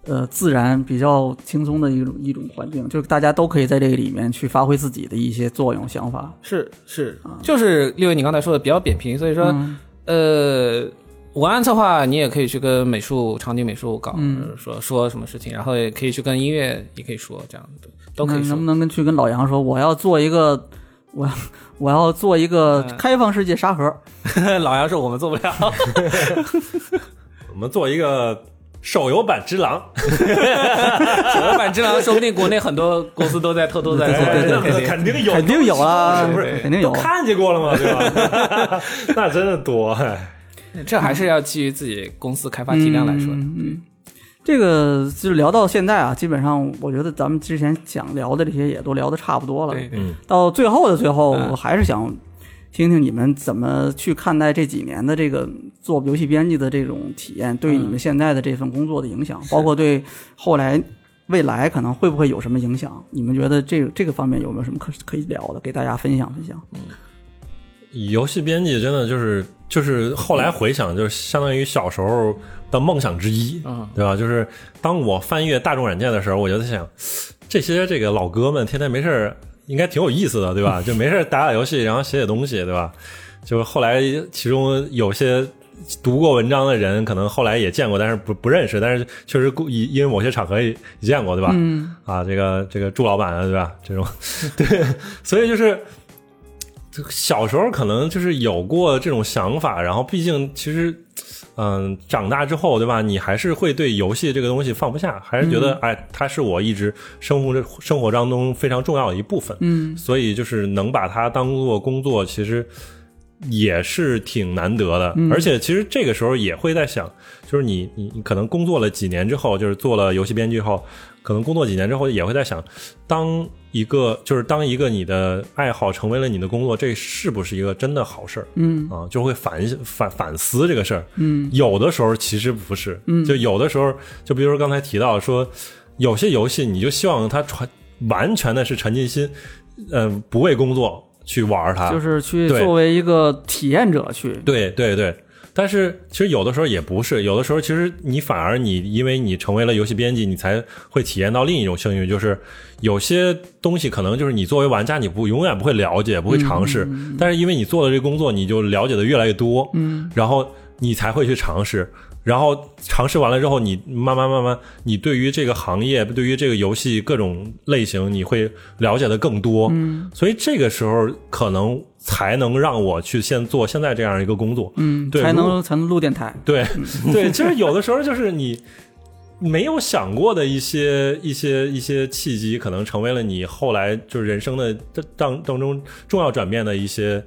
呃自然、比较轻松的一种一种环境，就是大家都可以在这个里面去发挥自己的一些作用、想法。是是，嗯就是因为你刚才说的比较扁平，所以说，嗯呃，文案策划你也可以去跟美术、场景美术搞、嗯说说什么事情，然后也可以去跟音乐，也可以说这样的，都可那以嗯说能不。能跟去跟老杨说，我要做一个，我我要做一个嗯开放世界沙盒，老杨说我们做不了。我们做一个手游版《只狼》，老板之狼，说不定国内很多公司都在偷偷 在做，对对对肯定哎肯定有，肯定有啦是不对是？肯定有啊都。看见过了吗？对 吧？那真的多，哎这还是要基于自己公司开发体量来说的。嗯嗯，这个就是聊到现在啊，基本上我觉得咱们之前想聊的这些也都聊的差不多了。对对，嗯，到最后的最后，嗯我还是想听听你们怎么去看待这几年的这个做游戏编辑的这种体验，对你们现在的这份工作的影响，包括对后来未来可能会不会有什么影响？你们觉得这这个方面有没有什么可可以聊的，给大家分享分享？游戏编辑真的就是就是后来回想，就是相当于小时候的梦想之一，嗯对吧？就是当我翻阅大众软件的时候，我就在想，这些这个老哥们天天没事儿，应该挺有意思的，对吧？就没事儿打打游戏，然后写写东西，对吧？就是后来其中有些读过文章的人，可能后来也见过，但是不不认识，但是确实故因因为某些场合也也见过，对吧？嗯啊，这个这个祝老板啊，对吧？这种， 对，所以就是这个小时候可能就是有过这种想法，然后毕竟其实，嗯、长大之后，对吧？你还是会对游戏这个东西放不下，还是觉得、哎，它是我一直生活着生活当中非常重要的一部分，嗯所以就是能把它当做工作，其实也是挺难得的。而且其实这个时候也会在想，就是你你你可能工作了几年之后，就是做了游戏编剧后，可能工作几年之后也会在想，当一个就是当一个你的爱好成为了你的工作，这是不是一个真的好事儿？嗯啊，就会反反反思这个事儿。嗯，有的时候其实不是，就有的时候，就比如说刚才提到说，有些游戏你就希望它传完全的是沉浸心，呃，不为工作去玩儿它，就是去对作为一个体验者去，对对对。但是其实有的时候也不是，有的时候其实你反而你因为你成为了游戏编辑，你才会体验到另一种幸运，就是有些东西可能就是你作为玩家你不永远不会了解，不会尝试，但是因为你做了这个工作，你就了解的越来越多，嗯，然后你才会去尝试。然后尝试完了之后，你慢慢慢慢，你对于这个行业、对于这个游戏各种类型，你会了解的更多。嗯，所以这个时候可能才能让我去先做现在这样一个工作。嗯，对才如能果才能录电台。 对对，其实有的时候就是你没有想过的一些一些一些契机，可能成为了你后来就是人生的当当中重要转变的一些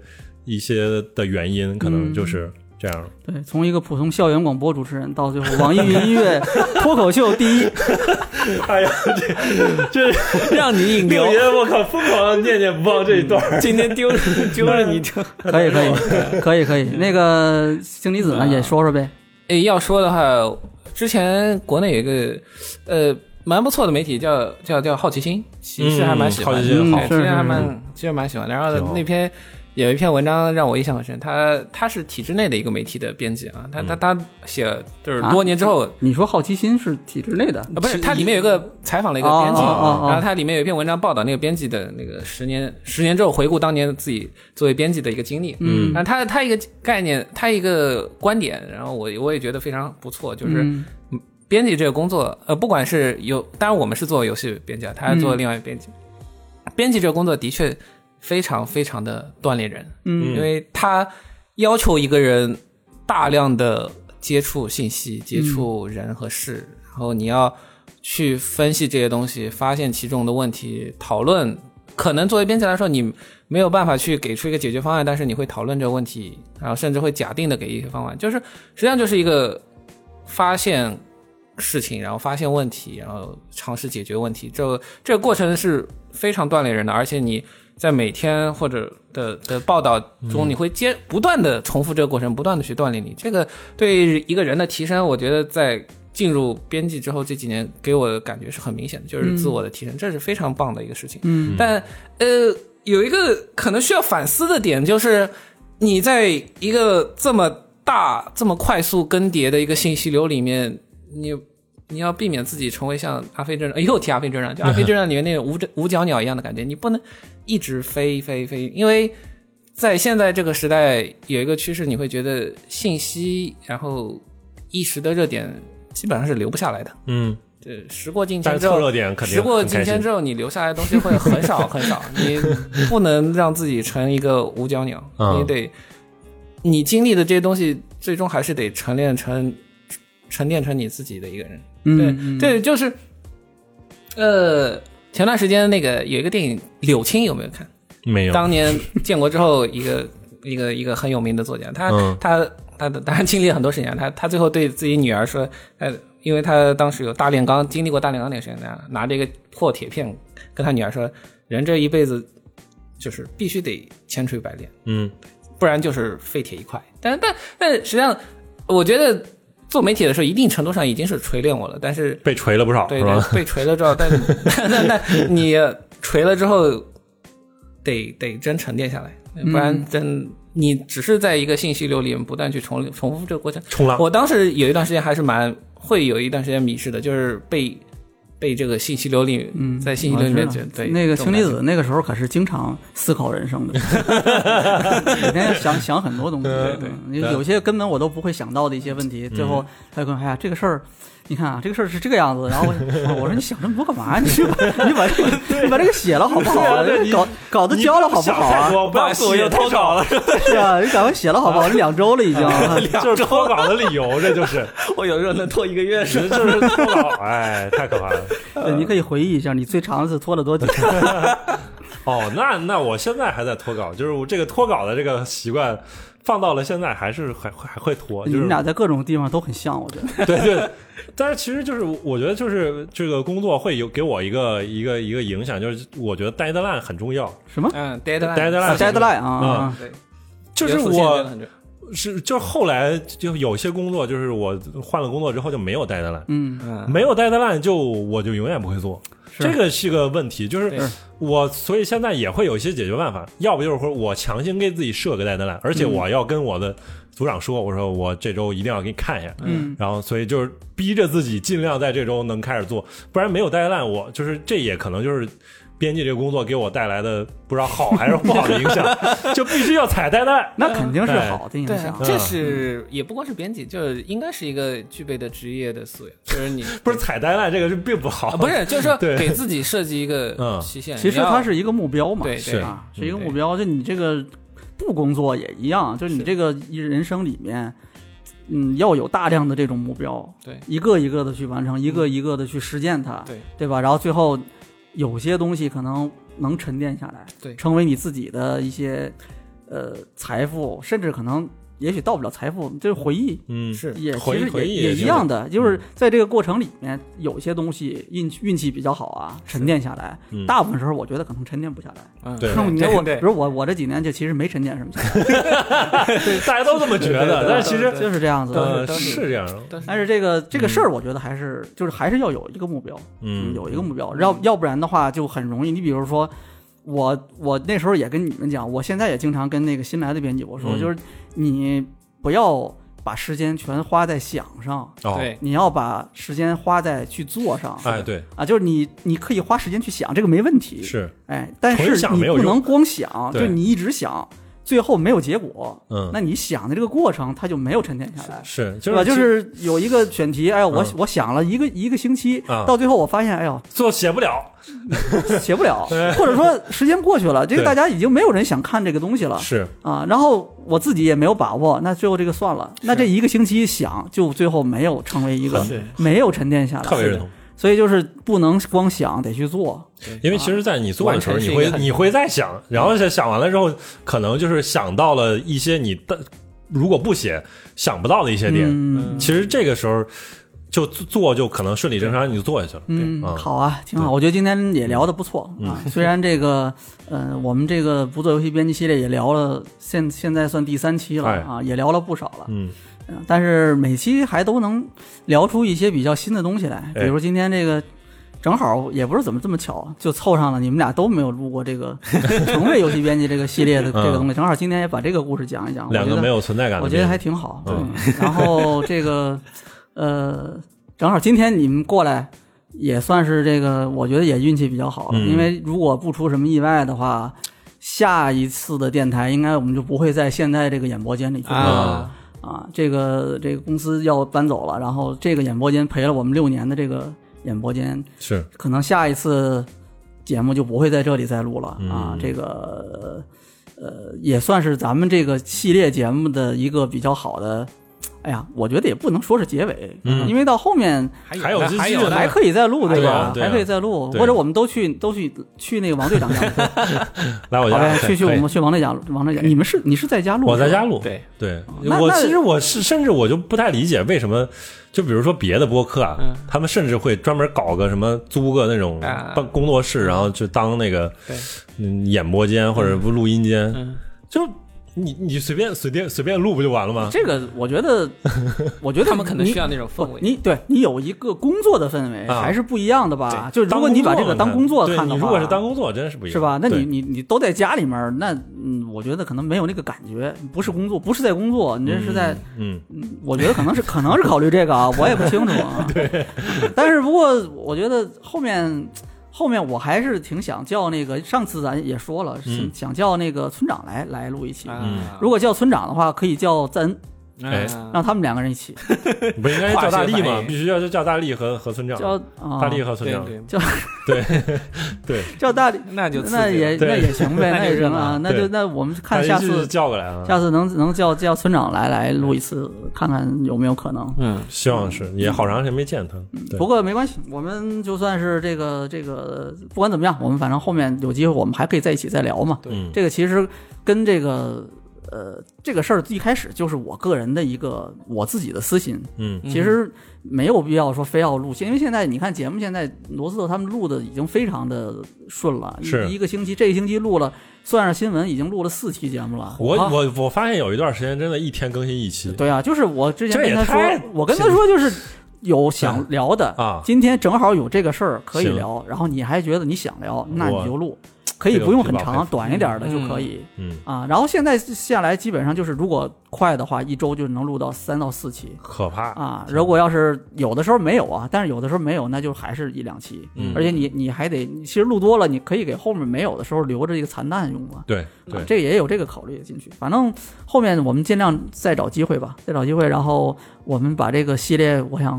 一些的原因，可能就是这样。对，从一个普通校园广播主持人到最后网易云音乐脱口秀第一，哎呀，这这让你引流 六。爷，我靠，疯狂的念念不忘这一段儿。今天丢了丢了你 就，可以可以 可以可以。那个星离子啊呢也说说呗，诶，要说的话，之前国内有一个呃蛮不错的媒体叫叫叫好奇心，其实还蛮喜欢的，嗯好奇心嗯好是其是实还是蛮其实蛮喜欢的。然后挺好那篇有一篇文章让我印象很深，他他是体制内的一个媒体的编辑啊，他他嗯他写就是啊多年之后，啊你说好奇心是体制内的，不是他里面有一个采访了一个哦编辑，哦哦哦然后他里面有一篇文章报道那个编辑的那个十年十年之后回顾当年自己作为编辑的一个经历，嗯然后他他一个概念，他一个观点，然后我我也觉得非常不错，就是。嗯编辑这个工作，呃，不管是有，当然我们是做游戏编辑啊，他是做另外一个编辑。编辑这个工作的确非常非常的锻炼人，嗯因为他要求一个人大量的接触信息、接触人和事，然后你要去分析这些东西，发现其中的问题，讨论。可能作为编辑来说，你没有办法去给出一个解决方案，但是你会讨论这个问题，然后甚至会假定的给一些方案，就是实际上就是一个发现事情，然后发现问题，然后尝试解决问题。这个这个过程是非常锻炼人的，而且你在每天或者的的报道中，你会接不断的重复这个过程，不断的去锻炼你。这个对一个人的提升，我觉得在进入编辑之后这几年，给我的感觉是很明显的，就是自我的提升，这是非常棒的一个事情。嗯，但呃，有一个可能需要反思的点就是，你在一个这么大、这么快速更迭的一个信息流里面，你你要避免自己成为像阿飞这样，哎又提阿飞这样，就阿飞这样里面那种无着无脚鸟一样的感觉，你不能一直飞飞飞，因为。在现在这个时代，有一个趋势，你会觉得信息，然后一时的热点基本上是留不下来的。嗯，对，时过境但迁是之后，蹭热点肯定时过很境开迁心之后，你留下来的东西会很少很少，你不能让自己成一个无脚鸟，嗯你得你经历的这些东西，最终还是得沉淀成沉淀成你自己的一个人。对、嗯，对，就是呃，前段时间那个有一个电影《柳青》，有没有看？没有，当年建国之后，一个 一个一个很有名的作家，他、嗯他他的当然经历了很多事情啊，他他最后对自己女儿说，呃，因为他当时有大炼钢，经历过大炼钢那个事情，拿拿着一个破铁片跟他女儿说，人这一辈子就是必须得千锤百炼，嗯不然就是废铁一块。但但但实际上，我觉得做媒体的时候，一定程度上已经是锤炼我了，但啊是被锤了不少对是吧？对，被锤了之后，但 但但你锤了之后，得得真沉淀下来，不嗯然真、你只是在一个信息流里面不断去重重复这个过程。冲浪，我当时有一段时间还是蛮会有一段时间迷失的，就是被被这个信息流里，嗯在信息流里面我知觉道得对那个这氢种离感觉子那个时候可是经常思考人生的，每天想想很多东西，对，你有些根本我都不会想到的一些问题，最后他就跟我说：“哎呀，这个事儿，你看啊，这个事儿是这个样子。”然后我我说：“你想这么多干嘛？你把你把这个你把这个写了好不好啊？对啊对搞稿子交了好不好啊？不要自我又投稿了，啊是啊，你赶快写了好不好？这两周了已经。啊 就是脱稿的理由，这就是，我有时候能拖一个月是吧。就是 脱稿，哎，太可怕了。对，你可以回忆一下你最长一次拖了多久。哦，那那我现在还在脱稿，就是我这个脱稿的这个习惯，放到了现在还是还还还会脱，你就是们俩在各种地方都很像，我觉得。对对，但是其实就是我觉得就是这个工作会有给我一个一个一个影响，就是我觉得 deadline 很重要，什么嗯，deadline Deadline 啊 deadline 啊？嗯对，就是流速限制我很重要是就是后来就有些工作就是我换了工作之后就没有 deadline，嗯，嗯， 没有 deadline 就我就永远不会做，是这个是个问题，就是对我所以现在也会有一些解决办法，要不就是说我强行给自己设个 deadline，而且嗯我要跟我的组长说，我说我这周一定要给你看一下，嗯，然后所以就是逼着自己尽量在这周能开始做，不然没有 deadline，我就是这也可能就是。编辑这个工作给我带来的不知道好还是不好的影响， 就必须要踩 deadline。那肯定是好的影对响啊，。这是也不光是编辑，就是应该是一个具备的职业的素养，就是 你不是踩 deadline 这个是并不好，啊，不是，就是说对给自己设计一个嗯期限。其实你要它是一个目标嘛，对是对啊，嗯是一个目标。就你这个不工作也一样，就是你这个一人生里面，嗯，要有大量的这种目标，对一个一个的去完成，一个一个的去实践它，嗯对对吧？然后最后有些东西可能能沉淀下来，对成为你自己的一些呃财富，甚至可能也许到不了财富，就是回忆，嗯，是也回其实回忆也也嗯也就一是样的，就是在这个过程里面，有些东西运气运气比较好啊，沉淀下来嗯。大部分时候我觉得可能沉淀不下来。嗯对那我你看对我，对比如我我这几年就其实没沉淀什么下来，大家都这么觉对对得，对但是其实对就是这样子。对呃都是是这样，但是但是这个这个事儿，我觉得还是就是还是要有一个目标，嗯有一个目标，要要不然的话就很容易。你比如说，我我那时候也跟你们讲，我现在也经常跟那个新来的编辑我说，嗯就是你不要把时间全花在想上，哦，对，你要把时间花在去做上。哎，对，啊，就是你你可以花时间去想，这个没问题。，是，哎，但纯是想你没有不用能光想，就对你一直想，最后没有结果。嗯那你想的这个过程，它就没有沉淀下来。是，就对吧？是啊就是有一个选题，哎，我嗯我想了一个一个星期，啊到最后我发现，哎呦，最后写不了，啊写 不了，或者说时间过去了，这个对大家已经没有人想看这个东西了是啊。然后我自己也没有把握，那最后这个算了。那这一个星期想，就最后没有成为一个是没有沉淀下来，特别认同。所以就是不能光想，得去做。因为其啊实，在你做的时候，完你全是一会个很你会再想，然嗯后想想完了之后，可能就是想到了一些你的如果不写想不到的一些点。嗯其实这个时候就做就可能顺理成章你就做下去了。嗯，啊好啊，挺好。我觉得今天也聊得不错嗯啊。虽然这个，呃，我们这个不做游戏编辑系列也聊了，现现在算第三期了哎啊，也聊了不少了。嗯，嗯但是每期还都能聊出一些比较新的东西来，比哎如今天这个。正好也不是怎么这么巧，就凑上了。你们俩都没有录过这个 成为游戏编辑这个系列的这个东西，正好今天也把这个故事讲一讲。嗯两我觉个得没有存在感的我编辑，觉得还挺好。对嗯，然后这个呃，正好今天你们过来也算是这个，我觉得也运气比较好了，嗯因为如果不出什么意外的话，下一次的电台应该我们就不会在现在这个演播间里去录了啊，啊。这个这个公司要搬走了，然后这个演播间陪了我们六年的这个演播间，是可能下一次节目就不会在这里再录了、啊嗯。这个呃，也算是咱们这个系列节目的一个比较好的。哎呀，我觉得也不能说是结尾，嗯因为到后面还有呢这还这有还呢，可以再录，对吧啊？对啊还可以再录，对啊或者我们都去都去去那个王队长家 录，来我好家呗？ 去去我们去王队长王队长，你们是你是在家录？啊我在是吧家录，对对，那我那其实我是甚至我就不太理解为什么，就比如说别的播客啊，嗯他们甚至会专门搞个什么租个那种啊办工作室，然后就当那个对嗯演播间或者不录音间，嗯，就你你随便随便随便录不就完了吗？这个我觉 得，我觉得他们可能你需要那种氛围不你对你有一个工作的氛围啊还是不一样的吧？啊就是如当果你把这个当工作对看的你话，如果是当工作，真是不一样，是吧？那你对你你都在家里面儿，那嗯，我觉得可能没有那个感觉，不是工作，不是在工作，你这是在，嗯嗯 我觉得可能是可能是考虑这个啊，我也不清楚 啊。对， 但是不过我觉得后面。后面我还是挺想叫那个，上次咱也说了，嗯想叫那个村长来来录一期。啊如果叫村长的话，可以叫赞恩，哎啊让他们两个人一起。不 应该叫大力化学吗反？应必须要叫大力和和村长，叫啊，大力和村对长，对，对对，叫大力，那就刺激那也对那也 行呗，那就那也行热闹啊，那就对那我们看大力下就是次，叫过来啊，下次能能叫叫村长来来录一次，看看有没有可能。嗯，希望是也好长时间没见他，对不过没关系，我们就算是这个这个，不管怎么样，我们反正后面有机会我们还可以在一起再聊嘛。嗯这个其实跟这个呃这个事儿一开始就是我个人的一个我自己的私心，嗯其实没有必要说非要录，因为现在你看节目，现在罗斯特他们录的已经非常的顺了，是一个星期，这一星期录了，算上新闻已经录了四期节目了。我、啊我我发现有一段时间真的一天更新一期，对啊，就是我之前这跟也他太说，我跟他说就是有想聊的啊今天正好有这个事儿可以行聊，然后你还觉得你想聊，那我你就录，可以这个不用很这个我佩长，服短一点的就可以。嗯，啊，然后现在下来基本上就是，如果快的话，一周就能录到三到四期。可怕啊，如果要是有的时候没有啊，但是有的时候没有，那就还是一两期。嗯而且你你还得，其实录多了，你可以给后面没有的时候留着一个残蛋用嘛。对啊对，这也有这个考虑进去。反正后面我们尽量再找机会吧，再找机会，然后我们把这个系列，我想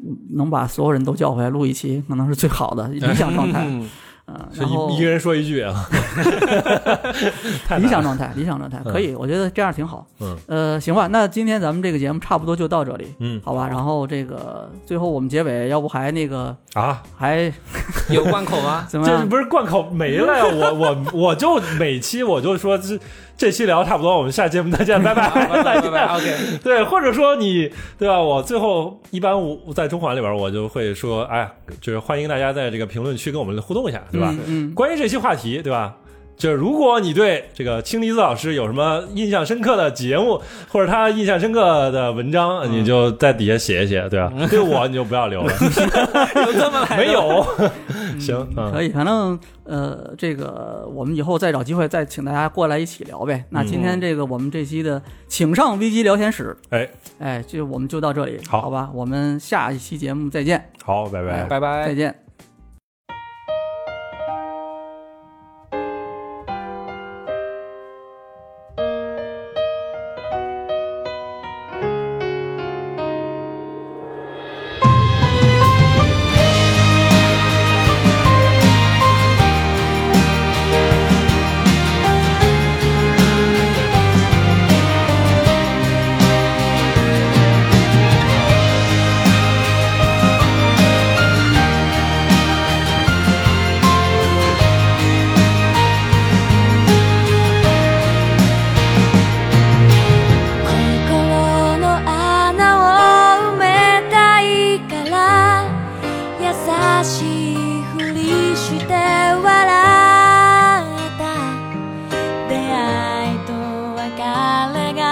嗯能把所有人都叫回来录一期，可能是最 好的理想状态。嗯嗯，是然后一一个人说一句啊，太难了理想状 态，理想状态可以，我觉得这样挺好。嗯呃，行吧，那今天咱们这个节目差不多就到这里。嗯好吧，然后这个最后我们结尾，要不还那个啊，还？有关口啊吗 怎么这样？不是贯口没了呀？我 我我就每期我就说这这期聊差不多，我们下节目再见，拜拜好拜拜再拜拜见。 ，OK，对，或者说你对吧？我最后一般我在中环里边，我就会说，哎，就是欢迎大家在这个评论区跟我们互动一下，对吧？嗯嗯关于这期话题，对吧？就是如果你对这个氢离子老师有什么印象深刻的节目，或者他印象深刻的文章，你就在底下写一写，对吧？对我你就不要留了，有这么来的没？有。行，嗯可以，反正呃，这个我们以后再找机会再请大家过来一起聊嗯呗。那今天这个我们这期的请上危机聊天室，哎，哎，就我们就到这里，好好吧？我们下一期节目再见，好，拜拜。拜拜再。见。心の穴を埋めたいから優しいふりして笑った出会いと別れが